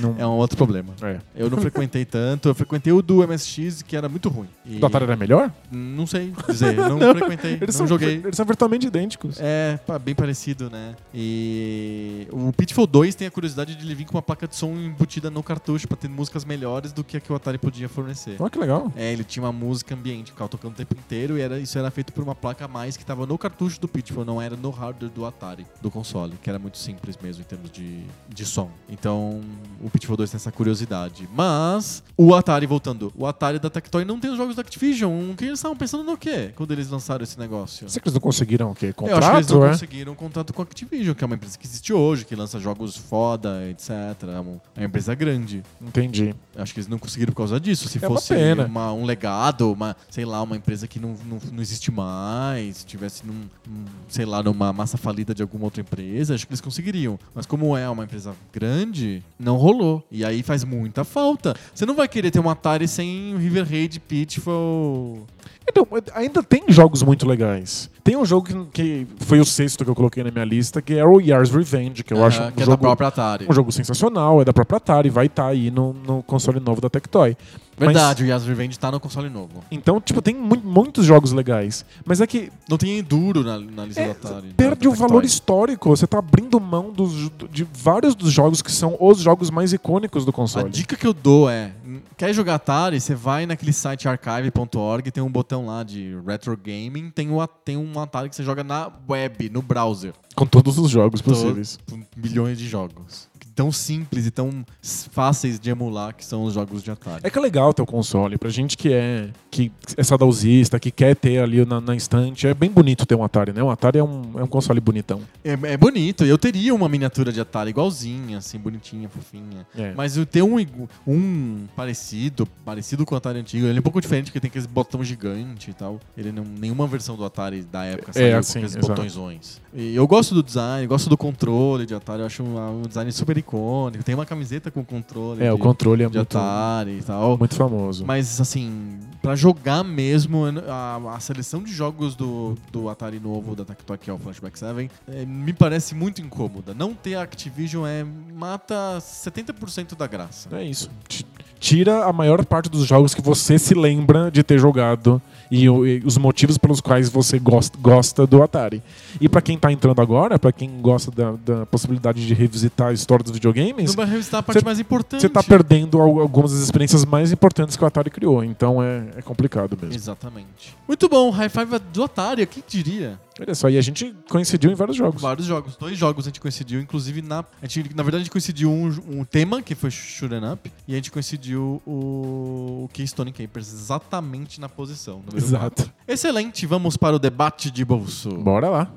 Speaker 2: Não-
Speaker 1: É um outro problema.
Speaker 2: é.
Speaker 1: Eu não frequentei tanto. Eu frequentei o do MSX, que era muito ruim. E-
Speaker 2: Do Atari era melhor?
Speaker 1: Não sei dizer. Não,
Speaker 2: <laughs> Não,
Speaker 1: frequentei.
Speaker 2: Eles
Speaker 1: não
Speaker 2: são,
Speaker 1: joguei.
Speaker 2: eles são virtualmente idênticos.
Speaker 1: É, pá, bem parecido, né? E o Pitfall 2 tem a curiosidade de ele vir com uma placa de som embutida no cartucho pra ter músicas melhores do que a que o Atari podia fornecer.
Speaker 2: Olha que legal.
Speaker 1: É, ele tinha uma música ambiente, ficava tocando o tempo inteiro e era, isso era feito por uma placa a mais que tava no cartucho do Pitfall, não era no hardware do Atari, do console, que era muito simples mesmo em termos de, de som. Então, o Pitfall 2 tem essa curiosidade. Mas, o Atari, voltando, o Atari da Tectoy não tem os jogos da Activision. O que eles estavam pensando no quê quando eles lançaram esse negócio?
Speaker 2: Será que eles não conseguiram o quê?
Speaker 1: Eu acho que eles
Speaker 2: Contrato,
Speaker 1: não
Speaker 2: é?
Speaker 1: conseguiram um contrato com a Activision, que é uma empresa que existe hoje, que lança jogos foda, etc. É uma- é uma empresa grande.
Speaker 2: Entendi.
Speaker 1: Eu Acho que eles não conseguiram por causa disso. Se
Speaker 2: É uma
Speaker 1: fosse
Speaker 2: pena.
Speaker 1: uma- um legado, uma, sei lá, uma empresa que não, não, não existe mais, tivesse num, num, sei lá, numa massa falida de alguma outra empresa, acho que eles conseguiriam. Mas como é uma empresa grande, não rolou. E aí faz muita falta. Você não vai querer ter um Atari sem River Raid, Pitfall.
Speaker 2: Então, ainda tem jogos muito legais. Tem um jogo que, que foi o sexto que eu coloquei na minha lista, que é o Yar's Revenge, que eu acho
Speaker 1: ah,
Speaker 2: um
Speaker 1: que é da
Speaker 2: jogo,
Speaker 1: própria Atari.
Speaker 2: um jogo sensacional, é da própria Atari, vai estar aí no, no console novo da Tectoy. Mas-
Speaker 1: Verdade, o Yas Revenge tá no console novo.
Speaker 2: então, tipo, tem mu- muitos jogos legais. Mas é que
Speaker 1: Não tem enduro na, na lista
Speaker 2: é,
Speaker 1: do Atari. né?
Speaker 2: perde
Speaker 1: da-
Speaker 2: o
Speaker 1: da
Speaker 2: valor
Speaker 1: Tectoy.
Speaker 2: histórico. Você tá abrindo mão dos, de vários dos jogos que são os jogos mais icônicos do
Speaker 1: A
Speaker 2: console.
Speaker 1: dica que eu dou é: hum, quer jogar Atari? Você vai naquele site archive.org, tem um botão lá de retro gaming, tem, o, a- tem um Atari que você joga na web, no browser.
Speaker 2: Com todos os jogos possíveis.
Speaker 1: Com milhões de jogos. tão simples e tão s- fáceis de emular que são os jogos de Atari.
Speaker 2: É que é legal ter o console. Pra gente que é que é saudosista, que quer ter ali na, na estante, é bem bonito ter um Atari, né? Um Atari é um, é um console bonitão.
Speaker 1: É, é bonito, eu teria uma miniatura de Atari igualzinha, assim, bonitinha, fofinha.
Speaker 2: É.
Speaker 1: Mas eu ter um, igu- um parecido, parecido com o Atari antigo, ele é um pouco diferente, porque tem aqueles botão gigante e tal. Ele não, nenhuma versão do Atari da época
Speaker 2: É,
Speaker 1: saiu
Speaker 2: assim,
Speaker 1: com aqueles
Speaker 2: exato.
Speaker 1: botõesões. E eu gosto do design, gosto do controle de Atari, eu acho um, um design super icônico. Tem uma camiseta com controle
Speaker 2: É,
Speaker 1: de,
Speaker 2: o controle é
Speaker 1: de
Speaker 2: muito,
Speaker 1: Atari e tal.
Speaker 2: muito famoso.
Speaker 1: tá. Mas, assim, pra jogar mesmo, a, a seleção de jogos do, do Atari novo, da Tectoy, que é o Flashback 7, eh, me parece muito incômoda. Não ter a Activision é, mata 70% da graça.
Speaker 2: É isso. T- Tira a maior parte dos jogos que você se lembra de ter jogado e, o- e os motivos pelos quais você gosta, gosta do Atari. E pra quem tá entrando agora, pra quem gosta da, da possibilidade de revisitar a história dos
Speaker 1: Não
Speaker 2: videogames,
Speaker 1: vai revistar a parte
Speaker 2: Cê-
Speaker 1: mais importante.
Speaker 2: você tá perdendo al- algumas das experiências mais importantes que o Atari criou. Então é, é complicado mesmo.
Speaker 1: Exatamente. Muito bom, High Five é do Atari, quem diria?
Speaker 2: Olha só, e a gente coincidiu em vários jogos.
Speaker 1: Vários jogos, dois jogos a gente coincidiu, inclusive na. A gente, na verdade, a gente coincidiu um, um tema, que foi Shooting Up, e a gente coincidiu o, o Keystone Capers exatamente na posição. número
Speaker 2: Exato.
Speaker 1: Excelente, vamos para o debate de bolso.
Speaker 2: Bora lá.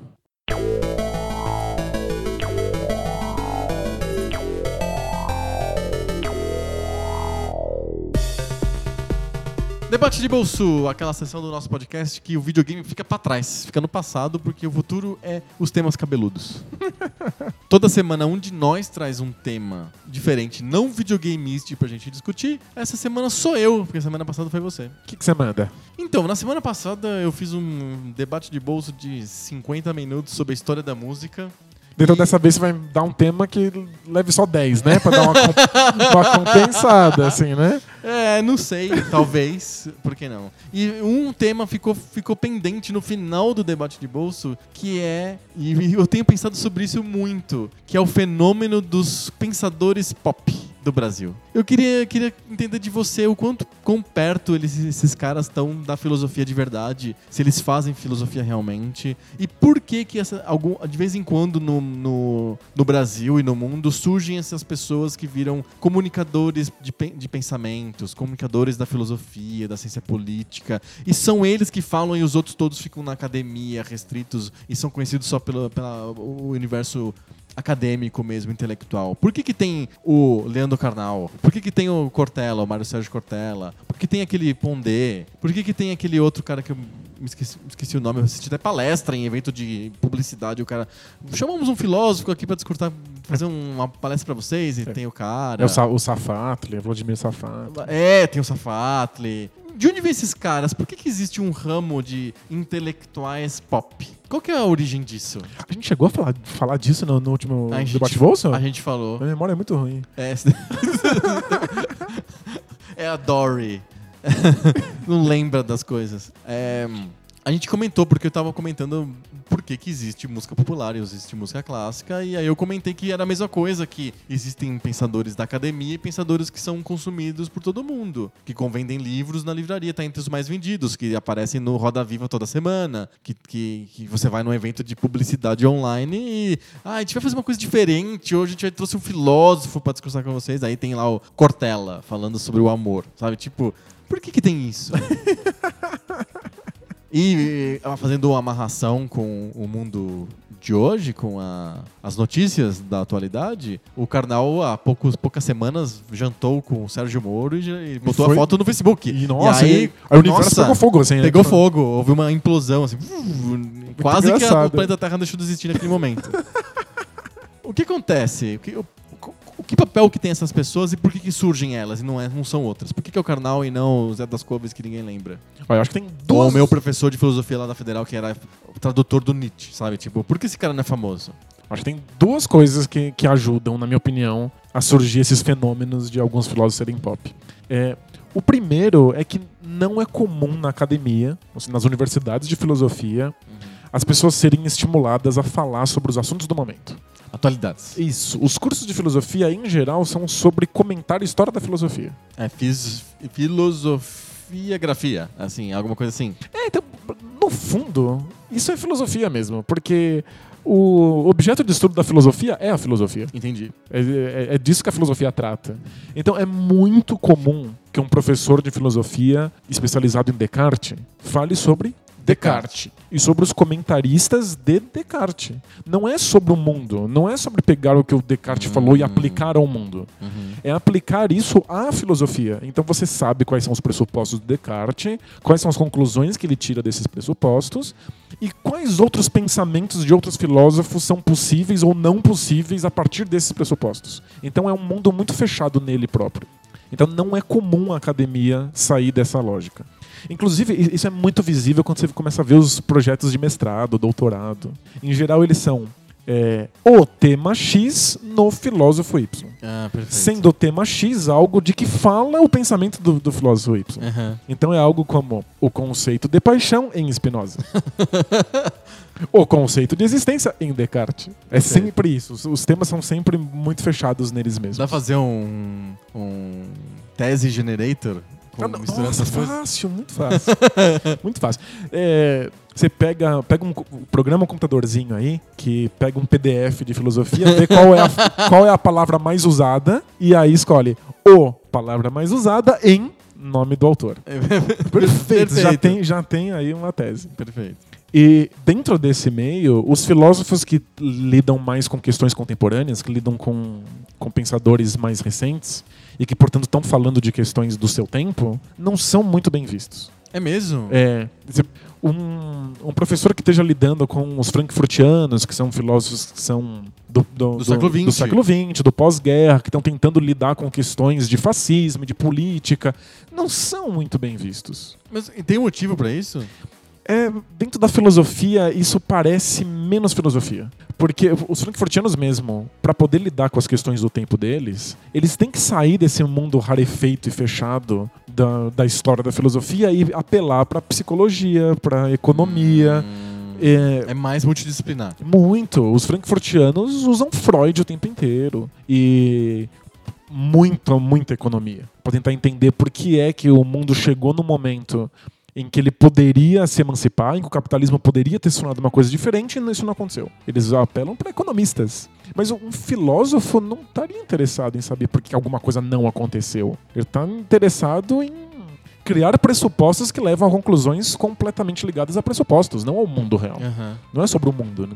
Speaker 1: Debate de bolso, aquela sessão do nosso podcast que o videogame fica pra trás, fica no passado, porque o futuro é os temas cabeludos. Toda semana um de nós traz um tema diferente, não videogameístico pra gente discutir. Essa semana sou eu, porque semana passada foi você.
Speaker 2: O que que você manda?
Speaker 1: Então, na semana passada eu fiz um debate de bolso de 50 minutos sobre a história da música.
Speaker 2: Então
Speaker 1: E-
Speaker 2: dessa vez você vai dar um tema que leve só 10, né? Pra dar uma, com- <laughs> uma compensada, assim, né?
Speaker 1: É, não sei, talvez, por que não? E um tema ficou, ficou pendente no final do debate de bolso, que é, e eu tenho pensado sobre isso muito, que é o fenômeno dos pensadores pop do Brasil. Eu queria, queria entender de você o quanto quão perto eles, esses caras estão da filosofia de verdade, se eles fazem filosofia realmente, e por que que essa, algum, de vez em quando no, no, no Brasil e no mundo surgem essas pessoas que viram comunicadores de, pen- de pensamentos, comunicadores da filosofia, da ciência política, e são eles que falam e os outros todos ficam na academia, restritos, e são conhecidos só pelo pela, o universo acadêmico mesmo, intelectual. Por que que tem o Leandro Carnal? Por que que tem o Cortella, o Mário Sérgio Cortella? Por que tem aquele Pondé? Por que que tem aquele outro cara que eu me esqueci, esqueci o nome, eu assisti até palestra em evento de publicidade, o cara... Chamamos um filósofo aqui pra discutir, fazer uma palestra pra vocês, e tem o cara...
Speaker 2: É o, Sa o Safatli, é o Vladimir Safatli.
Speaker 1: É, tem o Safatli. De onde vem esses caras? Por que, que existe um ramo de intelectuais pop? Qual que é a origem disso?
Speaker 2: A gente chegou a falar, falar disso né, no, no último
Speaker 1: A gente-
Speaker 2: debate bolso?
Speaker 1: A gente falou.
Speaker 2: Minha memória é muito ruim.
Speaker 1: É, <laughs> é a Dory. Não lembra das coisas. É, a gente comentou porque eu tava comentando por que, que existe música popular e existe música clássica. E aí eu comentei que era a mesma coisa, que existem pensadores da academia e pensadores que são consumidos por todo mundo. Que convendem livros na livraria, tá entre os mais vendidos, que aparecem no Roda Viva toda semana. Que, que, que você vai num evento de publicidade online e. Ah, a gente vai fazer uma coisa diferente. Hoje a gente vai- trouxe um filósofo pra discursar com vocês. Aí tem lá o Cortella falando sobre o amor, sabe? Tipo, por que, que tem isso? E eh, fazendo uma amarração com o mundo de hoje, com a- as notícias da atualidade, o Karnal, há poucos, poucas semanas, jantou com o Sérgio Moro e, já- e botou
Speaker 2: Foi-
Speaker 1: a foto no Facebook.
Speaker 2: E, nossa,
Speaker 1: aí,
Speaker 2: e- aí o universo
Speaker 1: nossa,
Speaker 2: pegou fogo, assim. né?
Speaker 1: Pegou fogo, houve uma implosão, assim. quase que a-
Speaker 2: engraçado.
Speaker 1: o planeta Terra deixou de existir naquele momento. o que acontece? O que, o- o que papel que tem essas pessoas e por que, que surgem elas e não, é- não são outras? Por que, que é o Karnal e não o Zé das Covas que ninguém lembra?
Speaker 2: Olha, eu acho que
Speaker 1: Ou
Speaker 2: tem
Speaker 1: o
Speaker 2: duas...
Speaker 1: meu professor de filosofia lá da Federal, que era tradutor do Nietzsche, sabe? Tipo, por que esse cara não é famoso?
Speaker 2: Acho que tem duas coisas que, que ajudam, na minha opinião, a surgir esses fenômenos de alguns filósofos serem pop. É, o primeiro é que não é comum na academia, ou seja, nas universidades de filosofia, as pessoas serem estimuladas a falar sobre os assuntos do momento.
Speaker 1: Atualidades.
Speaker 2: Isso. Os cursos de filosofia, em geral, são sobre comentar a história da filosofia.
Speaker 1: É, fiz filosofia, grafia, assim, alguma coisa assim.
Speaker 2: É, então, no fundo, isso é filosofia mesmo, porque o- o objeto de estudo da filosofia é a filosofia.
Speaker 1: Entendi.
Speaker 2: É, é- é disso que a filosofia trata. Então é muito comum que um professor de filosofia especializado em Descartes fale sobre Descartes e sobre os comentaristas de Descartes. Não é sobre o mundo, não é sobre pegar o que o Descartes falou e aplicar ao mundo. É aplicar isso à filosofia. Então você sabe quais são os pressupostos de Descartes, quais são as conclusões que ele tira desses pressupostos e quais outros pensamentos de outros filósofos são possíveis ou não possíveis a partir desses pressupostos. Então é um mundo muito fechado nele próprio. Então não é comum a academia sair dessa lógica. Inclusive, i- isso é muito visível quando você começa a ver os projetos de mestrado, doutorado. Em geral, eles são é, o tema X no filósofo Y.
Speaker 1: Ah, perfeito.
Speaker 2: Sendo o tema X algo de que fala o pensamento do, do filósofo Y.
Speaker 1: Aham.
Speaker 2: Então é algo como o conceito de paixão
Speaker 1: <laughs>
Speaker 2: em Spinoza. o conceito de existência em Descartes. É sempre isso. Os- Os temas são sempre muito fechados neles mesmos.
Speaker 1: Dá pra fazer um, um tese generator? Com,
Speaker 2: Ah, não,
Speaker 1: misturando
Speaker 2: nossa,
Speaker 1: essas coisas? <laughs>
Speaker 2: fácil, muito fácil. <laughs> muito fácil. É, você pega, pega um, co- programa um computadorzinho aí, que pega um PDF de filosofia, vê qual é,
Speaker 1: <laughs>
Speaker 2: a, qual é a palavra mais usada, e aí escolhe o palavra mais usada em nome do autor. Perfeito, Já,
Speaker 1: Perfeito.
Speaker 2: tem, já tem aí uma tese.
Speaker 1: Perfeito.
Speaker 2: E dentro desse meio, os filósofos que lidam mais com questões contemporâneas, que lidam com, com pensadores mais recentes e que, portanto, estão falando de questões do seu tempo, não são muito bem vistos.
Speaker 1: É mesmo?
Speaker 2: É, se- um, um professor que esteja lidando com os frankfurtianos, que são filósofos que são do, do,
Speaker 1: século XX.
Speaker 2: do século XX, do pós-guerra, que estão tentando lidar com questões de fascismo, de política, não são muito bem vistos.
Speaker 1: Mas e tem um motivo pra isso?
Speaker 2: É, dentro da filosofia, isso parece menos filosofia. Porque os frankfurtianos mesmo, para poder lidar com as questões do tempo deles, eles têm que sair desse mundo rarefeito e fechado da, da história da filosofia e apelar para psicologia, para economia. É,
Speaker 1: É mais multidisciplinar.
Speaker 2: muito. Os frankfurtianos usam Freud o tempo inteiro. E muita, muita economia. Pra tentar entender por que é que o mundo chegou no momento em que ele poderia se emancipar, em que o capitalismo poderia ter se tornado uma coisa diferente, e isso não aconteceu. Eles apelam para economistas. Mas um filósofo não estaria interessado em saber por que alguma coisa não aconteceu. Ele está interessado em criar pressupostos que levam a conclusões completamente ligadas a pressupostos, não ao mundo real.
Speaker 1: Aham.
Speaker 2: Não é sobre o mundo, né?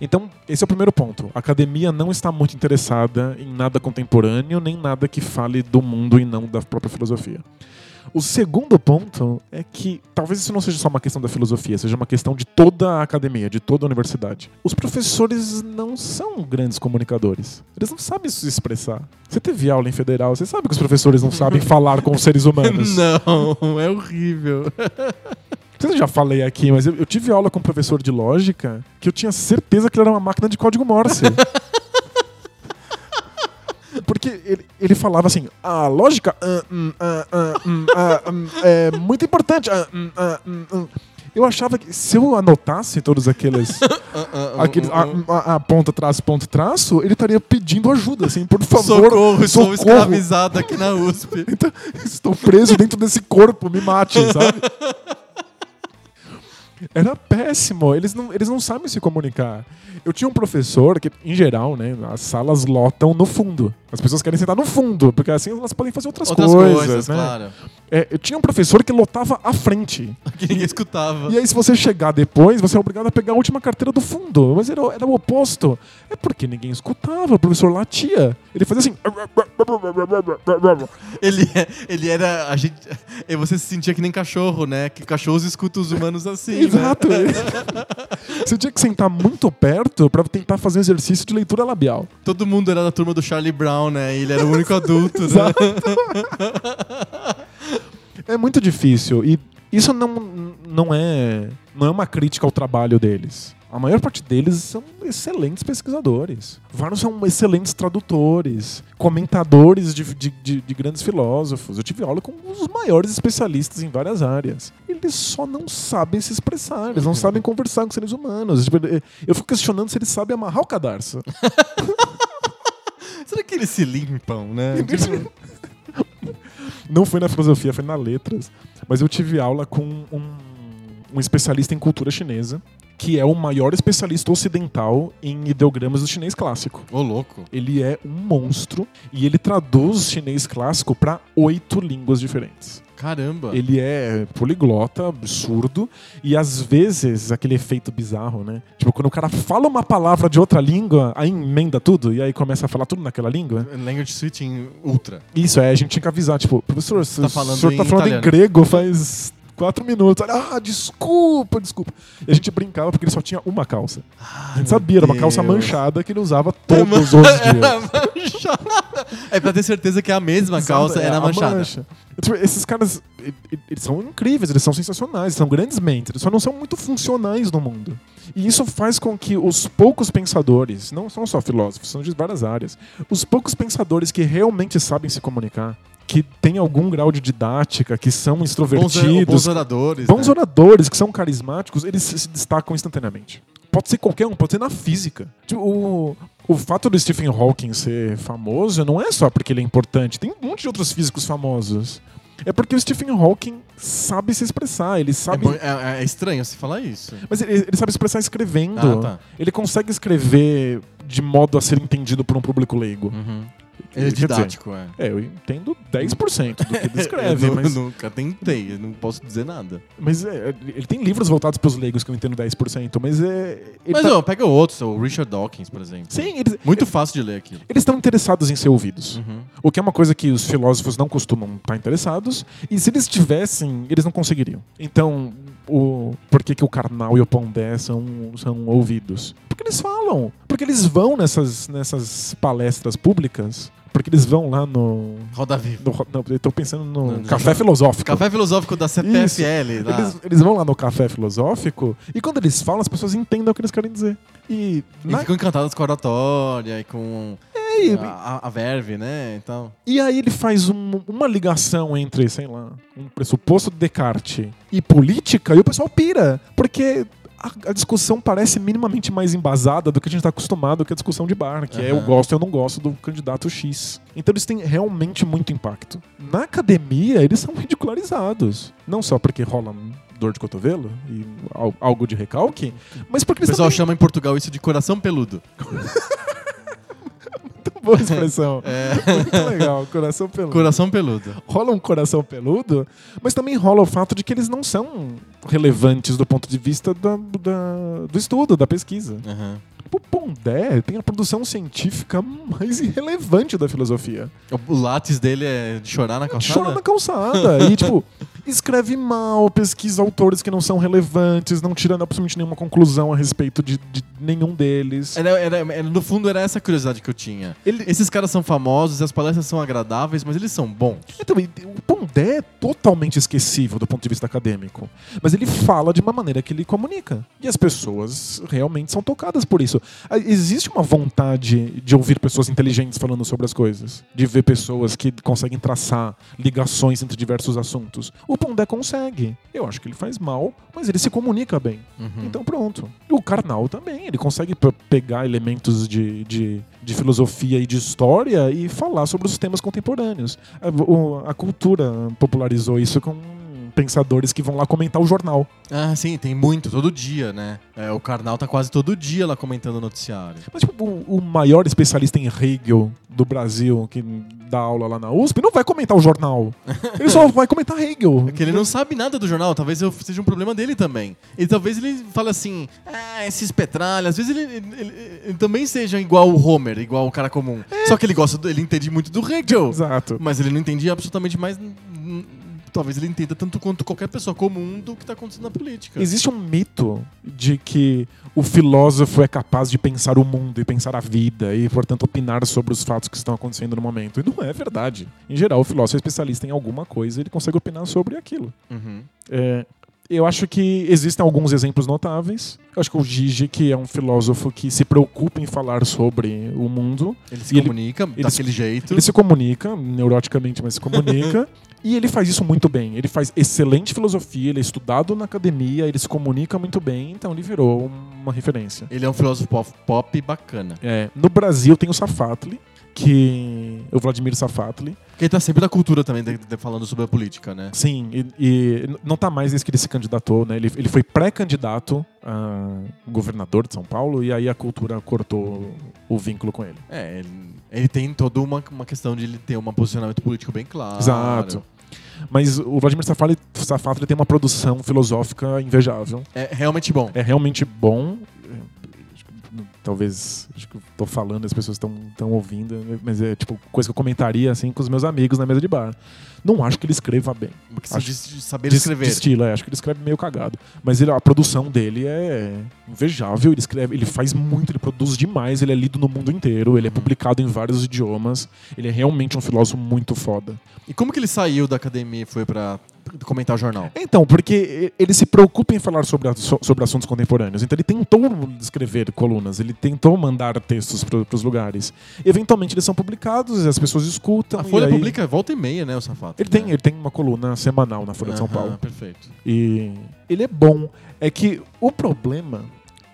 Speaker 2: Então, esse é o primeiro ponto. A academia não está muito interessada em nada contemporâneo, nem nada que fale do mundo e não da própria filosofia. O segundo ponto é que talvez isso não seja só uma questão da filosofia, seja uma questão de toda a academia, de toda a universidade. Os professores não são grandes comunicadores. Eles não sabem se expressar. Você teve aula em federal, você sabe que os professores não sabem falar com os seres
Speaker 1: <laughs>
Speaker 2: humanos.
Speaker 1: <laughs> Não, é horrível.
Speaker 2: Não sei se eu já falei aqui, mas eu, eu tive aula com um professor de lógica que eu tinha certeza que ele era uma máquina de código Morse. <laughs> Porque ele, ele falava assim, a lógica ah, hum, ah, ah, hum, ah, hum, é muito importante. ah, hum, ah, hum, hum." Eu achava que se eu anotasse todos aqueles,
Speaker 1: <laughs> Um,
Speaker 2: aqueles a, a- a ponta, traço, ponto, traço, ele estaria pedindo ajuda, assim, por favor.
Speaker 1: socorro, um estou
Speaker 2: socorro.
Speaker 1: escravizado aqui na USP.
Speaker 2: Então, estou preso dentro desse corpo, me mate, sabe? Era péssimo, eles não, eles não sabem se comunicar. Eu tinha um professor que, em geral, né, as salas lotam no fundo. As pessoas querem sentar no fundo, porque assim elas podem fazer <laughs> outras,
Speaker 1: Outras
Speaker 2: coisas,
Speaker 1: coisas,
Speaker 2: né?
Speaker 1: claro.
Speaker 2: É, eu tinha um professor que lotava à frente.
Speaker 1: Que ninguém escutava.
Speaker 2: <laughs> E é- aí, se você chegar depois, você é obrigado a pegar a última carteira do fundo. Mas era, era o oposto. É porque ninguém escutava, o professor latia. Ele fazia assim.
Speaker 1: Ele, é- ele era. A gente, e você se sentia que nem cachorro, né? Que cachorros escutam os humanos assim. né?
Speaker 2: Exato. Você tinha que sentar muito perto pra tentar fazer um exercício de leitura labial.
Speaker 1: Todo mundo era da turma do Charlie Brown, né? E ele era o único adulto, né?
Speaker 2: <laughs> É muito difícil e isso não, não é não é uma crítica ao trabalho deles. A maior parte deles são excelentes pesquisadores. Vários são excelentes tradutores, comentadores de, de- de- de grandes filósofos. Eu tive aula com os maiores especialistas em várias áreas. Eles só não sabem se expressar, eles não sabem conversar com seres humanos. Tipo, Eu fico questionando se eles sabem amarrar o cadarço.
Speaker 1: Será que eles se limpam, né?
Speaker 2: <laughs> Não foi na filosofia, foi na letras. Mas eu tive aula com um, um especialista em cultura chinesa que é o maior especialista ocidental em ideogramas do chinês clássico.
Speaker 1: Ô, louco.
Speaker 2: Ele é um monstro e ele traduz chinês clássico para oito línguas diferentes.
Speaker 1: Caramba.
Speaker 2: Ele é poliglota, absurdo, e às vezes aquele efeito bizarro, né? Tipo, quando o cara fala uma palavra de outra língua, aí emenda tudo e aí começa a falar tudo naquela língua.
Speaker 1: Language Switching Ultra.
Speaker 2: Isso, é, a gente tinha que avisar, tipo, professor,
Speaker 1: Você
Speaker 2: você
Speaker 1: tá
Speaker 2: tá
Speaker 1: falando
Speaker 2: o senhor tá
Speaker 1: em
Speaker 2: falando
Speaker 1: italiano.
Speaker 2: em grego faz quatro minutos. Ah, desculpa, desculpa. E a gente brincava porque ele só tinha uma calça.
Speaker 1: Ah,
Speaker 2: A gente sabia, era uma calça manchada que ele usava todos
Speaker 1: <laughs>
Speaker 2: os dias.
Speaker 1: É pra ter certeza que a mesma calça era
Speaker 2: é a
Speaker 1: manchada.
Speaker 2: mancha. Tipo, esses caras, e- e- eles são incríveis, eles são sensacionais, eles são grandes mentes, eles só não são muito funcionais no mundo. E isso faz com que os poucos pensadores, não são só filósofos, são de várias áreas, os poucos pensadores que realmente sabem se comunicar, que têm algum grau de didática, que são
Speaker 1: Bons,
Speaker 2: extrovertidos,
Speaker 1: bons oradores.
Speaker 2: bons
Speaker 1: né?
Speaker 2: oradores, que são carismáticos, eles se se destacam instantaneamente. Pode ser qualquer um, pode ser na física. Tipo, o, o fato do Stephen Hawking ser famoso não é só porque ele é importante, tem um monte de outros físicos famosos. É porque o Stephen Hawking sabe se expressar, ele
Speaker 1: É
Speaker 2: sabe.
Speaker 1: bo- É, é estranho você falar isso.
Speaker 2: Mas ele, ele sabe expressar escrevendo.
Speaker 1: Ah, tá.
Speaker 2: Ele consegue escrever de modo a ser entendido por um público leigo.
Speaker 1: Ele é
Speaker 2: Quer dizer,
Speaker 1: didático, é.
Speaker 2: É, eu entendo 10% do que ele
Speaker 1: <laughs>
Speaker 2: escreve,
Speaker 1: eu nu-
Speaker 2: mas.
Speaker 1: nunca tentei, eu não posso dizer nada.
Speaker 2: Mas é, ele tem livros voltados pros leigos que eu entendo 10%, mas é. ele
Speaker 1: Mas
Speaker 2: tá-
Speaker 1: ó, pega outros, o Richard Dawkins, por exemplo.
Speaker 2: Sim, eles.
Speaker 1: Muito fácil de ler aquilo.
Speaker 2: Eles estão interessados em ser ouvidos.
Speaker 1: Uhum.
Speaker 2: O que é uma coisa que os filósofos não costumam estar interessados. E se eles tivessem, eles não conseguiriam. Então, o, por que, que o Karnal e o Pondé são, são ouvidos? Porque eles falam. Porque eles vão nessas, nessas palestras públicas. Porque eles vão lá no.
Speaker 1: Roda viva.
Speaker 2: no não, eu tô pensando no
Speaker 1: Não, não.
Speaker 2: Café Filosófico.
Speaker 1: Café filosófico da CPFL. lá.
Speaker 2: Eles, eles vão lá no Café Filosófico e quando eles falam, as pessoas entendem o que eles querem dizer. E,
Speaker 1: E
Speaker 2: na- é,
Speaker 1: ficam assim, ah, encantados com a oratória e com
Speaker 2: e-
Speaker 1: a, a- a verve, né? Então,
Speaker 2: E aí ele faz um- uma ligação entre, sei lá, um pressuposto de Descartes e política, e o pessoal pira, porque a, a discussão parece minimamente mais embasada do que a gente está acostumado que a discussão de bar, que é eu
Speaker 1: Aham.
Speaker 2: gosto e eu não gosto do candidato X. Então eles têm realmente muito impacto. Na academia, eles são ridicularizados. Não só porque rola dor de cotovelo e al- algo de recalque, mas porque
Speaker 1: o
Speaker 2: eles
Speaker 1: pessoal
Speaker 2: também...
Speaker 1: chama em Portugal isso de coração peludo.
Speaker 2: Boa expressão.
Speaker 1: <laughs> É,
Speaker 2: <laughs> Muito legal, coração pelo.
Speaker 1: coração peludo.
Speaker 2: rola um coração peludo, mas também rola o fato de que eles não são relevantes do ponto de vista da- da- do estudo, da pesquisa.
Speaker 1: Aham.
Speaker 2: O Pondé tem a produção científica mais irrelevante da filosofia.
Speaker 1: O, o látis dele é de chorar na calçada?
Speaker 2: Chora na calçada e, tipo, escreve mal, pesquisa autores que não são relevantes, não tira absolutamente nenhuma conclusão a respeito de, de nenhum deles.
Speaker 1: Era, era- era- no fundo, era essa a curiosidade que eu tinha. Esses caras são famosos, as palestras são agradáveis, mas eles são bons.
Speaker 2: Então, e- o Pondé é totalmente esquecível do ponto de vista acadêmico. Mas ele fala de uma maneira que ele comunica. E as pessoas realmente são tocadas por isso. Ah, Existe uma vontade de ouvir pessoas inteligentes falando sobre as coisas. De ver pessoas que conseguem traçar ligações entre diversos assuntos. O Pondé consegue. Eu acho que ele faz mal, mas ele se comunica bem.
Speaker 1: Uhum.
Speaker 2: Então pronto. E o Karnal também, ele consegue pe- pegar elementos de, de, de filosofia e de história e falar sobre os temas contemporâneos. A, o- a cultura popularizou isso com pensadores que vão lá comentar o jornal.
Speaker 1: Ah, sim, tem muito, todo dia, né? É, o Karnal tá quase todo dia lá comentando o noticiário.
Speaker 2: Mas tipo, o, o maior especialista em Hegel do Brasil, que dá aula lá na USP, não vai comentar o jornal. Ele
Speaker 1: <laughs>
Speaker 2: só vai comentar Hegel.
Speaker 1: Porque É ele não sabe nada do jornal, talvez eu seja um problema dele também. E talvez ele fale assim, ah, esses petralhas, às vezes ele, ele- ele- ele também seja igual o Homer, igual o cara comum. Só que ele gosta, do- ele entende muito do Hegel.
Speaker 2: Exato.
Speaker 1: Mas ele não entende absolutamente mais. n- n- Talvez ele entenda tanto quanto qualquer pessoa comum do que tá acontecendo na política.
Speaker 2: Existe um mito de que o filósofo é capaz de pensar o mundo e pensar a vida e, portanto, opinar sobre os fatos que estão acontecendo no momento. E não é verdade. Em geral, o filósofo é especialista em alguma coisa e ele consegue opinar sobre aquilo.
Speaker 1: Uhum.
Speaker 2: É, eu acho que existem alguns exemplos notáveis. Eu acho que o Gigi, que é um filósofo que se preocupa em falar sobre o mundo,
Speaker 1: Ele se
Speaker 2: E ele-
Speaker 1: comunica
Speaker 2: ele
Speaker 1: daquele jeito.
Speaker 2: ele se comunica, neuroticamente, mas se comunica. e ele faz isso muito bem. Ele faz excelente filosofia, ele é estudado na academia, ele se comunica muito bem, então ele virou uma referência.
Speaker 1: Ele é um filósofo pop, pop bacana.
Speaker 2: É, no Brasil tem o Safatli, que. O Vladimir Safatli.
Speaker 1: Porque ele tá sempre da cultura também, de- de- falando sobre a política, né?
Speaker 2: Sim, e, e não tá mais desde que ele se candidatou, né? Ele, ele foi pré-candidato ah, governador de São Paulo e aí a cultura cortou o vínculo com ele.
Speaker 1: É, ele, ele tem toda uma, uma questão de ele ter um posicionamento político bem claro.
Speaker 2: Exato. Mas o Vladimir Safari, Safato ele tem uma produção filosófica invejável.
Speaker 1: É realmente bom.
Speaker 2: É realmente bom. Acho que, Talvez, acho que eu tô falando, as pessoas estão ouvindo, mas é tipo coisa que eu comentaria assim com os meus amigos na mesa de bar. Não acho que ele escreva bem.
Speaker 1: Uma questão
Speaker 2: Acho-
Speaker 1: de, de saber
Speaker 2: de,
Speaker 1: escrever.
Speaker 2: de estilo, é. Acho que ele escreve meio cagado. Mas ele- a produção dele é invejável. Ele escreve, ele faz muito, ele produz demais, ele é lido no mundo inteiro, ele é publicado em vários idiomas. Ele é realmente um filósofo muito foda.
Speaker 1: E como que ele saiu da academia e foi pra comentar o jornal?
Speaker 2: Então, porque ele se preocupa em falar sobre, a- so- sobre assuntos contemporâneos. Então, ele tentou escrever colunas, ele tentou mandar textos para os lugares. Eventualmente, eles são publicados, as pessoas escutam.
Speaker 1: A
Speaker 2: e
Speaker 1: Folha
Speaker 2: aí-
Speaker 1: publica volta e meia, né, o Safato?
Speaker 2: Ele tem,
Speaker 1: né?
Speaker 2: ele tem uma coluna semanal na Folha de São
Speaker 1: Aham,
Speaker 2: Paulo.
Speaker 1: Perfeito.
Speaker 2: E ele é bom. É que o problema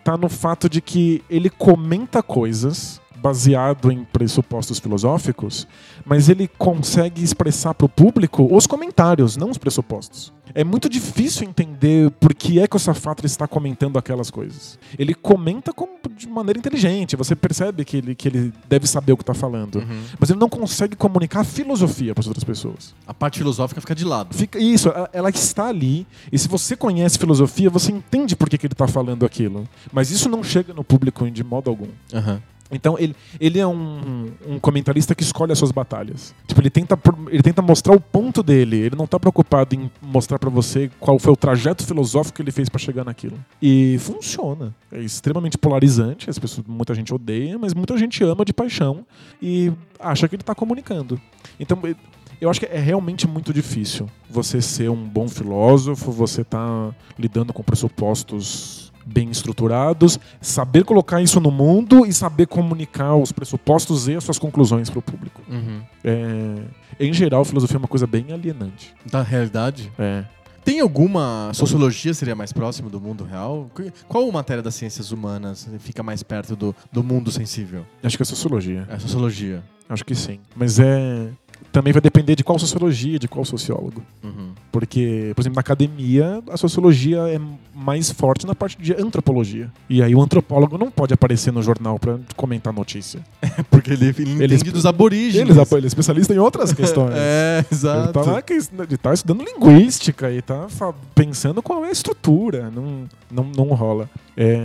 Speaker 2: tá no fato de que ele comenta coisas baseado em pressupostos filosóficos, mas ele consegue expressar para o público os comentários, não os pressupostos. É muito difícil entender por que é que o Safatra está comentando aquelas coisas. Ele comenta como- de maneira inteligente, você percebe que ele, que ele deve saber o que está falando, mas ele não consegue comunicar a filosofia para as outras pessoas.
Speaker 1: A parte filosófica fica de lado.
Speaker 2: Fica- isso, ela- ela está ali. E se você conhece filosofia, você entende por que, que ele está falando aquilo. Mas isso não chega no público de modo algum.
Speaker 1: Aham.
Speaker 2: Então ele, ele é um, um comentarista que escolhe as suas batalhas. Tipo, ele tenta, pro- ele tenta mostrar o ponto dele. Ele não tá preocupado em mostrar pra você qual foi o trajeto filosófico que ele fez pra chegar naquilo. E funciona. É extremamente polarizante. As pessoas, muita gente odeia, mas muita gente ama de paixão e acha que ele tá comunicando. Então eu- eu acho que é realmente muito difícil você ser um bom filósofo, você tá lidando com pressupostos bem estruturados, saber colocar isso no mundo e saber comunicar os pressupostos e as suas conclusões para o público.
Speaker 1: Uhum.
Speaker 2: É, em geral, filosofia é uma coisa bem alienante.
Speaker 1: Da realidade?
Speaker 2: É.
Speaker 1: Tem alguma sociologia seria mais próximo do mundo real? Que- Qual matéria das ciências humanas fica mais perto do, do mundo sensível?
Speaker 2: Acho que é sociologia.
Speaker 1: É a sociologia.
Speaker 2: Acho que sim. Mas é também vai depender de qual sociologia, de qual sociólogo.
Speaker 1: Uhum.
Speaker 2: Porque, por exemplo, na academia, a sociologia é mais forte na parte de antropologia. E aí o antropólogo não pode aparecer no jornal para comentar notícia.
Speaker 1: É porque ele, ele entende
Speaker 2: Eles-
Speaker 1: dos aborígenes.
Speaker 2: Eles, ele é especialista em <laughs> outras questões.
Speaker 1: <laughs> É, exato.
Speaker 2: Ele tá, lá, que- ele tá estudando linguística e tá fa- pensando qual é a estrutura. Não, não, não rola. É,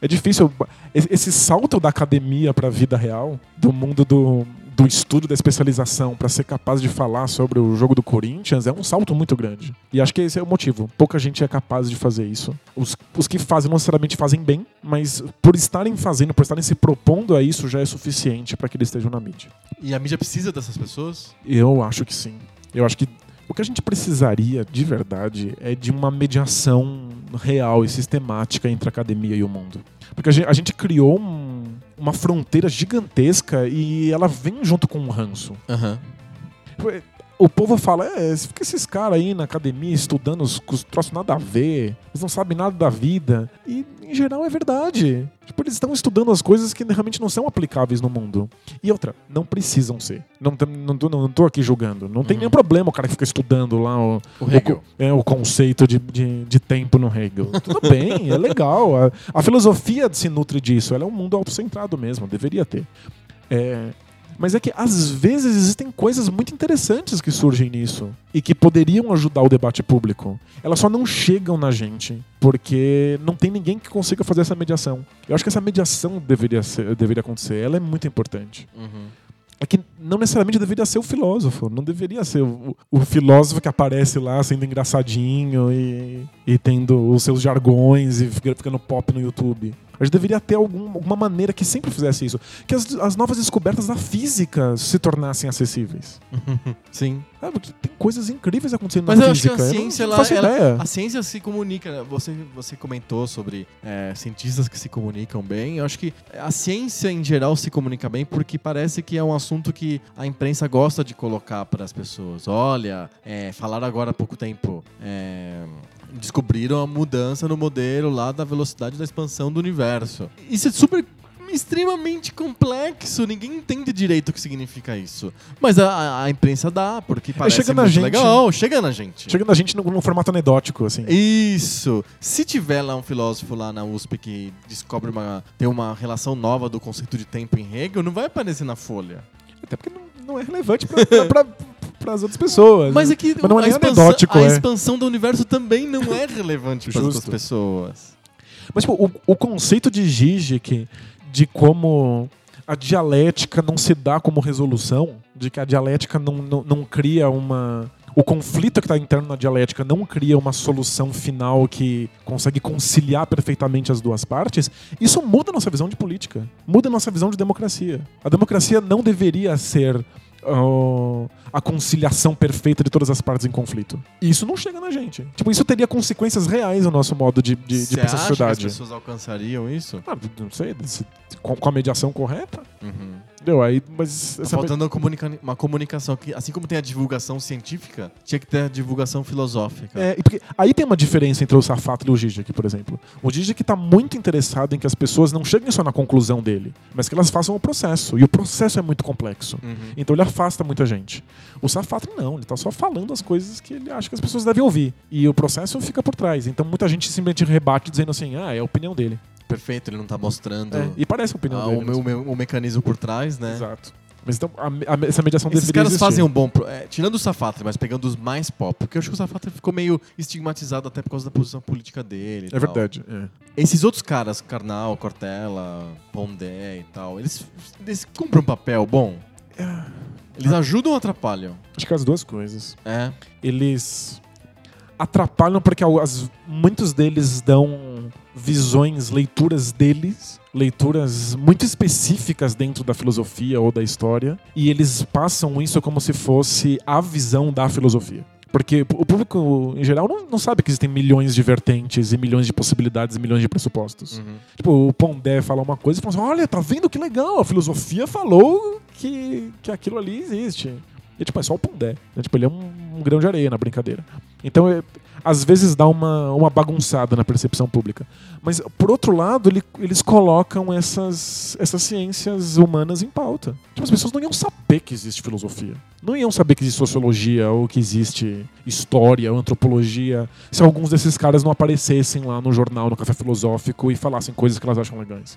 Speaker 2: é difícil. Esse esse salto da academia pra vida real, do mundo do, do estudo, da especialização, pra ser capaz de falar sobre o jogo do Corinthians, é um salto muito grande. E acho que esse é o motivo. Pouca gente é capaz de fazer isso. Os, os que fazem, não necessariamente fazem bem, mas por estarem fazendo, por estarem se propondo a isso, já é suficiente pra que eles estejam na mídia.
Speaker 1: E a mídia precisa dessas pessoas?
Speaker 2: Eu acho que sim. Eu acho que o que a gente precisaria de verdade é de uma mediação real e sistemática entre a academia e o mundo. Porque a gen- a gente, criou um- uma fronteira gigantesca e ela vem junto com um ranço.
Speaker 1: Aham.
Speaker 2: O povo fala, é, fica esses caras aí na academia estudando os, os troços nada a ver, eles não sabem nada da vida. E, em geral, é verdade. Tipo, eles estão estudando as coisas que realmente não são aplicáveis no mundo. E outra, não precisam ser. Não, tem- não, tô, não tô aqui julgando. Não tem
Speaker 1: Uhum.
Speaker 2: nenhum problema o cara que fica estudando lá o,
Speaker 1: O Hegel.
Speaker 2: co- é, o conceito de, de, de tempo no Hegel. Tudo bem, é legal. A, a filosofia se nutre disso. Ela é um mundo autocentrado mesmo, deveria ter. É, mas é que às vezes existem coisas muito interessantes que surgem nisso e que poderiam ajudar o debate público. Elas só não chegam na gente porque não tem ninguém que consiga fazer essa mediação. Eu acho que essa mediação deveria, ser- deveria acontecer. Ela é muito importante
Speaker 1: Uhum.
Speaker 2: é que não necessariamente deveria ser o filósofo, não deveria ser o, o filósofo que aparece lá sendo engraçadinho e, e tendo os seus jargões e fica- ficando pop no YouTube. A gente deveria ter algum- alguma maneira que sempre fizesse isso. Que as, as novas descobertas da física se tornassem acessíveis.
Speaker 1: Sim.
Speaker 2: Ah, porque tem coisas incríveis acontecendo
Speaker 1: Mas
Speaker 2: na
Speaker 1: eu acho
Speaker 2: física.
Speaker 1: que a
Speaker 2: eu não-
Speaker 1: ciência,
Speaker 2: não
Speaker 1: ela-
Speaker 2: faço
Speaker 1: ela-
Speaker 2: ideia.
Speaker 1: A ciência se comunica, né? Você, você comentou sobre é, cientistas que se comunicam bem. Eu acho que a ciência em geral se comunica bem porque parece que é um assunto que a imprensa gosta de colocar para as pessoas. Olha, é, falaram agora há pouco tempo. é, descobriram a mudança no modelo lá da velocidade da expansão do universo. Isso é super extremamente complexo, ninguém entende direito o que significa isso. Mas a- a, a imprensa dá, porque parece
Speaker 2: chega na
Speaker 1: muito
Speaker 2: gente.
Speaker 1: legal, chega na gente.
Speaker 2: Chegando a gente num, num formato anedótico, assim.
Speaker 1: Isso. Se tiver lá um filósofo lá na USP que descobre uma tem uma relação nova do conceito de tempo em Hegel, não vai aparecer na folha.
Speaker 2: Até porque não, não é relevante pra, pra, <laughs> pra- pras outras pessoas.
Speaker 1: Mas é que
Speaker 2: Mas não é
Speaker 1: a,
Speaker 2: nem
Speaker 1: expansão,
Speaker 2: anedótico,
Speaker 1: a
Speaker 2: é.
Speaker 1: expansão do universo também não é relevante para as outras
Speaker 2: Justo.
Speaker 1: pessoas.
Speaker 2: Mas tipo, o, o conceito de Zizek, de como a dialética não se dá como resolução, de que a dialética não, não, não cria uma. O conflito que está interno na dialética não cria uma solução final que consegue conciliar perfeitamente as duas partes. Isso muda a nossa visão de política, muda a nossa visão de democracia. A democracia não deveria ser ó, a conciliação perfeita de todas as partes em conflito. E isso não chega na gente. Tipo, isso teria consequências reais no nosso modo de, de, de
Speaker 1: Você
Speaker 2: pensar a
Speaker 1: acha que as
Speaker 2: sociedade.
Speaker 1: pessoas alcançariam isso?
Speaker 2: Ah, não sei, se- com, com a mediação correta.
Speaker 1: Uhum.
Speaker 2: Deu aí, mas
Speaker 1: Tá
Speaker 2: essa
Speaker 1: faltando uma, comunica- uma comunicação que, assim como tem a divulgação científica, tinha que ter a divulgação filosófica.
Speaker 2: É, e porque aí tem uma diferença entre o Safato e o Zizek, por exemplo. O Zizek está muito interessado em que as pessoas não cheguem só na conclusão dele, mas que elas façam o processo. E o processo é muito complexo.
Speaker 1: Uhum.
Speaker 2: Então ele afasta muita gente. O Safato não, ele tá só falando as coisas que ele acha que as pessoas devem ouvir. E o processo fica por trás. Então muita gente simplesmente rebate dizendo assim: ah, é a opinião dele.
Speaker 1: Perfeito, ele não tá mostrando
Speaker 2: É, e parece a opinião
Speaker 1: ah,
Speaker 2: dele.
Speaker 1: o, meu, o meu- o mecanismo por trás, né?
Speaker 2: Exato. Mas então a me- a- essa mediação
Speaker 1: Esses
Speaker 2: deveria
Speaker 1: caras
Speaker 2: existir.
Speaker 1: fazem um bom. pro- é, tirando o Safatri, mas pegando os mais pop. Porque eu acho que o Safatri ficou meio estigmatizado até por causa da posição política dele. e tal.
Speaker 2: É verdade. é.
Speaker 1: Esses outros caras, Karnal, Cortella, Pondé e tal, eles, eles cumprem um papel bom.
Speaker 2: É.
Speaker 1: Eles ajudam ou atrapalham?
Speaker 2: Acho que as duas coisas.
Speaker 1: É.
Speaker 2: Eles atrapalham porque al- as- muitos deles dão visões, leituras deles, leituras muito específicas dentro da filosofia ou da história, e eles passam isso como se fosse a visão da filosofia. Porque o público, em geral, não, não sabe que existem milhões de vertentes e milhões de possibilidades e milhões de pressupostos. Tipo, o Pondé fala uma coisa e fala assim: olha, tá vendo que legal, a filosofia falou que, que aquilo ali existe. E tipo, é só o Pondé. né? Tipo, ele é um, um grão de areia na brincadeira. Então, é- às vezes dá uma, uma bagunçada na percepção pública. Mas, por outro lado, ele- eles colocam essas, essas ciências humanas em pauta. Tipo, as pessoas não iam saber que existe filosofia. Não iam saber que existe sociologia, ou que existe história, ou antropologia, se alguns desses caras não aparecessem lá no jornal, no Café Filosófico, e falassem coisas que elas acham legais.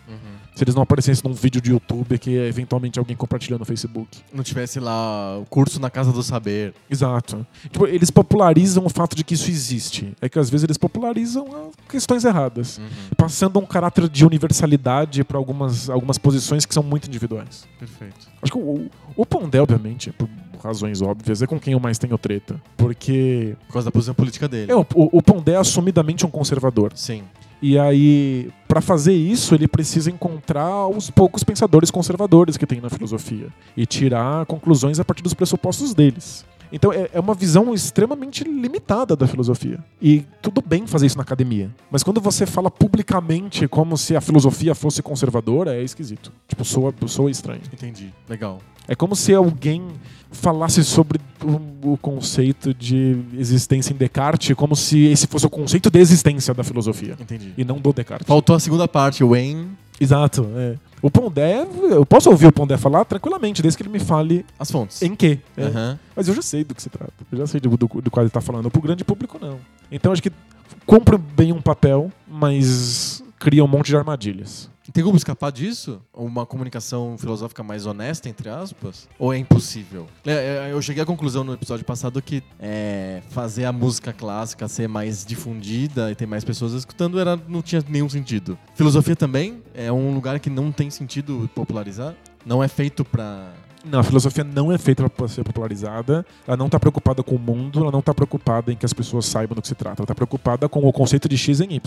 Speaker 2: Se eles não aparecessem num vídeo de YouTube que eventualmente alguém compartilhou no Facebook.
Speaker 1: Não tivesse lá o curso na Casa do Saber.
Speaker 2: Exato. Tipo, eles popularizam o fato de que isso existe. É que às vezes eles popularizam ah, questões erradas, passando um caráter de universalidade para algumas, algumas posições que são muito individuais.
Speaker 1: Perfeito.
Speaker 2: Acho que o, o Pondé, obviamente, por razões óbvias, é com quem eu mais tenho treta. Porque
Speaker 1: Por causa da posição política dele.
Speaker 2: é, o, o Pondé é assumidamente um conservador.
Speaker 1: Sim.
Speaker 2: E aí, para fazer isso, ele precisa encontrar os poucos pensadores conservadores que tem na filosofia e tirar conclusões a partir dos pressupostos deles. Então é é uma visão extremamente limitada da filosofia. E tudo bem fazer isso na academia. Mas quando você fala publicamente como se a filosofia fosse conservadora, é esquisito. Tipo, soa, soa estranho.
Speaker 1: Entendi. Legal.
Speaker 2: É como se alguém falasse sobre o, o conceito de existência em Descartes, como se esse fosse o conceito de existência da filosofia.
Speaker 1: Entendi.
Speaker 2: E não do Descartes.
Speaker 1: Faltou a segunda parte, Wayne.
Speaker 2: Exato, é. O Pondé, eu posso ouvir o Pondé falar tranquilamente, desde que ele me fale
Speaker 1: As fontes.
Speaker 2: em quê. É.
Speaker 1: Aham.
Speaker 2: Mas eu já sei do que se trata. Eu já sei do, do, do qual ele tá falando. Pro grande público, não. Então acho que cumpre bem um papel, mas cria um monte de armadilhas.
Speaker 1: Tem como escapar disso? Uma comunicação filosófica mais honesta, entre aspas? Ou é impossível? É, é, Eu cheguei à conclusão no episódio passado que é, fazer a música clássica ser mais difundida e ter mais pessoas escutando era, não tinha nenhum sentido. Filosofia também é um lugar que não tem sentido popularizar. Não é feito pra.
Speaker 2: Não, a filosofia não é feita para ser popularizada. Ela não tá preocupada com o mundo, ela não tá preocupada em que as pessoas saibam do que se trata. Ela tá preocupada com o conceito de X em Y.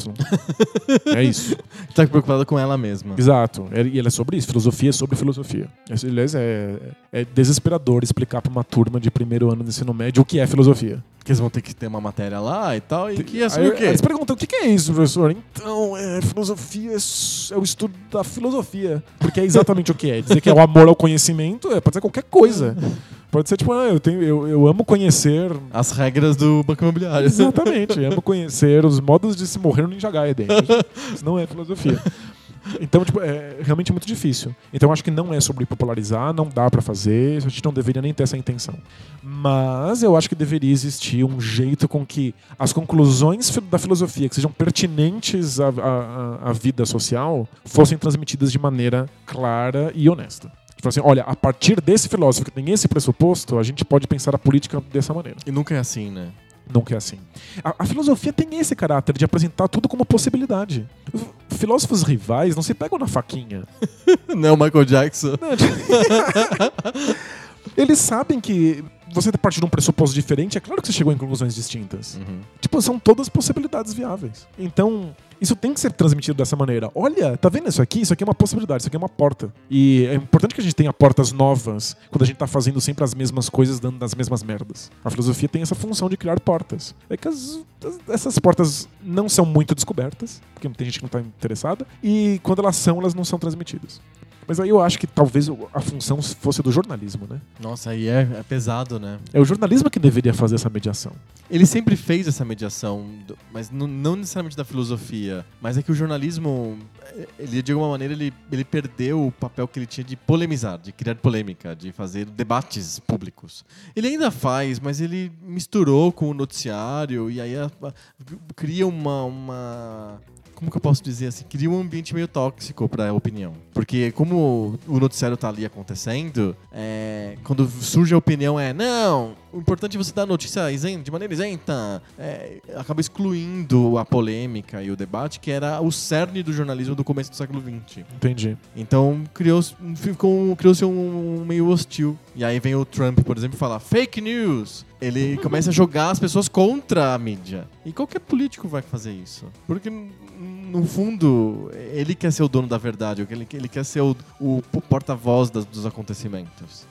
Speaker 2: <laughs> é isso.
Speaker 1: Tá preocupada com ela mesma.
Speaker 2: Exato. É- E ela é sobre isso. Filosofia é sobre filosofia. Esse- Aliás, é, é desesperador explicar pra uma turma de primeiro ano do ensino médio o que é filosofia.
Speaker 1: Que eles vão ter que ter uma matéria lá e tal. E que é
Speaker 2: Aí-
Speaker 1: sobre o
Speaker 2: aí
Speaker 1: quê?
Speaker 2: Eles perguntam, o que que é isso, professor? Então, é, filosofia é s- é o estudo da filosofia. Porque é exatamente o que é. Dizer que é o amor ao conhecimento é, pode ser qualquer coisa. Pode ser tipo, ah, eu, tenho, eu, eu amo conhecer...
Speaker 1: As regras do banco imobiliário.
Speaker 2: Exatamente. amo conhecer os modos de se morrer no Ninja Gaiden. Isso não é filosofia. Então, tipo, é realmente muito difícil. Então, eu acho que não é sobre popularizar, não dá pra fazer, a gente não deveria nem ter essa intenção. Mas eu acho que deveria existir um jeito com que as conclusões fi- da filosofia que sejam pertinentes à, à- à- à vida social fossem transmitidas de maneira clara e honesta. Tipo assim, olha, a partir desse filósofo que tem esse pressuposto, a gente pode pensar a política dessa maneira.
Speaker 1: E nunca é assim, né?
Speaker 2: Nunca é assim. A, a filosofia tem esse caráter de apresentar tudo como possibilidade. F- Filósofos rivais não se pegam na faquinha.
Speaker 1: Não é o Michael Jackson.
Speaker 2: Eles sabem que você partir de um pressuposto diferente, é claro que você chegou em conclusões distintas. Tipo, são todas possibilidades viáveis. Então, isso tem que ser transmitido dessa maneira. Olha, tá vendo isso aqui? Isso aqui é uma possibilidade, isso aqui é uma porta. E é importante que a gente tenha portas novas quando a gente tá fazendo sempre as mesmas coisas, dando as mesmas merdas. A filosofia tem essa função de criar portas. É que as- as- essas portas não são muito descobertas, porque tem gente que não tá interessada, e quando elas são, elas não são transmitidas. Mas aí eu acho que talvez a função fosse do jornalismo, né?
Speaker 1: Nossa, aí é, é pesado, né?
Speaker 2: É o jornalismo que deveria fazer essa mediação.
Speaker 1: Ele sempre fez essa mediação, do- mas n- não necessariamente da filosofia. Mas é que o jornalismo, eh, ele de alguma maneira, ele, ele perdeu o papel que ele tinha de polemizar, de criar polêmica, de fazer debates públicos. Ele ainda faz, mas ele misturou com o noticiário e aí a- a- cria uma, uma- Como que eu posso dizer assim? Cria um ambiente meio tóxico para a opinião. Porque como o noticiário tá ali acontecendo, é, quando surge a opinião é não, o importante é você dar a notícia isen- de maneira isenta. É, acaba excluindo a polêmica e o debate, que era o cerne do jornalismo do começo do século XX.
Speaker 2: Entendi.
Speaker 1: Então criou-se ficou- criou-se um, um meio hostil. E aí vem o Trump, por exemplo, e fala fake news. Ele começa a jogar as pessoas contra a mídia. E qualquer político vai fazer isso. Porque, n- no fundo, ele quer ser o dono da verdade, ele, ele quer ser o, o po- porta-voz das- dos acontecimentos.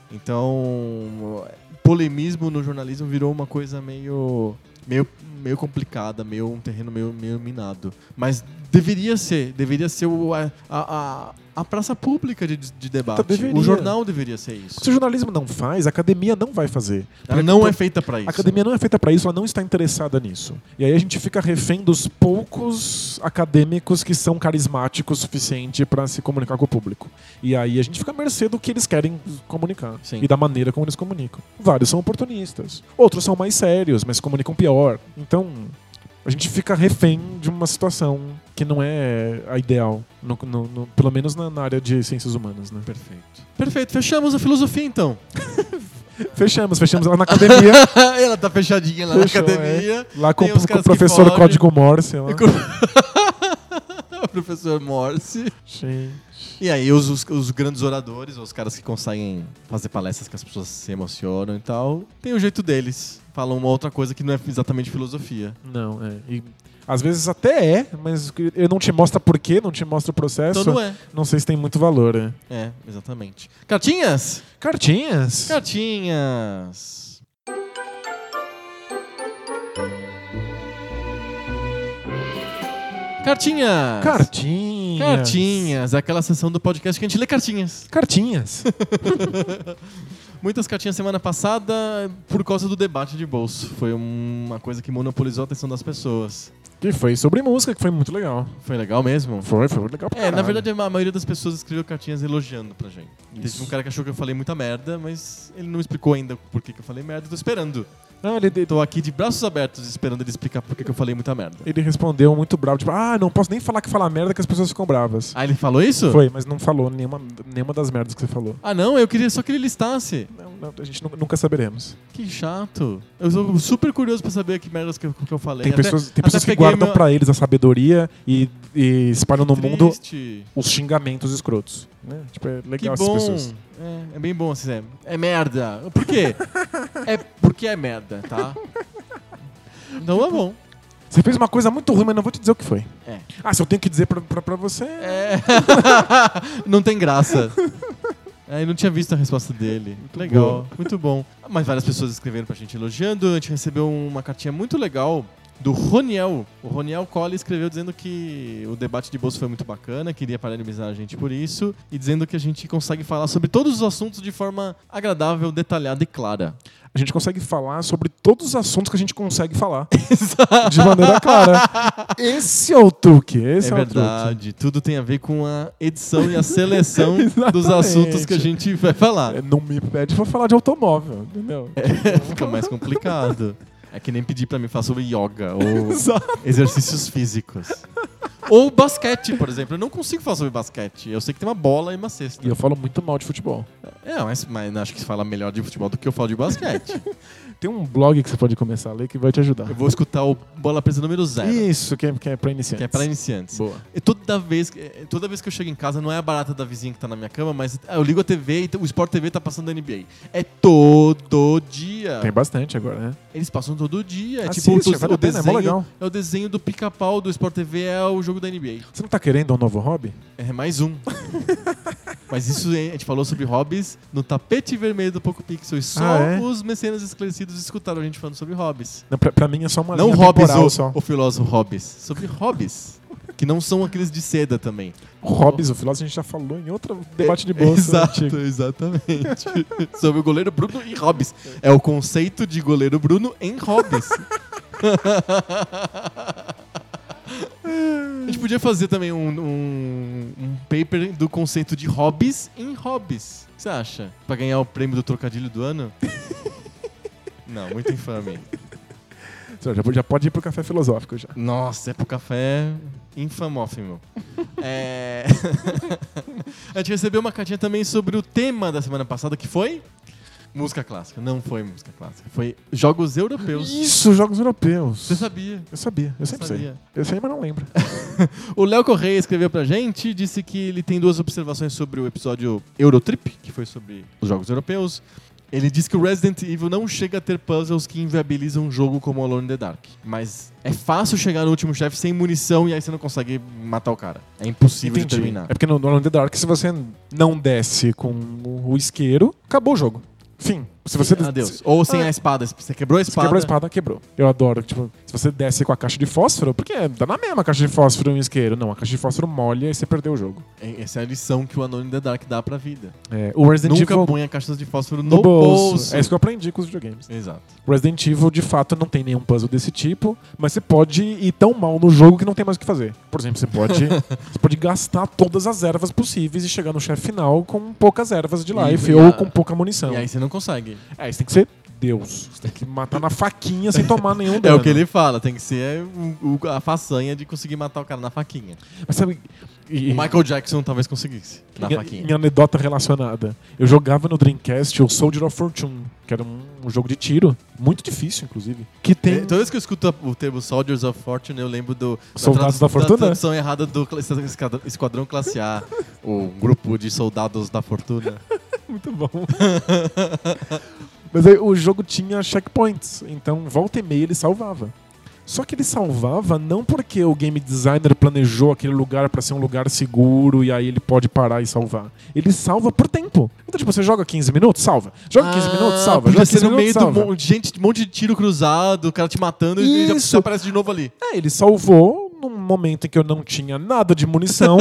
Speaker 1: Então, polemismo no jornalismo virou uma coisa meio. Meio, meio complicada, meio um terreno meio, meio minado. Mas deveria ser, deveria ser o- a, a, a- a praça pública de, de debate.
Speaker 2: Então, deveria.
Speaker 1: o jornal deveria ser isso.
Speaker 2: Se o jornalismo não faz, a academia não vai fazer.
Speaker 1: Ela
Speaker 2: Porque
Speaker 1: não
Speaker 2: to-
Speaker 1: é feita pra isso.
Speaker 2: A academia não é feita para isso, ela não está interessada nisso. E aí a gente fica refém dos poucos acadêmicos que são carismáticos o suficiente para se comunicar com o público. E aí a gente fica à mercê do que eles querem comunicar
Speaker 1: Sim.
Speaker 2: e da maneira como eles comunicam. Vários são oportunistas, outros são mais sérios, mas comunicam pior. Então a gente fica refém de uma situação que não é a ideal, no- no- no- pelo menos na, na área de ciências humanas, né?
Speaker 1: Perfeito. Perfeito, fechamos a filosofia
Speaker 2: <laughs>
Speaker 1: então.
Speaker 2: Fechamos, fechamos ela na academia.
Speaker 1: <laughs> ela tá fechadinha lá
Speaker 2: Fechou, é.
Speaker 1: na academia.
Speaker 2: Lá com,
Speaker 1: Tem os
Speaker 2: com
Speaker 1: caras
Speaker 2: o
Speaker 1: que
Speaker 2: professor
Speaker 1: fogem.
Speaker 2: Código Morse. Lá.
Speaker 1: Tá, O professor Morse.
Speaker 2: Gente.
Speaker 1: E aí os, os, os grandes oradores, os caras que conseguem fazer palestras que as pessoas se emocionam e tal, tem o jeito deles. Falam uma outra coisa que não é exatamente filosofia.
Speaker 2: Não, é. E às vezes até é, mas ele não te mostra por quê, não te mostra o processo.
Speaker 1: Então não é.
Speaker 2: Não sei se tem muito valor, é.
Speaker 1: É, exatamente. Cartinhas?
Speaker 2: Cartinhas?
Speaker 1: Cartinhas. Cartinhas.
Speaker 2: Cartinhas.
Speaker 1: Cartinhas. É aquela sessão do podcast que a gente lê cartinhas. <laughs>
Speaker 2: Cartinhas.
Speaker 1: Muitas cartinhas semana passada por causa do debate de bolso. Foi uma coisa que monopolizou a atenção das pessoas.
Speaker 2: que foi sobre música, que foi muito legal.
Speaker 1: Foi legal mesmo?
Speaker 2: Foi, foi muito legal pra
Speaker 1: É, na
Speaker 2: caralho.
Speaker 1: verdade a maioria das pessoas escreveu cartinhas elogiando pra gente.
Speaker 2: Isso.
Speaker 1: Teve um cara que achou que eu falei muita merda, mas ele não explicou ainda por que, que eu falei merda. Tô esperando.
Speaker 2: Ah, ele, de-
Speaker 1: Tô aqui de braços abertos esperando ele explicar por que, que eu falei muita merda.
Speaker 2: ele respondeu muito bravo, tipo, ah, não posso nem falar que falar merda que as pessoas ficam bravas.
Speaker 1: Ah, ele falou isso?
Speaker 2: Foi, mas não falou nenhuma, nenhuma das merdas que você falou.
Speaker 1: Ah, não, eu queria só que ele listasse.
Speaker 2: Não, não, a gente nu- nunca saberemos.
Speaker 1: Que chato. Eu sou super curioso pra saber que merdas que eu, que eu falei.
Speaker 2: Tem
Speaker 1: Até-
Speaker 2: pessoas, tem
Speaker 1: até
Speaker 2: pessoas que
Speaker 1: peguei
Speaker 2: guardam
Speaker 1: meu-
Speaker 2: pra eles a sabedoria e, e espalham no mundo
Speaker 1: Triste.
Speaker 2: os xingamentos escrotos. Né? Tipo, é legal
Speaker 1: Que
Speaker 2: essas
Speaker 1: bom.
Speaker 2: pessoas.
Speaker 1: É, é bem bom assim, é, é merda. Por
Speaker 2: <laughs>
Speaker 1: quê? é porque é merda, tá? Então é bom.
Speaker 2: Você fez uma coisa muito ruim, mas não vou te dizer o que foi.
Speaker 1: É.
Speaker 2: Ah, se eu tenho que dizer pra, pra, pra você.
Speaker 1: É. <laughs> não tem graça. É, eu não tinha visto a resposta dele. legal,
Speaker 2: boa.
Speaker 1: muito bom. Mas várias pessoas escreveram pra gente elogiando. A gente recebeu uma cartinha muito legal do Roniel. O Roniel Colli escreveu dizendo que o debate de bolsa foi muito bacana, queria parabenizar a gente por isso, e dizendo que a gente consegue falar sobre todos os assuntos de forma agradável, detalhada e clara.
Speaker 2: A gente consegue falar sobre todos os assuntos que a gente
Speaker 1: <laughs>
Speaker 2: consegue falar. De maneira clara. Esse é o truque. Esse é,
Speaker 1: é
Speaker 2: o truque.
Speaker 1: verdade, tudo tem a ver com a edição e a seleção dos
Speaker 2: <laughs> Exatamente.
Speaker 1: assuntos que a gente vai falar.
Speaker 2: É, Não me pede pra falar de automóvel, entendeu?
Speaker 1: <laughs> É. Fica mais complicado. É que nem pedir pra mim falar sobre yoga ou
Speaker 2: Exato.
Speaker 1: exercícios físicos. Ou basquete, por exemplo. Eu não consigo falar sobre basquete. Eu sei que tem uma bola e uma cesta.
Speaker 2: E eu falo muito mal de futebol.
Speaker 1: É, mas, mas acho que se fala melhor de futebol do que eu falo de basquete.
Speaker 2: Tem um blog que você pode começar a ler que vai te ajudar.
Speaker 1: eu vou escutar o Bola Presa número zero,
Speaker 2: Isso, que é, que é pra iniciantes.
Speaker 1: que é pra iniciantes.
Speaker 2: Boa.
Speaker 1: E toda vez, que- eh, toda vez que eu chego em casa, não é a barata da vizinha que tá na minha cama, mas ah, eu ligo a TV e t- o Sport TV tá passando a NBA. É todo dia.
Speaker 2: Tem bastante agora, né?
Speaker 1: Eles passam todo dia. É
Speaker 2: Assiste,
Speaker 1: tipo, o,
Speaker 2: vale
Speaker 1: o
Speaker 2: a pena, é mó
Speaker 1: desenho,
Speaker 2: legal.
Speaker 1: é o desenho do pica-pau do Sport TV, é o jogo da NBA.
Speaker 2: Você não tá querendo um novo hobby?
Speaker 1: É mais
Speaker 2: <laughs>
Speaker 1: um. Mas isso é, a gente falou sobre hobbies no tapete vermelho do Poco Pixel. E só
Speaker 2: Ah, é?
Speaker 1: os mecenas esclarecidos escutaram a gente falando sobre hobbies.
Speaker 2: Não, pra, pra mim é só uma
Speaker 1: Não
Speaker 2: linha
Speaker 1: hobbies,
Speaker 2: temporal
Speaker 1: o,
Speaker 2: só.
Speaker 1: o filósofo Hobbes. Sobre hobbies. que não são aqueles de seda também.
Speaker 2: Hobbes, o filósofo, a gente já falou em outro debate de bolsa
Speaker 1: Exato,
Speaker 2: antigo.
Speaker 1: exatamente. <laughs> sobre o goleiro Bruno e Hobbes. É o conceito de goleiro Bruno em Hobbes. <laughs> A gente podia fazer também um, um, um paper do conceito de hobbies em hobbies. O que você acha? Pra ganhar o prêmio do trocadilho do
Speaker 2: <laughs>
Speaker 1: ano? Não, muito infame.
Speaker 2: Você Já, já pode ir pro café filosófico já.
Speaker 1: Nossa, é pro café infamófimo. É... <laughs> A gente recebeu uma cartinha também sobre o tema da semana passada, que foi... Música clássica. Não foi música clássica. Foi jogos europeus.
Speaker 2: Isso, jogos europeus.
Speaker 1: Você sabia?
Speaker 2: Eu sabia, eu sempre
Speaker 1: Sabia.
Speaker 2: sei. Eu sei, mas não lembro.
Speaker 1: O Léo Correia escreveu pra gente, disse que ele tem duas observações sobre o episódio Eurotrip, que foi sobre os jogos europeus. Ele diz que o Resident Evil não chega a ter puzzles que inviabilizam um jogo como Alone in the Dark. Mas é fácil chegar no último chefe sem munição e aí você não consegue matar o cara. É impossível de terminar.
Speaker 2: É porque no no Alone in the Dark, se você não desce com o isqueiro, acabou o jogo. Fim. Se você
Speaker 1: Adeus. Ou sem
Speaker 2: Ah,
Speaker 1: a espada. Você quebrou a
Speaker 2: se
Speaker 1: espada.
Speaker 2: quebrou a espada, quebrou. Eu adoro. Tipo, se você desce com a caixa de fósforo, porque dá na mesma caixa de fósforo e um isqueiro. Não, a caixa de fósforo molha e você perdeu o jogo.
Speaker 1: É- Essa é a lição que o Alone in the Dark dá pra vida.
Speaker 2: É, o Resident
Speaker 1: Nunca
Speaker 2: Evil
Speaker 1: põe a caixa de fósforo
Speaker 2: no,
Speaker 1: no,
Speaker 2: bolso.
Speaker 1: bolso.
Speaker 2: É isso que eu aprendi com os videogames.
Speaker 1: Exato.
Speaker 2: Resident Evil, de fato, não tem nenhum puzzle desse tipo, mas você pode ir tão mal no jogo que não tem mais o que fazer. Por exemplo, você
Speaker 1: <laughs>
Speaker 2: pode, você pode gastar todas as ervas possíveis e chegar no chefe final com poucas ervas de
Speaker 1: E-
Speaker 2: life
Speaker 1: e
Speaker 2: ou
Speaker 1: a-
Speaker 2: com pouca munição.
Speaker 1: E aí você não consegue.
Speaker 2: É, isso tem que ser Deus. Você tem que matar na faquinha sem tomar
Speaker 1: <laughs>
Speaker 2: nenhum
Speaker 1: É
Speaker 2: dano.
Speaker 1: o que ele fala, tem que ser o- o- a façanha de conseguir matar o cara na faquinha.
Speaker 2: Mas sabe... e-
Speaker 1: O Michael Jackson talvez conseguisse na
Speaker 2: Em-
Speaker 1: faquinha.
Speaker 2: Em anedota relacionada. Eu jogava no Dreamcast o Soldier of Fortune, que era um, um jogo de tiro, muito difícil, inclusive. Que tem.
Speaker 1: É, Toda vez que eu escuto a- o termo Soldiers of Fortune, eu lembro do
Speaker 2: Soldados da
Speaker 1: tradu-
Speaker 2: Fortuna?
Speaker 1: tradução errada do cla- esquadrão- Esquadrão Classe A, o grupo de soldados da fortuna.
Speaker 2: Muito bom. <laughs> Mas aí, o jogo tinha checkpoints, então volta e meia ele salvava. Só que ele salvava não porque o game designer planejou aquele lugar pra ser um lugar seguro e aí ele pode parar e salvar. Ele salva por tempo. Então, tipo, você joga 15 minutos, salva. Joga 15 Ah, minutos, salva.
Speaker 1: Podia
Speaker 2: Joga
Speaker 1: ser
Speaker 2: 15
Speaker 1: Ah, no meio
Speaker 2: minutos,
Speaker 1: do
Speaker 2: salva.
Speaker 1: mon- gente, um monte de tiro cruzado, o cara te matando e já-
Speaker 2: Isso.
Speaker 1: já aparece de novo ali.
Speaker 2: É, ele salvou num momento em que eu não tinha nada
Speaker 1: <laughs>
Speaker 2: de munição,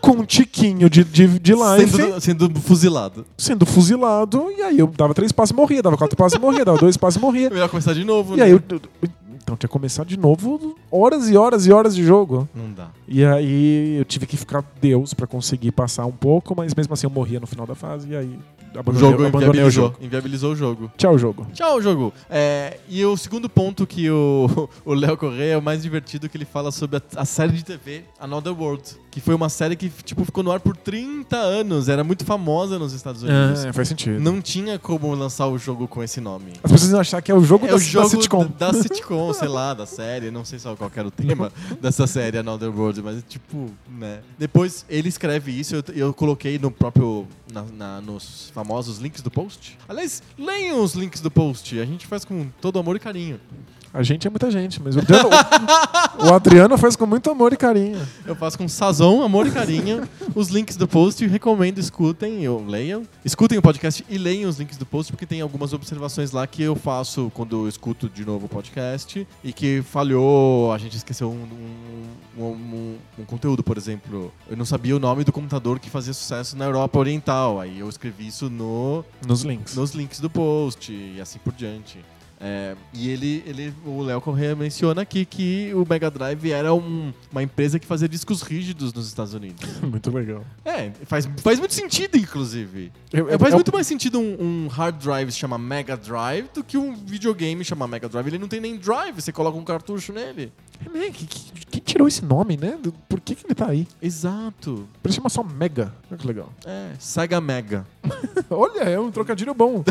Speaker 2: com um tiquinho de, de, de life, sendo...
Speaker 1: Sendo, sendo fuzilado.
Speaker 2: fuzilado, e aí eu dava três passos e morria, dava quatro passos e morria, dava dois passos e
Speaker 1: É
Speaker 2: morria.
Speaker 1: melhor começar de novo,
Speaker 2: E
Speaker 1: né?
Speaker 2: aí eu. eu- eu- Então tinha começado de novo horas e horas e horas de jogo.
Speaker 1: Não dá.
Speaker 2: E aí eu tive que ficar Deus pra conseguir passar um pouco, mas mesmo assim eu morria no final da fase, e aí
Speaker 1: O
Speaker 2: abandonei,
Speaker 1: jogo
Speaker 2: abandonei o
Speaker 1: inviabilizou,
Speaker 2: jogo.
Speaker 1: inviabilizou o jogo.
Speaker 2: Tchau, jogo.
Speaker 1: Tchau, jogo. É, e o segundo ponto que o <laughs> o Léo Correia é o mais divertido que ele fala sobre a, a série de TV Another World, que foi uma série que tipo ficou no ar por 30 anos, era muito famosa nos Estados Unidos.
Speaker 2: É, faz sentido.
Speaker 1: Não tinha como lançar o jogo com esse nome.
Speaker 2: As pessoas iam achar que é o jogo,
Speaker 1: é
Speaker 2: da,
Speaker 1: o jogo
Speaker 2: da sitcom.
Speaker 1: da sitcom, sei lá, da série, não sei só qual que era o tema dessa série Another World, mas tipo, né. Depois ele escreve isso, eu, eu coloquei no próprio, na- na- nos famosos links do post. Aliás, leiam os links do post, a gente faz com todo amor e carinho.
Speaker 2: <laughs> A gente é muita gente, mas o Adriano, o Adriano faz com muito amor e carinho.
Speaker 1: Eu faço com sazão, amor e carinho. Os links do post, recomendo, escutem, eu leiam. Escutem o podcast e leiam os links do post, porque tem algumas observações lá que eu faço quando eu escuto de novo o podcast e que falhou, a gente esqueceu um, um, um- um conteúdo, por exemplo. Eu não sabia o nome do computador que fazia sucesso na Europa Oriental. Aí eu escrevi isso no
Speaker 2: Nos links.
Speaker 1: nos links do post e assim por diante. É, e ele, ele, o Léo Correa menciona aqui que o Mega Drive era um- uma empresa que fazia discos rígidos nos Estados Unidos.
Speaker 2: <laughs> Muito legal.
Speaker 1: É, faz, faz muito sentido, inclusive.
Speaker 2: Eu-
Speaker 1: É,
Speaker 2: eu-
Speaker 1: faz
Speaker 2: eu-
Speaker 1: muito mais sentido um, um hard drive se chamar Mega Drive do que um videogame chamar Mega Drive. Ele não tem nem drive, você coloca um cartucho nele.
Speaker 2: Man, que- que- Quem tirou esse nome, né? Do- Por que, que ele tá aí?
Speaker 1: Exato.
Speaker 2: Pra ele chamar só Mega. Olha que legal.
Speaker 1: É, Sega Mega.
Speaker 2: Olha, é um
Speaker 1: <laughs>
Speaker 2: trocadilho bom.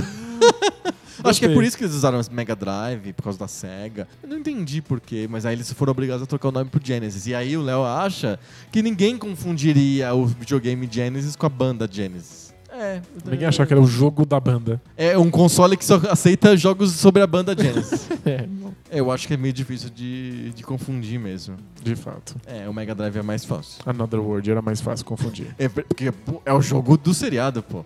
Speaker 1: Acho que é
Speaker 2: Gostei.
Speaker 1: por isso que eles usaram esse Mega Drive, por causa da SEGA. Eu não entendi porquê, mas aí eles foram obrigados a trocar o nome pro Genesis. E aí o Léo acha que ninguém confundiria o videogame Genesis com a banda Genesis. É,
Speaker 2: Ninguém achava que era o jogo
Speaker 1: <laughs>
Speaker 2: da banda.
Speaker 1: É um console que só aceita jogos sobre a banda Genesis.
Speaker 2: É,
Speaker 1: Eu acho que é meio difícil de, de confundir mesmo.
Speaker 2: de fato.
Speaker 1: É, o Mega Drive é mais fácil.
Speaker 2: Another World era mais fácil confundir.
Speaker 1: É, porque pô, é o jogo do seriado, pô.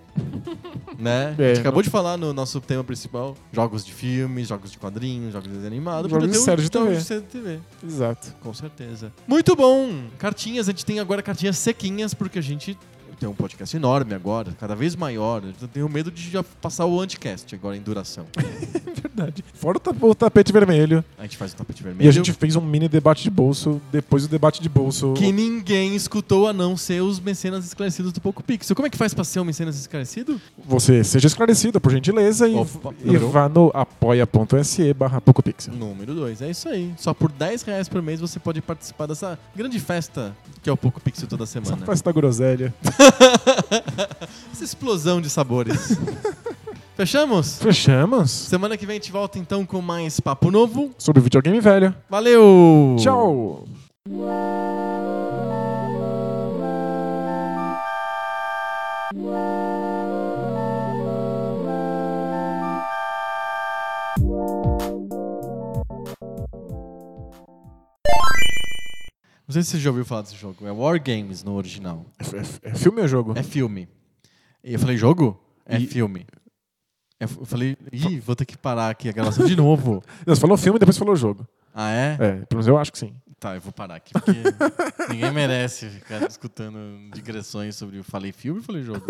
Speaker 1: né?
Speaker 2: É,
Speaker 1: a gente acabou de falar no nosso tema principal: jogos de filmes, jogos de quadrinhos, jogos de desenho animado. podia
Speaker 2: Jogos de
Speaker 1: ter um-
Speaker 2: série de
Speaker 1: ter um
Speaker 2: TV.
Speaker 1: série de TV.
Speaker 2: Exato.
Speaker 1: Com certeza. Muito bom! Cartinhas, a gente tem agora cartinhas sequinhas, porque a gente tem um podcast enorme agora, cada vez maior. Eu tenho medo de já passar o anticast agora em duração.
Speaker 2: Verdade. Fora o tap- o tapete vermelho.
Speaker 1: A gente faz o tapete vermelho.
Speaker 2: E a gente fez um mini debate de bolso. Depois do debate de bolso.
Speaker 1: Que ninguém escutou a não ser os mecenas esclarecidos do Poco Pixel. Como é que faz pra ser um mecenas esclarecido?
Speaker 2: Você seja esclarecido, por gentileza, e,
Speaker 1: Opa,
Speaker 2: e
Speaker 1: número um.
Speaker 2: vá no apoia.se barra PocoPixel.
Speaker 1: Número 2, é isso aí. Só por 10 reais por mês você pode participar dessa grande festa que é o Poco Pixel toda
Speaker 2: Essa
Speaker 1: semana.
Speaker 2: festa da groselha.
Speaker 1: Essa explosão de
Speaker 2: <laughs>
Speaker 1: sabores. Fechamos?
Speaker 2: Fechamos?
Speaker 1: Semana que vem a gente volta então com mais papo novo.
Speaker 2: Sobre o videogame velho.
Speaker 1: Valeu!
Speaker 2: Tchau!
Speaker 1: Não sei se você já ouviu falar desse jogo. É War Games no original.
Speaker 2: É, é filme ou jogo?
Speaker 1: É filme. E eu falei, jogo? É
Speaker 2: E-
Speaker 1: filme. Eu f- eu falei, ih, vou ter que parar aqui a gravação de novo.
Speaker 2: Não, você falou filme e depois falou jogo.
Speaker 1: Ah, é?
Speaker 2: É, pelo menos eu acho que sim.
Speaker 1: Tá, eu vou parar aqui, porque ninguém merece ficar escutando digressões sobre eu falei filme e falei jogo.